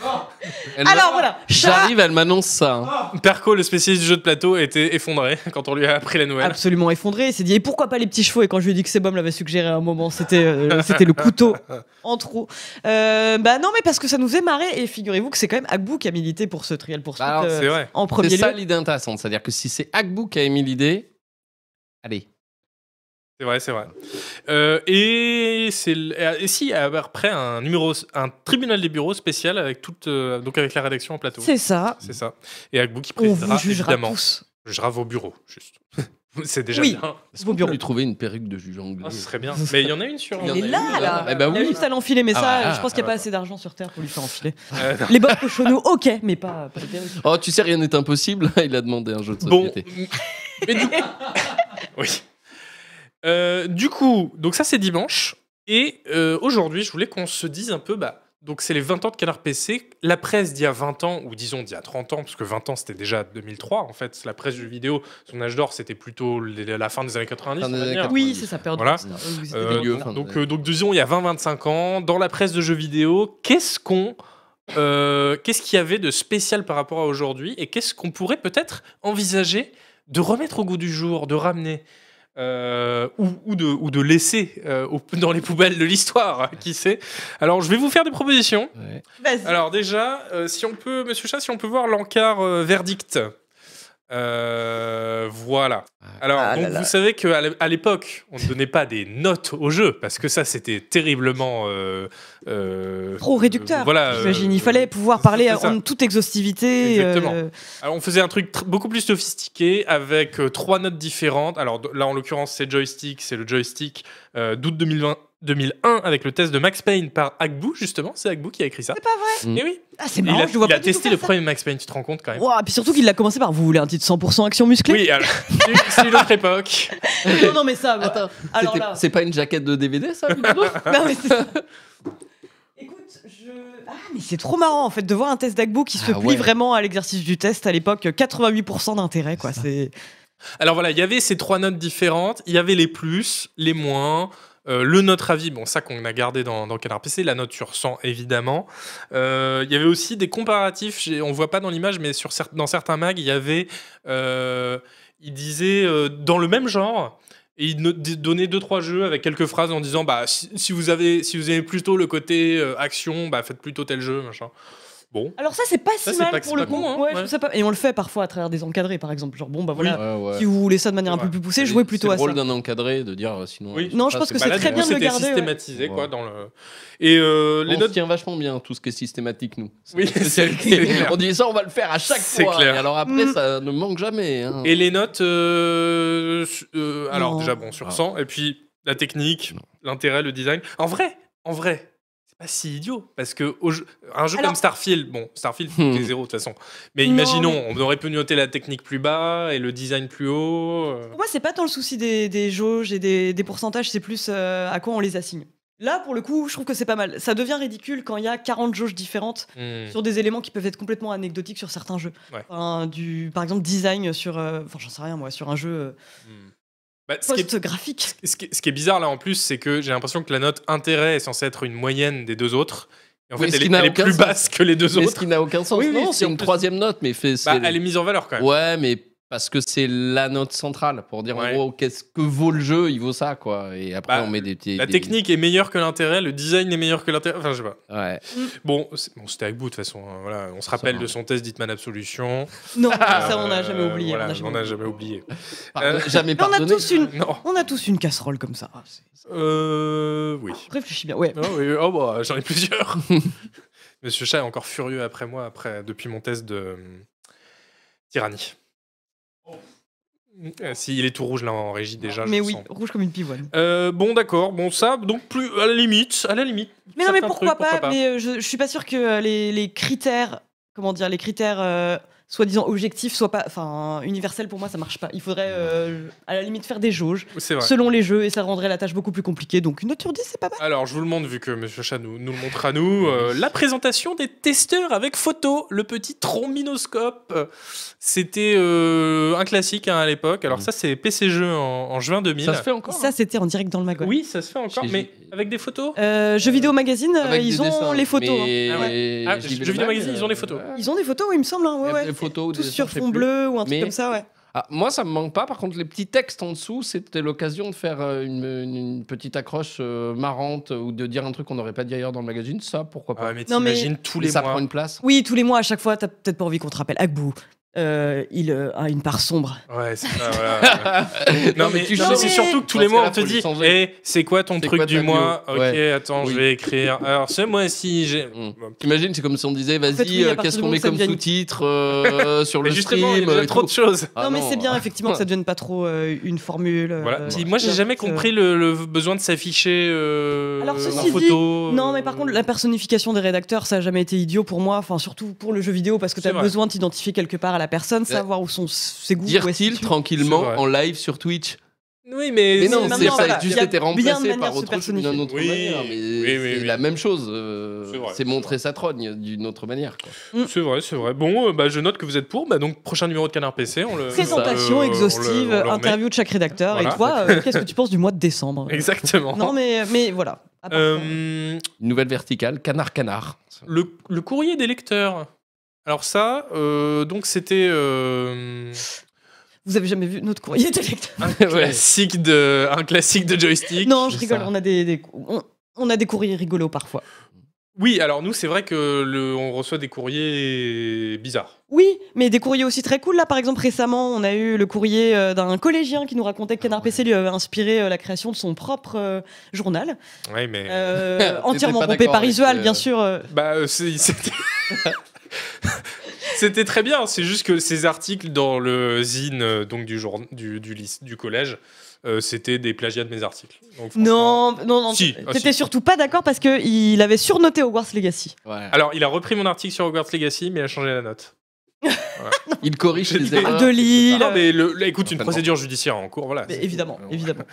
Alors Ah, voilà, chat
J'arrive, euh, elle m'annonce ça. hein.
Perco, le spécialiste du jeu de plateau, était effondré quand on lui a appris la nouvelle.
absolument effondré, il s'est dit et pourquoi pas les petits chevaux et quand je lui ai dit que Sebum l'avait suggéré à un moment c'était euh, c'était le couteau en trop Euh, bah non mais parce que ça nous faisait marrer et figurez-vous que c'est quand même Agbou qui a milité pour ce trial poursuite
Bah alors,
euh,
C'est vrai.
en
C'est
premier
ça
lieu
l'idée intéressante. C'est-à-dire que si c'est Agbou qui a émis l'idée, allez.
C'est vrai, c'est vrai. Euh, et c'est l- et si après un numéro, un tribunal des bureaux spécial avec toute, euh, donc avec la rédaction en plateau.
c'est ça
C'est ça. Et Agbou qui
on vous
présidera
jugera
évidemment.
tous
Jugera vos bureaux, juste. C'est déjà
Oui.
bien.
Est-ce
Vaut
qu'on peut
bureau.
lui trouver une perruque de juge anglais
Ah, ce serait bien. Mais il y en a une sur.
Il y en
Elle est
a
là,
une,
là.
Eh ben
Il a
oui.
juste à l'enfiler, mais
Ah
ça,
bah,
je pense qu'il n'y a
ah
pas assez d'argent sur Terre pour lui faire enfiler.
Euh, non.
Les bottes cochonou, ok, mais pas, pas les perruques.
Oh, tu sais, rien n'est impossible. Il a demandé un jeu de
Bon.
société.
Euh,
Mais du coup. oui. Euh, du coup, donc ça c'est dimanche. Et euh, aujourd'hui, je voulais qu'on se dise un peu. Bah, donc c'est les 20 ans de Canard PC. La presse d'il y a 20 ans, ou disons d'il y a 30 ans, parce que 20 ans c'était déjà 2003. En fait, la presse du vidéo, son âge d'or, c'était plutôt les- la fin des années 90.
Fin des
on va
années
dire.
90.
Oui, c'est ça, période.
Ah, Voilà.
de star. Oui, oui, c'était
Euh,
des
dégueu.
grands-
Enfin,
donc,
ouais.
euh, donc disons, il y a 20-25 ans, dans la presse de jeux vidéo, qu'est-ce qu'on... euh, qu'est-ce qu'il y avait de spécial par rapport à aujourd'hui et qu'est-ce qu'on pourrait peut-être envisager de remettre au goût du jour, de ramener euh, ou, ou de, ou de laisser euh, au- dans les poubelles de l'histoire, hein, qui sait. Alors je vais vous faire des propositions.
Ouais.
Vas-y.
Alors déjà, euh, si on peut, Monsieur Chat, si on peut voir l'encart euh, verdict. Euh, voilà. Alors,
Ah
donc,
là là.
vous savez qu'à l'é- à l'époque, on ne donnait pas des notes au jeu parce que ça, c'était terriblement euh, euh,
Trop réducteur.
euh, voilà. euh,
J'imagine, il fallait pouvoir
c'est-
parler
c'est ça.
en toute exhaustivité.
Exactement.
euh,
Alors, on faisait un truc tr- beaucoup plus sophistiqué avec euh, trois notes différentes. Alors d- là, en l'occurrence, c'est joystick, c'est le joystick euh, d'août 2020 2001 avec le test de Max Payne par Agbu justement. C'est Agbu qui a écrit ça.
C'est pas
vrai. Et oui.
Ah, c'est
il
marrant,
a,
je vois
il a
pas du tout
testé
faire
le
ça.
premier Max Payne. Tu te rends compte quand même.
Ouah, puis surtout qu'il l'a commencé par Vous voulez un titre 100% action musclée
Oui, alors, c'est- c'est une autre époque.
Non, non, mais ça. bah,
Attends,
alors
c'était-
là.
c'est pas une jaquette de DVD, ça
Non, mais c'est ça. Écoute, je. Ah, mais c'est trop marrant en fait de voir un test d'Agbo qui se
Ah
plie
ouais.
vraiment à l'exercice du test à l'époque, 88% d'intérêt quoi. C'est.
Alors voilà, il y avait ces trois notes différentes. Il y avait les plus, les moins, euh, le notre avis, bon, ça qu'on a gardé dans, dans Canard PC, la note sur 100 évidemment. Euh, il y avait aussi des comparatifs, j'ai- on voit pas dans l'image, mais sur cer- dans certains mags, il y avait. euh, il disait euh, dans le même genre. Et il no- d- donnait deux trois jeux avec quelques phrases en disant bah si, si vous avez si vous aimez plutôt le côté euh, action bah faites plutôt tel jeu machin bon
Alors ça c'est pas
Ça,
si
c'est
mal
pas- c'est
pour le
pas
coup.
con, hein,
Ouais, je
ouais.
trouve ça pas- Et on le fait parfois à travers des encadrés par exemple, genre bon bah voilà.
ouais.
Si vous voulez ça de manière un
C'est
peu
vrai.
plus poussée, jouez plutôt à
C'est
ça.
le rôle d'un encadré de dire euh, sinon.
Oui.
euh,
Non,
ça,
je pense que
pas
c'est
Bah, là,
très
du
bien
coup,
de le
c'était
garder, ouais.
systématisé quoi
Ouais.
dans le et euh, les
on
notes
se tient vachement bien tout ce qui est systématique, nous.
Oui,
Notre
c'est-
spécialité.
c'est clair.
On dit ça, on va le faire à chaque
C'est
fois.
clair.
Et alors après,
Mm.
ça ne manque jamais. hein.
Et les notes, euh, su- euh, alors
Non.
déjà bon sur
Ah.
100, et puis la technique,
Non.
l'intérêt, le design. En vrai, en vrai, c'est pas si idiot parce que au jeu- un jeu
Alors-
comme Starfield, bon Starfield
Hmm.
c'est zéro de toute façon, mais
Non,
imaginons, on aurait pu noter la technique plus bas et le design plus haut. euh.
Pour moi, c'est pas tant le souci des, des jauges et des, des pourcentages, c'est plus euh, à quoi on les assigne. Là, pour le coup, je trouve que c'est pas mal. Ça devient ridicule quand il y a 40 jauges différentes
Hmm.
sur des éléments qui peuvent être complètement anecdotiques sur certains jeux.
Ouais.
Enfin, du, par exemple, design sur, euh, enfin, j'en sais rien moi, sur un jeu euh,
Hmm. Bah, ce qui est-
post-graphique.
Ce qui, ce qui est bizarre là en plus, c'est que j'ai l'impression que la note intérêt est censée être une moyenne des deux autres. Et en
Oui,
fait,
ce
elle,
qui
est-
n'a
elle est
aucun
plus
sens.
basse que les deux
mais ce
autres.
qui n'a aucun sens,
Oui, oui,
non,
c'est
c'est
en
une
plus-
troisième note, mais fait. c'est-
Bah, elle est mise en valeur quand même.
Ouais, mais parce que c'est la note centrale pour dire
Ouais.
en gros qu'est-ce que vaut le jeu, il vaut ça quoi. Et après
Bah,
on met des petits.
La
des-
technique Euh, est meilleure que l'intérêt, le design est meilleur que l'intérêt. Enfin, je sais pas.
Ouais.
Bon, c'est- bon, c'était avec bout de toute façon. hein, Voilà, on se rappelle
va.
de son test d'Hitman Absolution.
Non, Ah, ça on
Euh,
n'a jamais oublié.
voilà,
on a
on
jamais
n'a
oublié.
jamais oublié.
Pardon- jamais
Mais on a
pardonné.
tous une,
Non.
on a tous une casserole comme ça. Ah,
Euh, oui.
Réfléchis bien. Ouais.
Oh, oui, oh, bah, j'en ai plusieurs. Monsieur Chat est encore furieux après moi, après depuis mon test de euh, tyrannie. Euh, si il est tout rouge là en régie déjà. je
Ah, mais
le
oui,
sens.
rouge comme une pivoine.
Euh, bon d'accord, bon ça, donc plus à la limite, à la limite.
Mais non, mais
certains
pourquoi,
trucs,
pas, Mais euh, je, je suis pas sûr que euh, les, les critères, comment dire, les critères euh, soi-disant objectifs soient pas, enfin, universels pour moi ça marche pas. Il faudrait euh, à la limite faire des jauges
C'est vrai.
selon les jeux et ça rendrait la tâche beaucoup plus compliquée. Donc une note sur 10 c'est pas mal.
Alors, je vous le montre, vu que Monsieur Chat nous, nous le montre à nous. euh, la présentation des testeurs avec photo, le petit trombinoscope. Euh, C'était euh, un classique hein, à l'époque. Alors,
Mhm.
ça, c'est PC Jeux en, en juin 2000.
Ça se fait encore.
Ça c'était en direct dans le magazine.
Oui, ça se fait encore,
Chez-
mais avec des photos
Euh, Jeux vidéo magazine, euh,
hein, Avec des
ils ont
dessins.
les photos. hein.
Mais-
Ah ouais. Ah,
J'y vais
Jeux Vidéo
mal,
Magazine, ils ont les
euh,
photos.
ouais.
Ils ont des photos, oui, il me semble. Hein, ouais,
Il y a
ouais.
des photos ou des
Tous
dessins,
sur
je sais
fond
plus.
bleu ou un truc
Mais-
comme ça, ouais.
Ah, moi, ça me manque pas. Par contre, les petits textes en dessous, c'était l'occasion de faire euh, une, une- une petite accroche euh, marrante euh, ou de dire un truc qu'on n'aurait pas dit ailleurs dans le magazine. Ça, pourquoi
Ah
pas
ouais, mais
Non, mais-
t'imagines tous
Mais
les
ça
mois.
prend une place.
Oui, tous les mois, à chaque fois, t'as peut-être pas envie qu'on te rappelle Agbou, euh, il euh, a une part sombre.
Ouais, c'est ça, voilà. non, mais, non, mais c'est surtout que tous
Dans
les
ce
mois,
cas-là,
on te
faut lui
dit
changer.
Eh, c'est quoi ton
C'est
truc
quoi
du
ta bio
mois Ok,
Ouais.
attends,
Oui.
je vais écrire. Alors, ce mois-ci, j'ai.
Mm. T'imagines, c'est comme si on disait, vas-y,
fait, oui, à
euh,
partir
qu'est-ce
du
qu'on
moment
met
que ça
comme
devient-
sous-titre euh, sur le
Mais justement, il y a
stream
déjà
et
trop
tout.
de choses.
Ah
non, mais c'est bien, effectivement, que ça devienne pas trop euh, une formule. euh,
Voilà.
euh,
Moi, j'ai jamais
euh,
compris le, le besoin de s'afficher euh,
Alors, ceci
en
dit,
euh,
photo. euh,
Non, mais par contre, la personnification des rédacteurs, ça n'a jamais été idiot pour moi, enfin, surtout pour le jeu vidéo, parce que tu
C'est
as
vrai.
besoin de t'identifier quelque part à la personne,
Ouais.
savoir où sont ses goûts. où est-ce que
Dire-t-il
tu-
tranquillement
C'est vrai.
en live sur Twitch
Oui, mais.
Mais
Mais
non,
maintenant,
c'est ça,
voilà,
juste
il y a
été
bien de
remplacé
manière
par
de se
autre chose d'une
personnifier.
autre
Oui,
manière. Mais
oui, oui,
c'est
oui.
la même chose. euh,
C'est vrai,
c'est
c'est
montrer
vrai.
sa trogne d'une autre manière. quoi.
C'est vrai, c'est vrai. Bon, euh, bah, je note que vous êtes pour. Bah, donc, prochain numéro de Canard PC. On le, on le-
Présentation
on le-
exhaustive,
Euh, on le remet.
interview de chaque rédacteur,
Voilà.
et toi, euh, qu'est-ce que tu penses du mois de décembre
Exactement.
Non, mais, mais voilà. À part ça.
Euh,
Une nouvelle verticale, canard, canard.
le, le courrier des lecteurs. Alors ça, euh, donc c'était euh,
Vous avez jamais vu notre courrier des lecteurs
classique de, un classique de joystick.
Non,
c'est
je rigole,
ça.
on a des, des- on, on a des courriers rigolos parfois.
Oui, alors nous, c'est vrai que le, on reçoit des courriers bizarres.
Oui, mais des courriers aussi très cool. Là, par exemple, récemment, on a eu le courrier euh, d'un collégien qui nous racontait que Canard PC lui avait inspiré euh, la création de son propre euh, journal,
Ouais, mais
Euh,
T'étais
entièrement
pas
pompé
d'accord
par
avec,
Isual,
euh,
bien sûr. euh.
bah euh, c'est- c'était c'était très bien. C'est juste que ces articles dans le zine euh, donc du jour du du, lyc- du collège, euh, c'était des plagiats de mes articles. Donc, franchement-
Non, non, non.
Si, ah,
T'étais
si.
surtout pas d'accord parce que il avait surnoté Hogwarts Legacy.
Voilà.
Alors, il a repris mon article sur Hogwarts Legacy, mais il a changé la note.
Il corrige les
J'étais-
erreurs.
de Lille.
Non, mais le- là, écoute, une
Totalement.
procédure judiciaire en cours, voilà.
Mais
Ah, c'est-
évidemment,
Alors,
évidemment.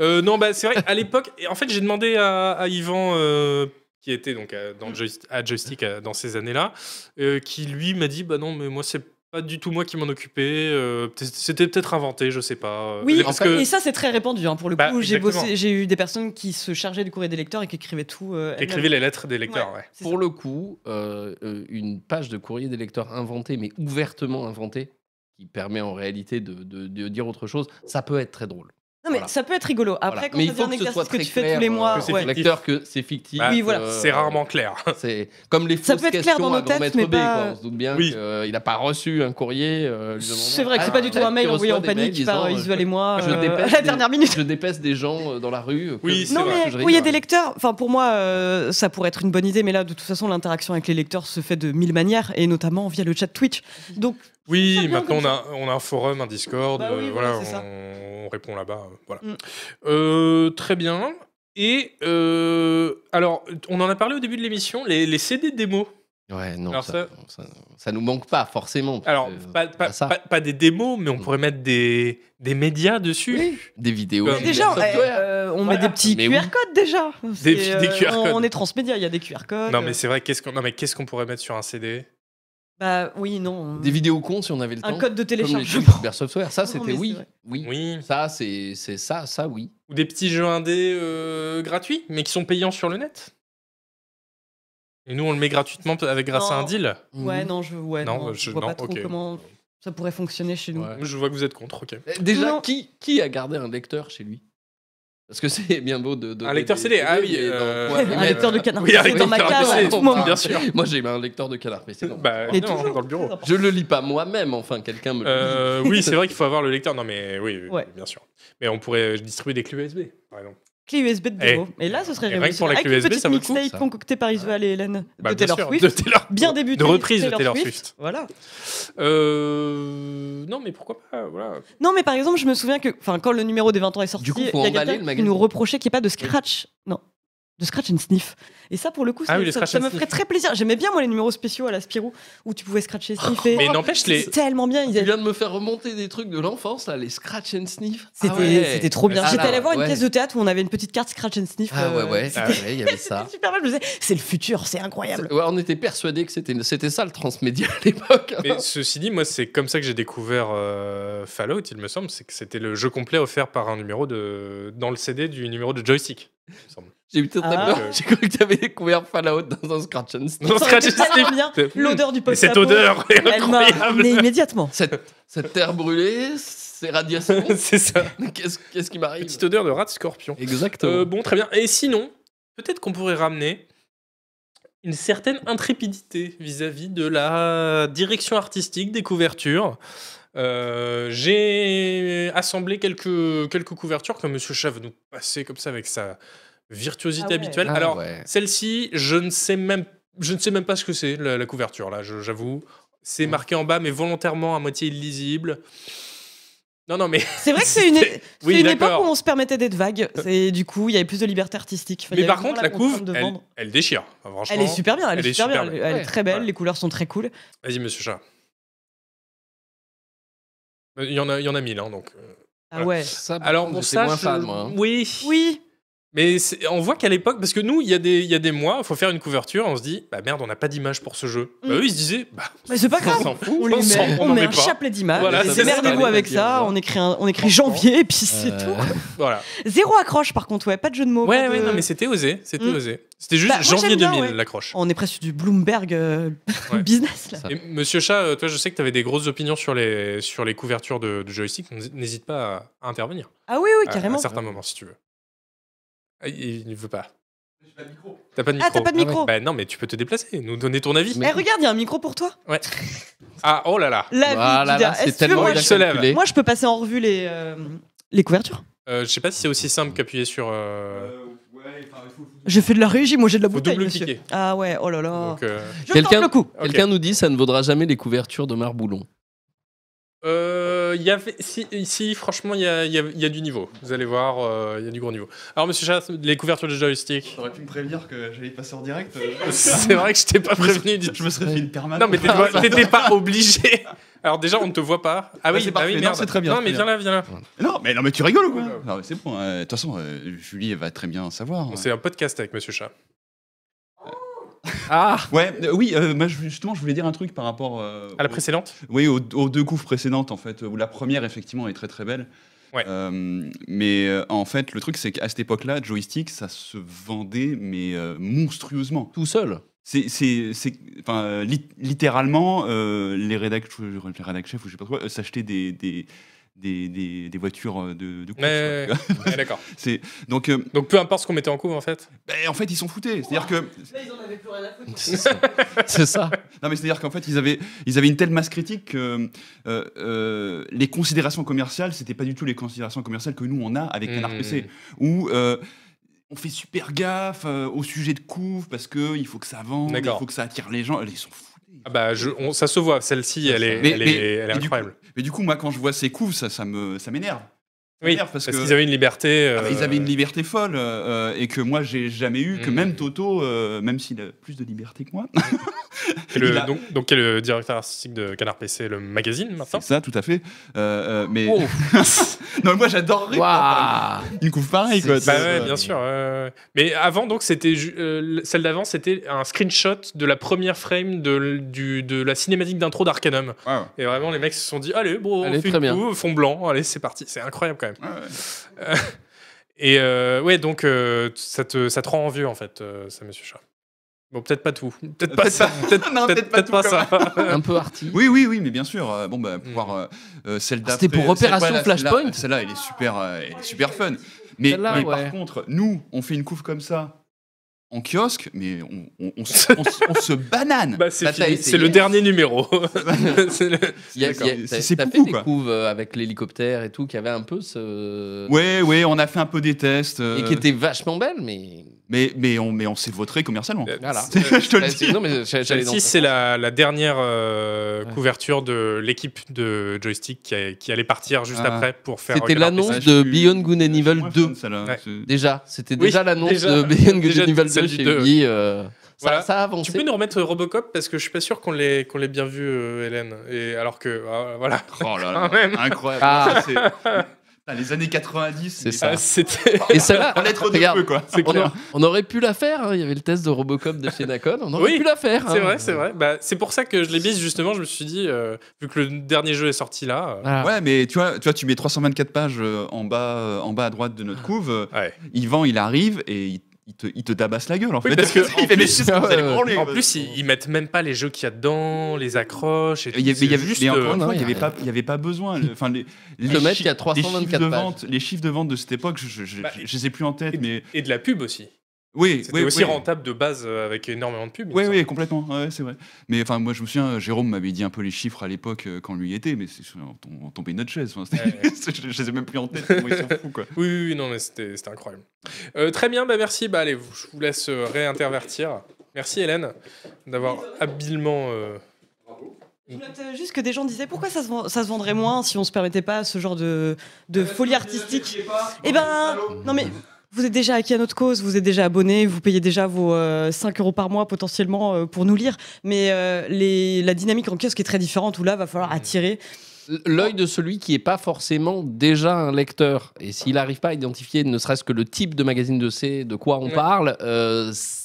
Euh, non, bah, c'est vrai, à l'époque, et en fait, j'ai demandé à, à Yvan, euh, qui était donc euh, dans le
Mm.
joyst- à Joystick euh, dans ces années-là, euh, qui lui m'a dit Bah non, mais moi, c'est pas du tout moi qui m'en occupais, euh, peut- c'était peut-être inventé, je sais pas. euh,
Oui,
parce
en
que.
Et ça, c'est très répandu. hein. Pour le
Bah,
coup, j'ai
exactement.
bossé- j'ai eu des personnes qui se chargeaient du courrier des lecteurs et qui écrivaient tout. euh, elles-mêmes.
Écrivez les lettres des lecteurs, ouais.
C'est
Pour le coup, euh, euh, une page de courrier des lecteurs inventée, mais ouvertement inventée, qui permet en réalité de, de- de dire autre chose, ça peut être très drôle.
Non, mais
Voilà.
ça peut être rigolo. Après,
Voilà.
quand
mais
ça
il faut
devient un
que ce soit
exercice que
très
tu fais
clair,
tous les mois,
euh,
c'est
ouais.
au lecteur que c'est fictif.
Bah,
Oui, voilà.
euh,
C'est rarement clair.
C'est comme les
Ça
fausses
peut être clair
questions
dans nos
à grand
têtes,
maître
mais
B.
pas-
quoi. On se doute bien
Oui.
qu'il n'a pas reçu un courrier. euh, lui
c'est
demandant,
vrai que c'est
Ah,
pas du tout un mail
qui
envoyé en
reçoit des
panique
mails
par
disant,
Isual et moi
je
euh, à
dépêche
la
des-
dernière minute.
Je dépêche des gens euh, dans la rue. euh, que-
Oui, c'est
Non,
vrai.
mais
je
oui, il y a
rigole.
des lecteurs. Enfin, pour moi, euh, ça pourrait être une bonne idée, mais là, de toute façon, l'interaction avec les lecteurs se fait de mille manières, et notamment via le chat Twitch. Donc, Ça
Oui,
vient
maintenant
comme
on a, on a un forum, un Discord,
Bah oui,
euh,
voilà,
voilà,
c'est ça.
on, on répond là-bas. euh, voilà.
Mm.
Euh, très bien. Et euh, alors, on en a parlé au début de l'émission, les, les CD de démos.
Ouais, non,
Alors
ça, ça, ça nous manque pas forcément. parce
Alors,
que-
pas, pas-
pas ça.
pas- pas des démos, mais on
Mm.
pourrait mettre des, des médias dessus.
Oui, des vidéos.
Comme-
du
déjà,
software.
euh, on met des petits
Mais
QR
oui.
codes déjà. C'est, euh,
petits- des QR
on-
codes.
On est transmédia, il y a des QR codes.
Non, mais c'est vrai, qu'est-ce qu'on non, mais qu'est-ce qu'on pourrait mettre sur un CD
Bah oui, non.
des vidéos cons si on avait le
Un
temps.
code de
comme les trucs
téléchargement.
Uber Software, ça
Non, mais
c'était
c'est
oui,
vrai.
oui.
Oui.
Ça c'est c'est ça, ça oui.
Ou des petits jeux indés euh, gratuits, mais qui sont payants sur le net. Et nous, on le met gratuitement avec grâce à un
Non.
deal.
Ouais,
Mhm.
non, je, ouais,
Non, euh,
non,
je-
je vois
non,
pas trop
ok.
comment ça pourrait fonctionner chez nous.
Ouais.
Je vois que vous êtes contre, ok.
Eh, Déjà,
Non.
qui qui a gardé un lecteur chez lui Parce que c'est bien beau de, de
Un lecteur CD, ah oui. euh,
Ouais,
Un
mais-
lecteur de canard
oui,
PC
un
dans ma
lecteur
cave
PC,
à tout moment.
bien sûr.
Moi j'ai eu un lecteur de canard, mais c'est non.
Bah,
Et
non,
toujours
dans le bureau.
Je le lis pas moi-même, enfin quelqu'un me. le lit.
Euh, oui, c'est vrai qu'il faut avoir le lecteur. Non, mais oui, oui,
Ouais.
bien sûr. Mais on pourrait euh, distribuer des clés USB, par exemple.
Clé USB de
Eh.
bureau. Et là, ce serait
Et rien que pour la
révolutionnaire. Avec
clé
une
USB,
petite
ça vaut le coup,
mixtape
ça.
concoctée par Isual et Hélène
Bah, bien
de Taylor
sûr,
Swift.
de Taylor-
Bien débuté.
De reprise de Taylor Swift.
Voilà.
Euh, non, mais pourquoi pas voilà.
Non, mais par exemple, je me souviens que enfin, quand le numéro des 20 ans est sorti,
Du coup, faut
il y a
emballer le
quelqu'un qui
magasin.
nous reprochait qu'il n'y ait pas de scratch. Non. De scratch and sniff. Et ça, pour le coup,
Ah
ça,
oui, le
ça-
scratch
ça
and
me
sniff.
ferait très plaisir. J'aimais bien, moi, les numéros spéciaux à la Spirou où tu pouvais scratcher et sniffer. Oh,
Mais n'empêche, les,
C'est tellement bien. Ils
Tu
avaient-
viens de me faire remonter des trucs de l'enfance là, les scratch and sniff.
C'était
Ah ouais.
c'était trop bien.
Ah
J'étais
là,
allé voir une
ouais.
pièce de théâtre où on avait une petite carte scratch and sniff.
Ah ouais
euh,
ouais,
Ah
ah ouais, il y avait ça.
C'était super mal. Je me disais, c'est le futur, c'est incroyable.
Ouais, on était persuadés que c'était c'était ça le transmédia à l'époque.
Mais ceci dit, moi, c'est comme ça que j'ai découvert euh, Fallout, il me semble. C'est que c'était le jeu complet offert par un numéro de... dans le CD du numéro de joystick. il me semble.
J'ai eu très très
Ah.
peur. J'ai cru que t'avais découvert Fallout dans un scratch and sniff.
Non,
Ça
Scratch
aurait été
and Sniff.
tellement bien.
C'est-
L'odeur du
Mais
post
cette odeur est
elle m'a
incroyable.
amené immédiatement.
Cette, cette terre brûlée, ces radiations,
c'est ça.
qu'est-ce qu'est-ce qui m'arrive
Petite odeur de rat de scorpion.
Exactement.
Euh, bon, très bien. Et sinon, peut-être qu'on pourrait ramener une certaine intrépidité vis-à-vis de la direction artistique des couvertures. Euh, j'ai assemblé quelques, quelques couvertures que Monsieur Chat veut nous passer comme ça avec sa virtuosité
Ah ouais.
habituelle.
Ah
Alors,
ouais.
celle-ci, je ne sais même, je ne sais même pas ce que c'est la, la couverture là. je- J'avoue, c'est marqué en bas, mais volontairement à moitié illisible. Non, non, mais
C'est vrai que c'est une,
C'était-
c'est
oui,
une époque
d'accord.
où on se permettait d'être vague. C'est du coup, il y avait plus de liberté artistique. Enfin, il y
mais
avait
par contre, la
moins
couve,
contrainte de
elle,
vendre.
elle déchire. Enfin, franchement,
Elle est super bien, elle, est super, bien, elle, elle
Ouais.
est très belle,
Ouais.
les couleurs sont très cool.
Vas-y, monsieur chat. Il y en a, il y en a mille, hein, donc. euh,
Ah
Voilà.
ouais.
Ça, par
Alors
contre,
pour
j'étais
ça,
bah, moins
je-
fan, moi. hein.
oui,
Oui,
Mais c'est- on voit qu'à l'époque, parce que nous, il y, a des- il y a des mois, il faut faire une couverture, on se dit, bah merde, on n'a pas d'image pour ce jeu.
Mm.
Bah eux, ils se disaient, bah
mais c'est pas
on
grave.
s'en fout,
On,
on,
lui met,
s'en-
on
on n'en
met
met
un
pas.
chapelet d'images,
Voilà,
et
c'est ça.
démerdez-vous
Allez,
avec
vas-y, on
ça,
va.
on écrit, un- on écrit janvier et puis c'est
Euh,
tout.
Voilà.
Zéro accroche par contre, ouais, pas de jeu de mots.
Ouais,
pas
ouais,
de-
non, mais c'était osé, c'était
Mm.
osé. C'était juste
Bah, moi,
janvier
j'aime bien,
2000,
ouais.
l'accroche.
On est presque sur du Bloomberg euh,
Ouais.
business là.
Ça.
Et Monsieur Chat, euh, toi, je sais que tu avais des grosses opinions sur les, sur les couvertures de, de joystick. n- N'hésite pas à, à intervenir.
Ah oui, oui,
à-
carrément.
À, certains moments, si tu veux. Ah, Il il ne veut pas.
J'ai pas de micro.
T'as pas de
Ah,
micro.
t'as pas de
Ah ouais.
micro.
Bah non, mais tu peux te déplacer, nous donner ton avis.
Mais-
Eh, regarde, il y a un micro pour toi.
Ah, oh là là.
La vie,
Voilà,
tu
là,
dis,
c'est
est-ce que tu veux,
tellement
moi,
il
bien
je se lève.
je-
calculé.
moi, je peux passer en revue les, euh, les couvertures.
Euh, je sais pas si c'est aussi simple qu'appuyer sur. euh,
Euh, ouais, enfin, il faut- faut-
J'ai fait de la régie, moi j'ai de la bouteille,
double
monsieur.
cliquer.
Ah ouais, oh là là.
donc, euh,
Je
Quelqu'un-
tente le coup.
ok.
Quelqu'un nous dit ça ne vaudra jamais les couvertures d'Omar Boulon.
Euh, il y avait, si, si, franchement, il y a, il y a- il y a du niveau. Vous allez voir, euh, il y a du gros niveau. Alors, monsieur Chat, les couvertures de joystick.
T'aurais pu me prévenir que j'allais passer en direct. euh,
C'est vrai que je t'ai pas prévenu du
je me serais fait une Ah, permanente.
Non, mais t'étais pas- t'étais pas obligé. Alors, déjà, on ne te voit pas. Ah
Ouais,
oui,
c'est
bah
parfait.
oui,
Non,
merde.
c'est très bien,
Non, mais
très
viens là, viens là.
Non, mais, non, mais tu rigoles ou quoi Non, mais c'est bon. euh, De toute façon, euh, Julie elle va très bien savoir. hein.
C'est un podcast avec monsieur Chat.
Ah
Ouais, euh, oui, euh, moi, je- justement, je voulais dire un truc par rapport euh,
À la
au-
précédente
Oui, aux, aux deux couves précédentes, en fait, où la première, effectivement, est très très belle.
Ouais.
Euh, mais euh, en fait, le truc, c'est qu'à cette époque-là, joystick, ça se vendait, mais euh, monstrueusement.
Tout seul.
C'est, c'est, c'est- enfin, euh, lit- littéralement, euh, les rédac, les rédac chefs ou je sais pas quoi, euh, s'achetaient des, des, des, des, des voitures euh, de, de course,
Mais.
quoi.
Ouais, D'accord.
C'est, donc, euh,
Donc, peu importe ce qu'on mettait en couvre, en fait.
ben, en fait, ils s'en foutaient. C'est-à-dire que
C'est ça. C'est ça.
Non, mais c'est-à-dire qu'en fait, ils avaient, ils avaient une telle masse critique que euh, euh, les considérations commerciales, c'était pas du tout les considérations commerciales que nous, on a avec Canard
Hmm.
PC, où euh, on fait super gaffe euh, au sujet de couve parce que il faut que ça vende, il
D'accord.
faut que ça attire les gens. Ils sont fous.
Ah bah, je- on- ça se voit, celle-ci, elle est,
Mais-
elle est,
mais-
elle est
et du
incroyable.
Mais du coup, moi, quand je vois ces couves, ça, ça me, ça m'énerve. Ça
Oui,
m'énerve
parce,
parce que-
qu'ils avaient une liberté.
Ah bah, ils
euh,
avaient une liberté folle euh, euh, et que moi j'ai jamais eu, que
Mm.
Hmm.
même Toto, euh, même s'il a plus de liberté que moi,
Et le-
Il a-
donc, donc, qui est le directeur artistique de Canard PC, le magazine maintenant
c'est ça tout à fait. Euh, euh, mais
Oh.
non, mais moi j'adorerais
Waouh
une couve pareille quoi. euh,
C'est-
Bah
c'est-
ouais, bien sûr. ouais, ouais. Mais avant, donc, c'était ju- euh, celle d'avant, c'était un screenshot de la première frame de, l- du- de la cinématique d'intro d'Arcanum.
Ouais, ouais.
Et vraiment, les mecs se sont dit, allez, bon,
Allez,
on fait
très
une
bien.
couve, fond blanc, allez, c'est parti. C'est incroyable quand même.
Ouais, ouais.
Et euh, ouais, donc, euh, ça, te, ça te rend envieux en fait, euh, ça, monsieur Chat. Bon, peut-être pas tout. Peut-être pas
Peut-être
ça. Peut-être
Non,
peut-être- peut-être pas,
tout,
ça.
quand
Un peu arty.
Oui, oui, oui, mais bien sûr. euh, Bon, bah, pouvoir. euh, euh, celle
Mm. Ah, c'était
d'après-
pour Opération
celle- voilà,
Flashpoint
Celle-là, celle-là, elle est super, euh, elle est super fun. Mais,
Celle-là,
mais
ouais.
par contre, nous, on fait une couve comme ça en kiosque, mais on, on, on se, on se- on se banane.
Bah, c'est
Bah, t'as
fini.
essayé.
C'est le dernier numéro. C'est le-
Il y a-
D'accord.
il y a-
C'est-
T'as
c'est
t'as fait
beaucoup,
des
quoi.
couves euh, avec l'hélicoptère et tout, qui avait un peu ce.
Ouais, ouais, on a fait un peu des tests, euh,
Et qui était vachement belle, mais.
mais, mais on, mais on s'est vautré commercialement.
Voilà.
Je te le
Ouais,
dis.
c'est- Non, mais j'a- j'allais dans
Celle-ci,
ton
c'est
sens.
la, la dernière euh,
Ouais.
couverture de l'équipe de joystick qui, a- qui allait partir juste
Ah.
après pour faire.
C'était
Canard
l'annonce
PC.
Page
de
plus-
Beyond Good and Evil
Ouais,
2.
celle-là,
Ouais.
c'est-
Déjà, c'était
Oui,
déjà l'annonce
déjà.
de Beyond Good
Déjà,
and Evil 2
celle du
chez
deux.
Wii. euh, ça-
Voilà.
Ça a
Tu peux
avancé.
nous remettre euh, Robocop parce que je suis pas sûr qu'on l'ait qu'on l'ait bien vu, euh, Hélène. Et alors que ah, voilà,
Oh là
Quand même.
là, incroyable.
Ah.
Ça, c'est- Putain, les années 90,
C'est
mais-
ça.
Ah, c'était
Et celle-là,
On est trop de
regarde,
peu, quoi.
c'est
on,
clair.
a- on aurait pu la faire. hein. Il y avait le test de Robocop de chez Nakon. On aurait
Oui,
pu la faire.
C'est
hein.
vrai, c'est vrai. Bah, c'est pour ça que je l'ai mise justement. Je me suis dit, euh, vu que le dernier jeu est sorti là. euh,
Voilà.
Ouais, mais tu vois, tu vois, tu mets 324 pages euh, en bas, euh, en bas à droite de notre couve. euh,
ouais.
Yvan, il arrive et il, il te, il te tabasse la gueule, en euh,
Oui,
fait.
parce que, en
il fait, mais
plus-
je sais ce que vous allez branler.
En plus, ils, ils mettent même pas les jeux qu'il y a dedans, les accroches. Et tout,
Il y avait, il y
c'est
avait-
juste,
mais encore
euh,
une fois,
ouais,
il n'y avait,
ouais.
pas- il y avait pas besoin. Le- Enfin, les, les
Le mec,
chi-
il y a
les chiffres
324
de
pages.
vente, les chiffres de vente de cette époque, je, je, je-
Bah,
je les ai plus en tête, mais
et de la pub aussi.
Oui,
C'était
oui,
aussi
oui.
rentable de base euh, avec énormément de pubs. il
Oui,
me
oui, complètement, ouais, c'est vrai. Mais enfin, moi, je me souviens, Jérôme m'avait dit un peu les chiffres à l'époque euh, quand lui y était, mais c'est on tom- on tombait de notre chaise. enfin, c'était- je, je les ai même plus en tête, comment ils s'en foutent, quoi.
Oui, oui, oui, non, mais c'était c'était incroyable. Euh, très bien, bah merci. Bah, allez, vous- je vous laisse euh, réintervertir. Merci, Hélène, d'avoir habilement. euh,
Je note euh, juste que des gens disaient pourquoi ça se, vend- ça se vendrait moins si on se permettait pas ce genre de, de folie artistique. Eh ben, non mais vous êtes déjà acquis à notre cause, vous êtes déjà abonné, vous payez déjà vos euh, 5 euros par mois potentiellement euh, pour nous lire. Mais euh, les, la dynamique en kiosque est très différente où là va falloir attirer.
L'œil de celui qui n'est pas forcément déjà un lecteur. Et s'il n'arrive pas à identifier ne serait-ce que le type de magazine de C, de quoi on
Ouais.
parle, euh, c-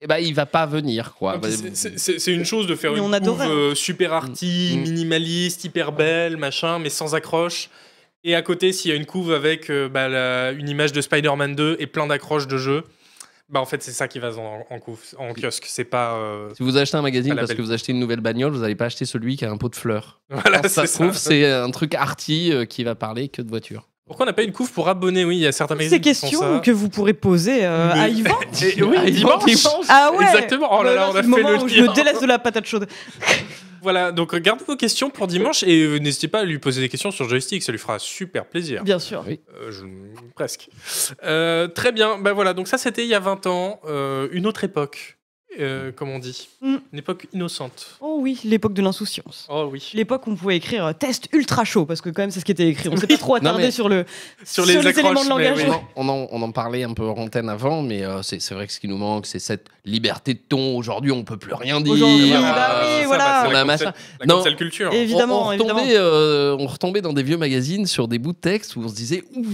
eh ben, il va pas venir. quoi.
ah,
Bah,
puis c'est- c'est- C'est c'est une chose de faire
Mais
une
on adorait.
couve, euh, super arty,
euh, Mm.
minimaliste, hyper belle, machin, mais sans accroche. Et à côté, s'il y a une couve avec euh, bah, la- une image de Spider-Man 2 et plein d'accroches de jeu, bah en fait, c'est ça qui va se vendre en, en couve- en kiosque. C'est pas. euh,
Si vous achetez un magazine
À la
parce
belle.
que vous achetez une nouvelle bagnole, vous n'allez pas acheter celui qui a un pot de fleurs.
Voilà,
Quand ça
c'est
se
ça.
trouve, c'est un truc arty euh, qui va parler que de voiture.
Pourquoi on n'a pas une couve pour abonner Oui, il y a certains
Ces
magazines qui font ça.
questions que vous pourrez poser euh, à Yvan.
Et- oui,
Ah,
dimanche.
dimanche.
Ah ouais
Exactement. Oh là là,
Bah là,
on a
c'est
fait
moment
le
où je
lien.
me délaisse de la patate chaude.
Voilà, donc euh, gardez vos questions pour dimanche et euh, n'hésitez pas à lui poser des questions sur joystick, ça lui fera super plaisir.
Bien sûr.
Euh, je- Presque. Euh, très bien, ben voilà, donc ça c'était il y a 20 ans, euh, une autre époque, euh, comme on dit.
Mm.
Une époque innocente.
Oh oui, l'époque de l'insouciance.
Oh oui.
L'époque où on pouvait écrire euh, test ultra chaud, parce que quand même c'est ce qui était écrit. On s'est
Oui.
pas trop attardé
mais-
sur le
Sur les accroches,
éléments de
mais
langage.
oui.
On en, on en- on en parlait un peu en antenne avant, mais euh, c'est c'est vrai que ce qui nous manque, c'est cette liberté de ton. Aujourd'hui, on peut plus rien dire.
Aujourd'hui,
Voilà,
bah
Ah, ça,
oui,
ça,
voilà.
bah, c'est
On
la
a
cancel-
machin.
La
Non.
cancel culture.
Et- Évidemment,
on, on
évidemment.
retombait, euh, on retombait dans des vieux magazines sur des bouts de texte où on se disait Ouh,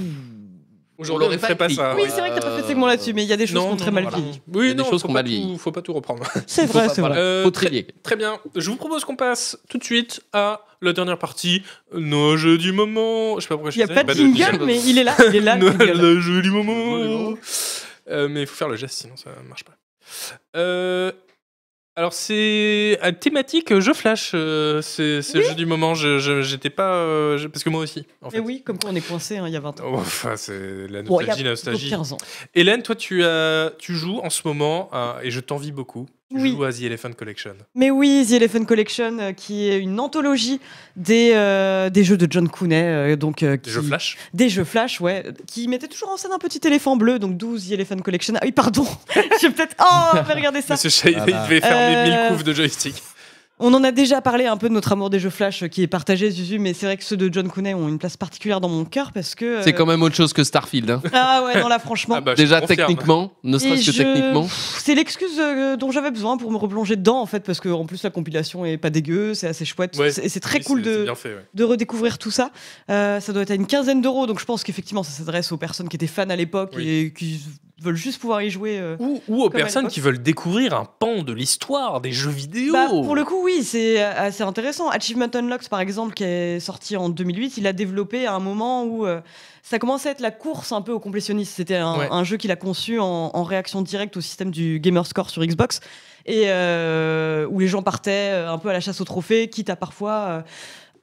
Aujourd'hui, on
l'aurait
ne ferait pas
écrit.
ça.
Oui,
ouais.
c'est vrai que t'as pas fait de segment là-dessus, mais il y a des choses qui
Non,
sont très
non,
mal
voilà.
vieillies.
Oui,
Il y a des
non,
choses
faut
qu'on va
pas
vieillir.
tout- faut pas tout reprendre.
C'est vrai,
pas-
c'est vrai.
voilà.
Euh,
faut
très-
trier.
Très bien, je vous propose qu'on passe tout de suite à la dernière partie, nos jeux du moment. Je sais pas pourquoi je
Il n'y a
faisais,
pas de jingle, mais il est là, il est là. le
Noël,
jingle.
le jeu du moment. Euh, mais il faut faire le geste, sinon ça marche pas. Euh, alors c'est à thématique euh, jeu flash, euh, c'est c'est le jeu du moment. Je- je- J'étais pas euh, je- parce que moi aussi. En fait.
Mais Eh oui, comme quoi on est coincé hein, il y a 20 ans.
Oh, Enfin, c'est la nostalgie,
Bon, il y a plutôt
nostalgie.
15 ans.
Hélène, toi, tu, as, tu joues en ce moment, à- et je t'envie beaucoup, tu
Oui.
joues à The Elephant Collection.
Mais oui, The Elephant Collection, euh, qui est une anthologie des, euh, des jeux de John Cooney, euh, donc euh,
Des
qui-
jeux flash
des jeux Flash, ouais, qui mettait toujours en scène un petit éléphant bleu, donc 12 The Elephant Collection. Ah oui, pardon, j'ai peut-être. Oh, mais regardez ça.
Monsieur Shade,
Ah
il
bah.
devait faire
Euh,
mille- mille couves de joystick.
On en a déjà parlé un peu de notre amour des jeux Flash, euh, qui est partagé, Zuzu, mais c'est vrai que ceux de John Cooney ont une place particulière dans mon cœur parce que. euh,
C'est quand même autre chose que Starfield. hein.
Ah ouais, non là, franchement.
Ah bah, je
Déjà
te confirme.
techniquement, ne serait-ce
Et
que
je-
techniquement.
C'est l'excuse euh, dont j'avais besoin pour me replonger dedans, en fait, parce que en plus la compilation est pas dégueu, c'est assez chouette,
Ouais,
c'est c'est très
Oui,
cool
c'est- c'est
de,
bien fait, ouais.
de redécouvrir tout ça. Euh, ça doit être à une quinzaine d'euros, donc je pense qu'effectivement ça s'adresse aux personnes qui étaient fans à l'époque
Oui.
et qui veulent juste pouvoir y jouer. euh.
Ou, ou aux
Comme à
personnes
l'époque.
qui veulent découvrir un pan de l'histoire des jeux vidéo.
Bah, pour le coup, oui, c'est euh, assez intéressant. Achievement Unlocked, par exemple, qui est sorti en 2008, il a développé à un moment où euh, ça commençait à être la course un peu aux complétionnistes. C'était un,
Ouais.
un jeu qu'il a conçu en, en réaction directe au système du Gamerscore sur Xbox. Et euh, où les gens partaient euh, un peu à la chasse au trophée, quitte à parfois euh,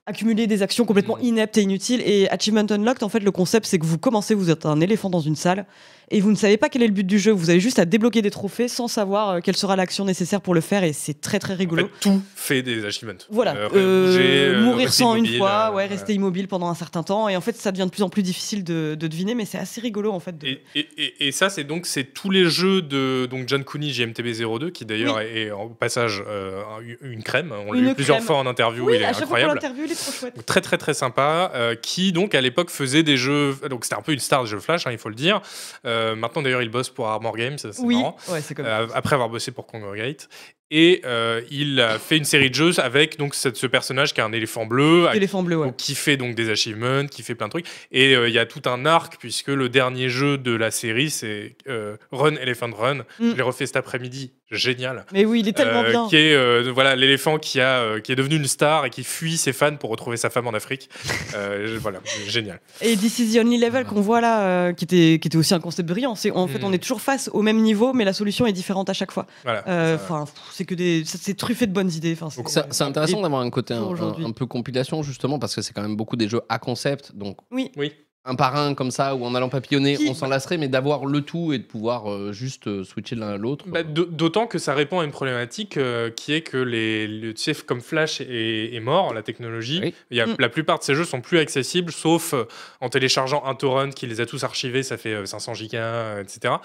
accumuler des actions complètement
Mhm.
ineptes et inutiles. Et Achievement Unlocked, en fait, le concept, c'est que vous commencez, vous êtes un éléphant dans une salle, et vous ne savez pas quel est le but du jeu. Vous avez juste à débloquer des trophées sans savoir euh, quelle sera l'action nécessaire pour le faire, et c'est très très
En
rigolo.
fait, tout fait des achievements.
Voilà,
Euh,
euh,
bouger, euh,
mourir
rester
sans une
immobile,
fois,
euh,
ouais, rester immobile pendant un certain temps, et en fait ça devient de plus en plus difficile de, de deviner, mais c'est assez rigolo en fait. de-
Et, et- et- et ça, c'est donc c'est tous les jeux de donc John Cooney, JMTB02, qui d'ailleurs est, est, au passage euh, un- une crème. On l'a
Une
eu plusieurs
crème.
fois en interview,
oui,
il est
à chaque fois qu'on
incroyable.
l'interview, il est trop chouette.
Donc, très très très sympa, euh, qui donc à l'époque faisait des jeux, donc c'était un peu une star des jeux Flash, hein, il faut le dire. Euh, maintenant d'ailleurs il bosse pour Armor Games, ça, c'est
Oui,
marrant.
ouais, c'est comme
Euh, après avoir bossé pour Congregate. Et euh, il a fait une série de jeux avec donc cette- ce personnage qui est un éléphant bleu, à-
éléphant bleu, ouais.
donc, qui fait donc des achievements, qui fait plein de trucs. Et euh, il y a tout un arc puisque le dernier jeu de la série c'est euh, Run Elephant Run. Je l'ai refait cet après-midi, génial.
Mais oui, il est Mm. Ah, tellement
Euh,
bien.
Qui est euh, voilà l'éléphant qui a euh, qui est devenu une star et qui fuit ses fans pour retrouver sa femme en Afrique. Euh, je- voilà, génial.
Et This is the only level qu'on voit là, euh, qui, était, qui était aussi un concept brillant. C'est en fait
Mm.
on est toujours face au même niveau, mais la solution est différente à chaque fois.
Voilà.
Euh,
Ça-
Enfin, pff, c'est que des, ça, c'est truffé de bonnes idées. Enfin, c'est-
Donc,
C'est c'est intéressant d'avoir un côté un,
Pour aujourd'hui.
un- un peu compilation justement parce que c'est quand même beaucoup des jeux à concept donc
Oui.
Oui.
un par un comme ça ou en allant papillonner,
Qui-
on s'en lasserait, mais d'avoir le tout et de pouvoir euh, juste euh, switcher de l'un à l'autre.
Bah, d'au- D'autant que ça répond à une problématique euh, qui est que les, le, tu sais, comme Flash est, est mort, la technologie,
Oui.
il y a,
Mm.
la plupart de ces jeux sont plus accessibles, sauf euh, en téléchargeant un torrent qui les a tous archivés, ça fait euh, 500 gigas, euh, etc.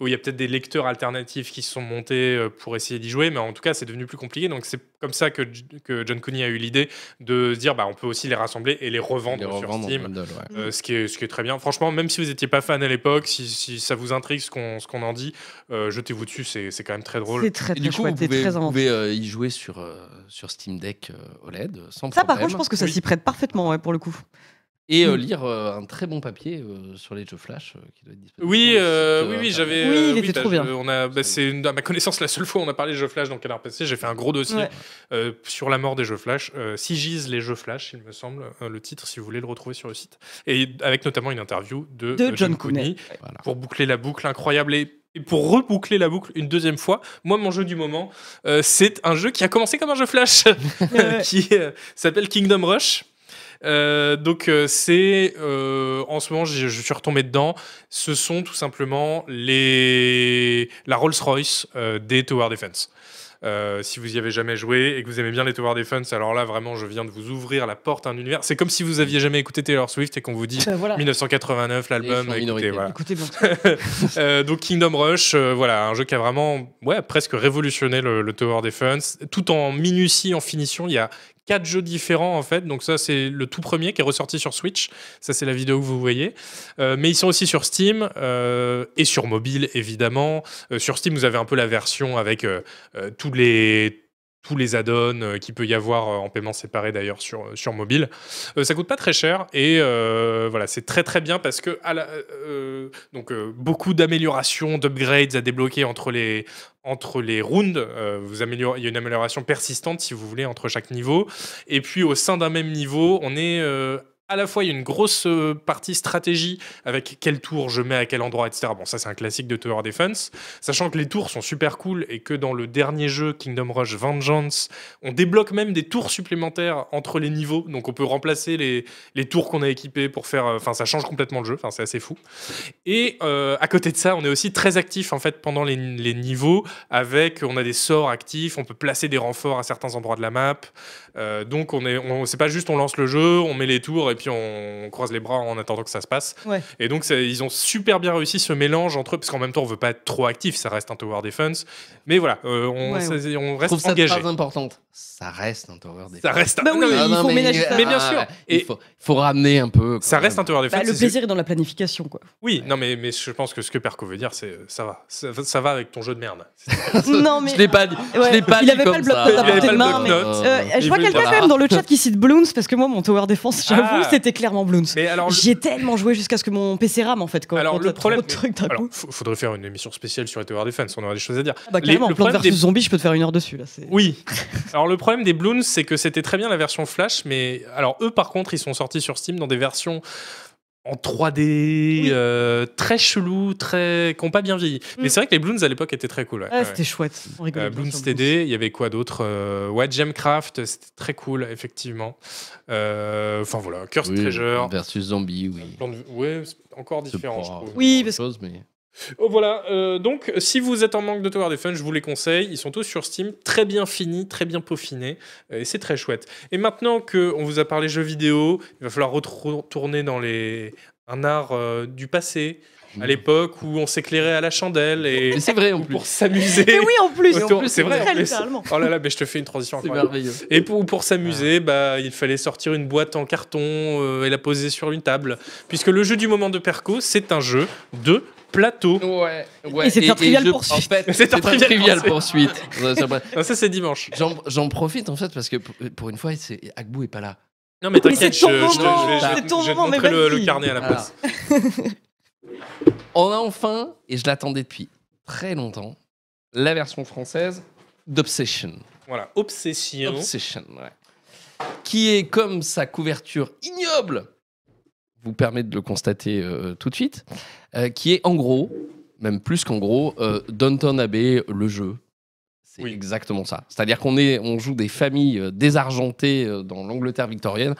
Où il y a peut-être des lecteurs alternatifs qui se sont montés euh, pour essayer d'y jouer, mais en tout cas, c'est devenu plus compliqué. Donc c'est comme ça que, J- que John Cooney a eu l'idée de se dire, bah, on peut aussi les rassembler et les revendre,
Les revendre en
sur Steam.
bundle, ouais.
Mm.
Euh, ce, qui est, ce qui est très bien. Franchement, même si vous n'étiez pas fan à l'époque, si, si ça vous intrigue ce qu'on ce qu'on en dit, euh, jetez-vous dessus, c'est c'est quand même très drôle.
C'est très
Et
très
du coup, vous
chouette, c'est
pouvez,
très
vous
inventif.
pouvez, euh, y jouer sur, euh, sur Steam Deck euh, OLED euh, sans
Ça,
problème.
par contre, je pense que ça
Oui.
s'y prête parfaitement, ouais, pour le coup.
Et
Mmh.
euh, lire euh, un très bon papier euh, sur les jeux Flash euh, qui doit être disponible
Oui,
sur le
euh, oui,
site, euh,
oui,
internet.
j'avais.
Oui,
euh,
il était
bah,
trop bien.
je- on a- bah, c'est une- à ma connaissance la seule fois où on a parlé de jeux Flash dans Canard PC. J'ai fait un gros dossier
Ouais.
euh, sur la mort des jeux Flash. Euh, Sigis les jeux Flash, il me semble, euh, le titre, si vous voulez le retrouver sur le site. Et avec notamment une interview de,
De
euh,
John Cooney.
Voilà.
pour boucler la boucle incroyable et et pour reboucler la boucle une deuxième fois, moi mon jeu du moment, euh, c'est un jeu qui a commencé comme un jeu flash, qui euh, s'appelle Kingdom Rush. Euh, donc euh, c'est euh, en ce moment j'ai- je suis retombé dedans. Ce sont tout simplement les la Rolls Royce euh, des Tower Defense. Euh, si vous y avez jamais joué et que vous aimez bien les Tower Defense, alors là vraiment je viens de vous ouvrir la porte à un univers. C'est comme si vous aviez jamais écouté Taylor Swift et qu'on vous dit
Ben voilà.
1989
Les gens
l'album. Écoutez,
minoritaires.
voilà.
Écoutez bien.
Euh, donc Kingdom Rush, euh, voilà, un jeu qui a vraiment ouais, presque révolutionné le, le Tower Defense, tout en minutie, en finition. Il y a quatre jeux différents en fait. Donc ça, c'est le tout premier qui est ressorti sur Switch. Ça, c'est la vidéo que vous voyez. Euh, mais ils sont aussi sur Steam euh, et sur mobile, évidemment. Euh, sur Steam, vous avez un peu la version avec euh, euh, tous les tous les add-ons euh, qu'il peut y avoir euh, en paiement séparé d'ailleurs sur, euh, sur mobile. Euh, ça coûte pas très cher et euh, voilà, c'est très très bien parce que à la- euh, donc euh, beaucoup d'améliorations, d'upgrades à débloquer entre les entre les rounds. Euh, vous améliorez- il y a une amélioration persistante si vous voulez entre chaque niveau. Et puis au sein d'un même niveau, on est euh, à la fois, il y a une grosse euh, partie stratégie avec quel tour je mets à quel endroit, etc. Bon, ça, c'est un classique de Tower Defense. Sachant que les tours sont super cool et que dans le dernier jeu, Kingdom Rush Vengeance, on débloque même des tours supplémentaires entre les niveaux. Donc, on peut remplacer les, les tours qu'on a équipés pour faire. euh, Enfin, ça change complètement le jeu. Enfin, c'est assez fou. Et euh, à côté de ça, on est aussi très actif en fait pendant les, les niveaux. Avec, on a des sorts actifs, on peut placer des renforts à certains endroits de la map. Euh, donc, on est, on, c'est pas juste on lance le jeu, on met les tours et puis on, croise les bras en attendant que ça se passe.
Ouais.
Et donc, ça- ils ont super bien réussi ce mélange entre eux, parce qu'en même temps, on veut pas être trop actif, ça reste un tower defense. Mais voilà, euh, on,
Ouais,
ça- on
Je trouve
reste
ça
engagé.
très importante. Ça reste un Tower Defense. Ah
Ça reste un-
Bah oui,
non, mais-
il faut ménager ça.
Mais bien sûr.
Et
Et-
Ah, il faut, faut ramener un peu. quand
ça
même.
reste un tower defense.
Bah, le
c'est-
plaisir est dans la planification, quoi.
Oui, non, mais, mais je pense que ce que Perco veut dire, c'est ça va, ça, va- ça va avec ton jeu de merde.
non, mais. ah,
Je l'ai pas dit.
Ouais,
je l'ai pas
il
dit
avait pas
comme
le bloc
ça.
notes à
Il avait portée pas de le main, bloc mais,
notes. euh, je
Il
vois
veut
quelqu'un
dire-
quand même dans le chat qui cite Bloons parce que moi mon tower défense j'avoue
Ah.
c'était clairement Bloons.
Mais alors, le-
J'y ai tellement joué jusqu'à ce que mon PC rame en fait quand
Alors,
quand
le
t'as trop
problème-
de trucs d'un
alors,
coup.
f- faudrait faire une émission spéciale sur les tower defense. On aura des choses à dire.
Ah Bah
les-
clairement,
le
Plante
problème
versus Zombie, je peux te faire une heure dessus là. c'est-
Oui. Alors le problème des Bloons, c'est que c'était très bien la version Flash, mais alors eux par contre, ils sont sortis sur Steam dans des versions en 3D, euh, très chelou, très qui ont pas bien vieilli. Mais
Mm.
c'est vrai que les Bloons à l'époque étaient très cool. ouais.
Ah,
Ouais.
c'était chouette. On rigolait
Euh,
bien
Bloons
sur Bloons.
TD, il y avait quoi d'autre Euh, Ouais, Gemcraft, c'était très cool, effectivement. Euh, Enfin voilà, Cursed
Oui,
Treasure.
Versus Zombie, oui.
Plan de- Ouais, c'est encore différent, je trouve.
Oui,
parce
parce que-
chose, mais...
Oh, voilà, euh, donc si vous êtes en manque de Tower Defense, je vous les conseille. Ils sont tous sur Steam, très bien finis, très bien peaufinés, euh, et c'est très chouette. Et maintenant qu'on vous a parlé jeux vidéo, il va falloir retrou- retourner dans les... un art euh, du passé, à l'époque où on s'éclairait à la chandelle et
Mm. Mais c'est vrai en
ou
plus.
pour s'amuser.
Mais Eh oui, en plus,
autour- c'est vrai, en
Très
plus.
littéralement.
Oh là là, mais je te fais une transition
C'est
incroyable.
merveilleux.
Et pour, pour s'amuser, bah, il fallait sortir une boîte en carton euh, et la poser sur une table. Puisque le jeu du moment de Perco, c'est un jeu de plateau.
Ouais,
Et c'est un trivial poursuite.
En fait,
C'est un
c'est un
trivial
trivial poursuite. Ouais, c'est vrai.
Non, Ah, ça, c'est dimanche.
J'en j'en profite en fait parce que pour, pour une fois, c'est- Agbu est pas là.
Non, mais
Mais
t'inquiète,
c'est
je,
ton
je, te- je
moment,
vais- je
c'est
vais-
ton
je vais te
moment, mais
montrer le,
vas-y.
le carnet à la
Voilà.
place.
On a enfin, et je l'attendais depuis très longtemps, la version française d'Obsession.
Voilà, obsession.
Obsession, ouais. Qui est, comme sa couverture ignoble, vous permet de le constater euh, tout de suite, euh, qui est en gros, même plus qu'en gros, euh, Downton Abbey, le jeu. C'est
Oui.
exactement ça. C'est-à-dire qu'on est, on joue des familles euh, désargentées euh, dans l'Angleterre victorienne.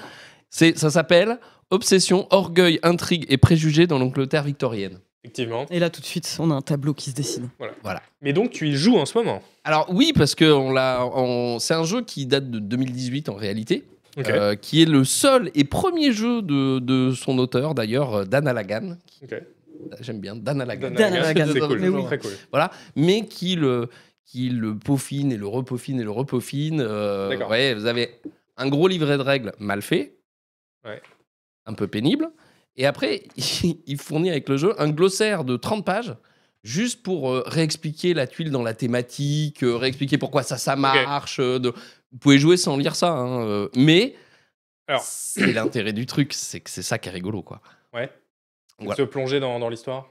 C'est, ça s'appelle Obsession, orgueil, intrigue et préjugés dans l'Angleterre victorienne.
Effectivement.
Et là, tout de suite, on a un tableau qui se dessine.
Mais donc, tu y joues en ce moment.
Alors oui, parce que on l'a, on- c'est un jeu qui date de 2018 en réalité,
Ok.
euh, qui est le seul et premier jeu de, de son auteur d'ailleurs, euh, Dan Alagan. qui-
Ok.
J'aime bien Dan Alagan.
Dan
Dan
Alagan,
Alagan,
c'est cool.
mais oui.
Très cool.
mais qui le, qui le peaufine et le repeaufine et le repeaufine. euh,
D'accord.
ouais, vous avez un gros livret de règles mal fait,
Ouais.
un peu pénible, et après, il fournit avec le jeu un glossaire de 30 pages. Juste pour euh, réexpliquer la tuile dans la thématique, euh, réexpliquer pourquoi ça, ça marche. euh, de- Vous pouvez jouer sans lire ça, hein, euh, mais
Alors.
c'est l'intérêt du truc, c'est que c'est ça qui est rigolo, quoi. Voilà.
Se plonger dans, dans l'histoire.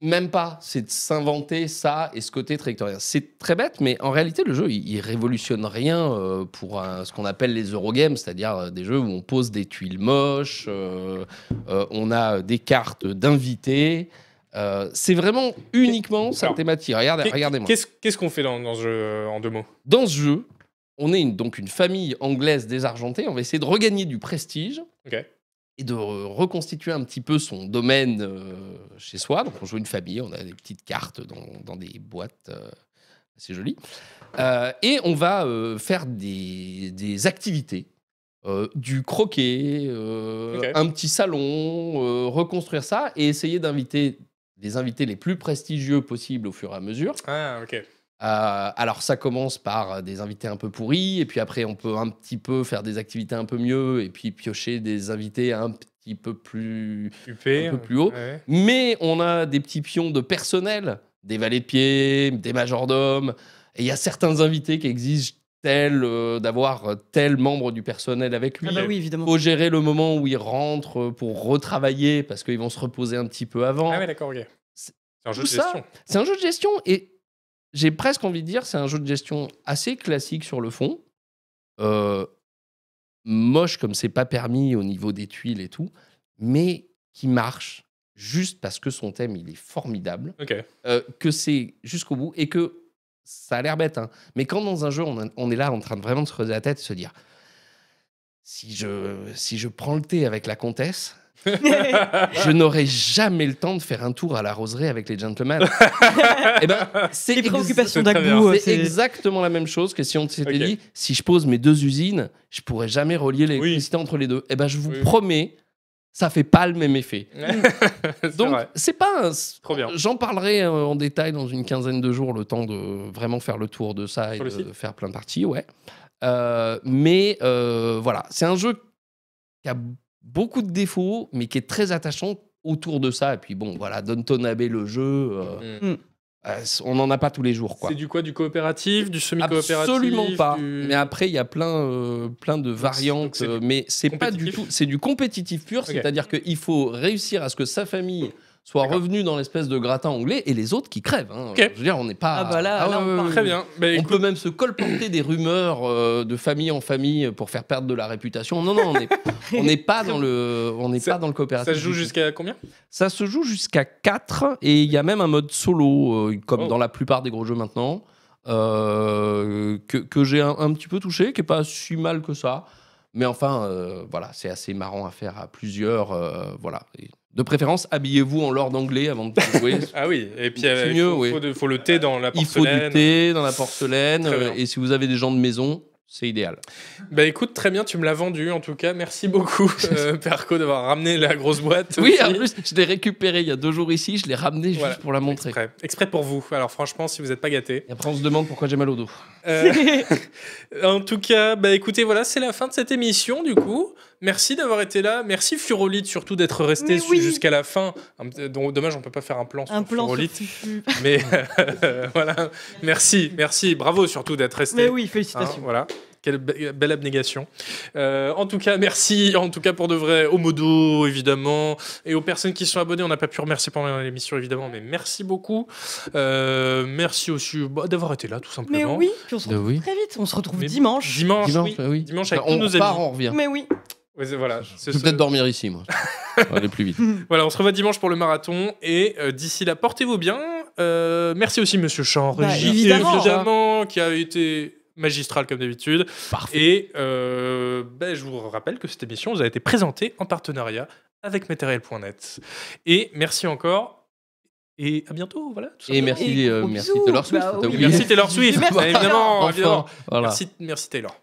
Même pas, c'est de s'inventer ça et ce côté très victorien. C'est très bête, mais en réalité, le jeu, il, il révolutionne rien euh, pour un- ce qu'on appelle les Eurogames, c'est-à-dire euh, des jeux où on pose des tuiles moches, euh, euh, on a des cartes d'invités. euh, c'est vraiment uniquement sa
Alors,
thématique. Regardez,
qu'est-
regardez-moi.
Qu'est-ce qu'est-ce qu'on fait dans, dans ce jeu euh, en deux mots
Dans ce jeu, on est une- donc une famille anglaise désargentée. On va essayer de regagner du prestige
Ok.
et de re- reconstituer un petit peu son domaine euh, chez soi. Donc, on joue une famille, on a des petites cartes dans, dans des boîtes. euh, assez jolies. Euh, et on va euh, faire des, des activités. euh, du croquet, euh,
Ok.
un petit salon, euh, reconstruire ça et essayer d'inviter les invités les plus prestigieux possibles au fur et à mesure.
Ah, ok.
Euh, alors ça commence par euh, des invités un peu pourris, et puis après on peut un petit peu faire des activités un peu mieux, et puis piocher des invités un petit peu plus...
Coupé.
Un peu plus haut.
Ouais.
Mais on a des petits pions de personnel, des valets de pied, des majordomes, et il y a certains invités qui exigent tel, euh, d'avoir tel membre du personnel avec lui.
Ah bah oui, évidemment.
Faut gérer le moment où ils rentrent euh, pour retravailler parce qu'ils vont se reposer un petit peu avant.
Ah, ouais, d'accord, ok.
C'est-
C'est un jeu
tout
de
ça,
gestion.
C'est un jeu de gestion et j'ai presque envie de dire c'est un jeu de gestion assez classique sur le fond. Euh, moche comme c'est pas permis au niveau des tuiles et tout, mais qui marche juste parce que son thème il est formidable,
Ok.
euh, que c'est jusqu'au bout et que ça a l'air bête. hein, Mais quand dans un jeu on, a- on est là en train de vraiment de se creuser la tête, de se dire si je, si je prends le thé avec la comtesse, je n'aurai jamais le temps de faire un tour à la roserie avec les gentlemen. Eh ben, c'est
Les
ex-
préoccupations
c'est très
d'Agbou,
bien.
euh,
c'est
c'est
exactement la même chose que si on s'était
Ok.
dit si je pose mes deux usines, je pourrais jamais relier l'électricité entre les deux. Eh ben, je vous
Oui.
promets, ça fait pas le même effet.
Mm. C'est
Donc,
vrai.
c'est pas un-
Trop bien.
J'en parlerai euh, en détail dans une quinzaine de jours, le temps de vraiment faire le tour de ça et
Sur
de
le site
faire plein de parties, ouais. Euh, mais euh, voilà, c'est un jeu qui a beaucoup de défauts, mais qui est très attachant autour de ça. Et puis bon, voilà, donne ton abbé le jeu. euh,
Mm.
euh, on n'en a pas tous les jours, quoi.
C'est du quoi Du coopératif Du semi-coopératif
Absolument pas.
du-
Mais après, il y a plein, euh, plein de
donc
variantes.
c'est du
euh, mais c'est pas du
compétitif
tout. C'est du compétitif pur. C'est-à-dire qu'il faut réussir à ce que sa famille soit
D'accord.
revenue dans l'espèce de gratin anglais et les autres qui crèvent. hein.
Ok.
Je veux dire, on n'est pas.
Ah bah là, là, on parle.
Très bien. Bah,
On
écoute,
peut même se colporter des rumeurs euh, de famille en famille pour faire perdre de la réputation. Non, non, on n'est- on n'est pas dans le, on n'est
Ça-
pas dans le coopératif.
ça se joue
du tout.
jusqu'à combien
Ça se joue jusqu'à 4 et il y a même un mode solo, euh, comme
Oh.
dans la plupart des gros jeux maintenant, euh, que, que j'ai un, un petit peu touché, qui n'est pas si mal que ça. Mais enfin, euh, voilà, c'est assez marrant à faire à plusieurs. euh, voilà. Et de préférence, habillez-vous en lord anglais avant de jouer.
Ah oui, et puis
C'est
euh, il
mieux,
faut,
oui.
faut de- faut le thé dans la
il faut
porcelaine.
du thé dans la porcelaine.
Très bien.
euh, et si vous avez des gens de maison, c'est idéal.
Bah écoute, très bien, tu me l'as vendu en tout cas. Merci beaucoup, euh, Perco, d'avoir ramené la grosse boîte.
Oui,
aussi.
en plus, je l'ai récupéré il y a deux jours ici, je l'ai ramené
Voilà.
juste pour la montrer.
Exprès. Exprès pour vous. Alors franchement, si vous n'êtes pas gâtés.
Et après, on se demande pourquoi j'ai mal au dos.
Euh, en tout cas, bah écoutez, voilà, c'est la fin de cette émission du coup. Merci d'avoir été là. Merci Furolite surtout d'être resté
Mais oui.
jusqu'à la fin. Un petit- donc, dommage, on peut pas faire un plan sur
un plan sur
Furolite,
Fufu.
mais euh, voilà. Merci, merci, bravo surtout d'être resté.
Mais oui,
Hein,
félicitations.
voilà. Quelle be- belle abnégation. Euh, en tout cas, merci. En tout cas, pour de vrai, au modo, évidemment. Et aux personnes qui sont abonnées, on n'a pas pu remercier pendant l'émission, évidemment, mais merci beaucoup. Euh, merci aussi bah, d'avoir été là, tout
Mais
simplement.
oui, puis on se retrouve
oui.
très vite. On se retrouve
Mais-
dimanche.
Dimanche,
Dimanche,
oui.
euh, oui.
Dimanche avec
on
tous nos
part,
amis.
on revient.
Mais oui.
Ouais, c'est- voilà, c'est
Je vais
ce-
peut-être dormir ici, moi. On va aller plus vite.
voilà, on se revoit dimanche pour le marathon. Et euh, d'ici là, portez-vous bien. Euh, merci aussi, monsieur Chan, en
Bah,
régie,
évidemment.
évidemment, qui a été magistral comme d'habitude.
Parfait.
Et euh, euh, ben, je vous rappelle que cette émission vous a été présentée en partenariat avec matériel.net. Et merci encore. Et à bientôt, voilà. tout
Et
simplement.
merci,
Et
euh,
gros
merci
bisous.
Taylor Swift.
Bah,
t'as
oui.
Et
oublié.
merci Taylor Swift, Bah,
Merci,
évidemment,
Enfin,
évidemment.
voilà.
Merci, merci Taylor.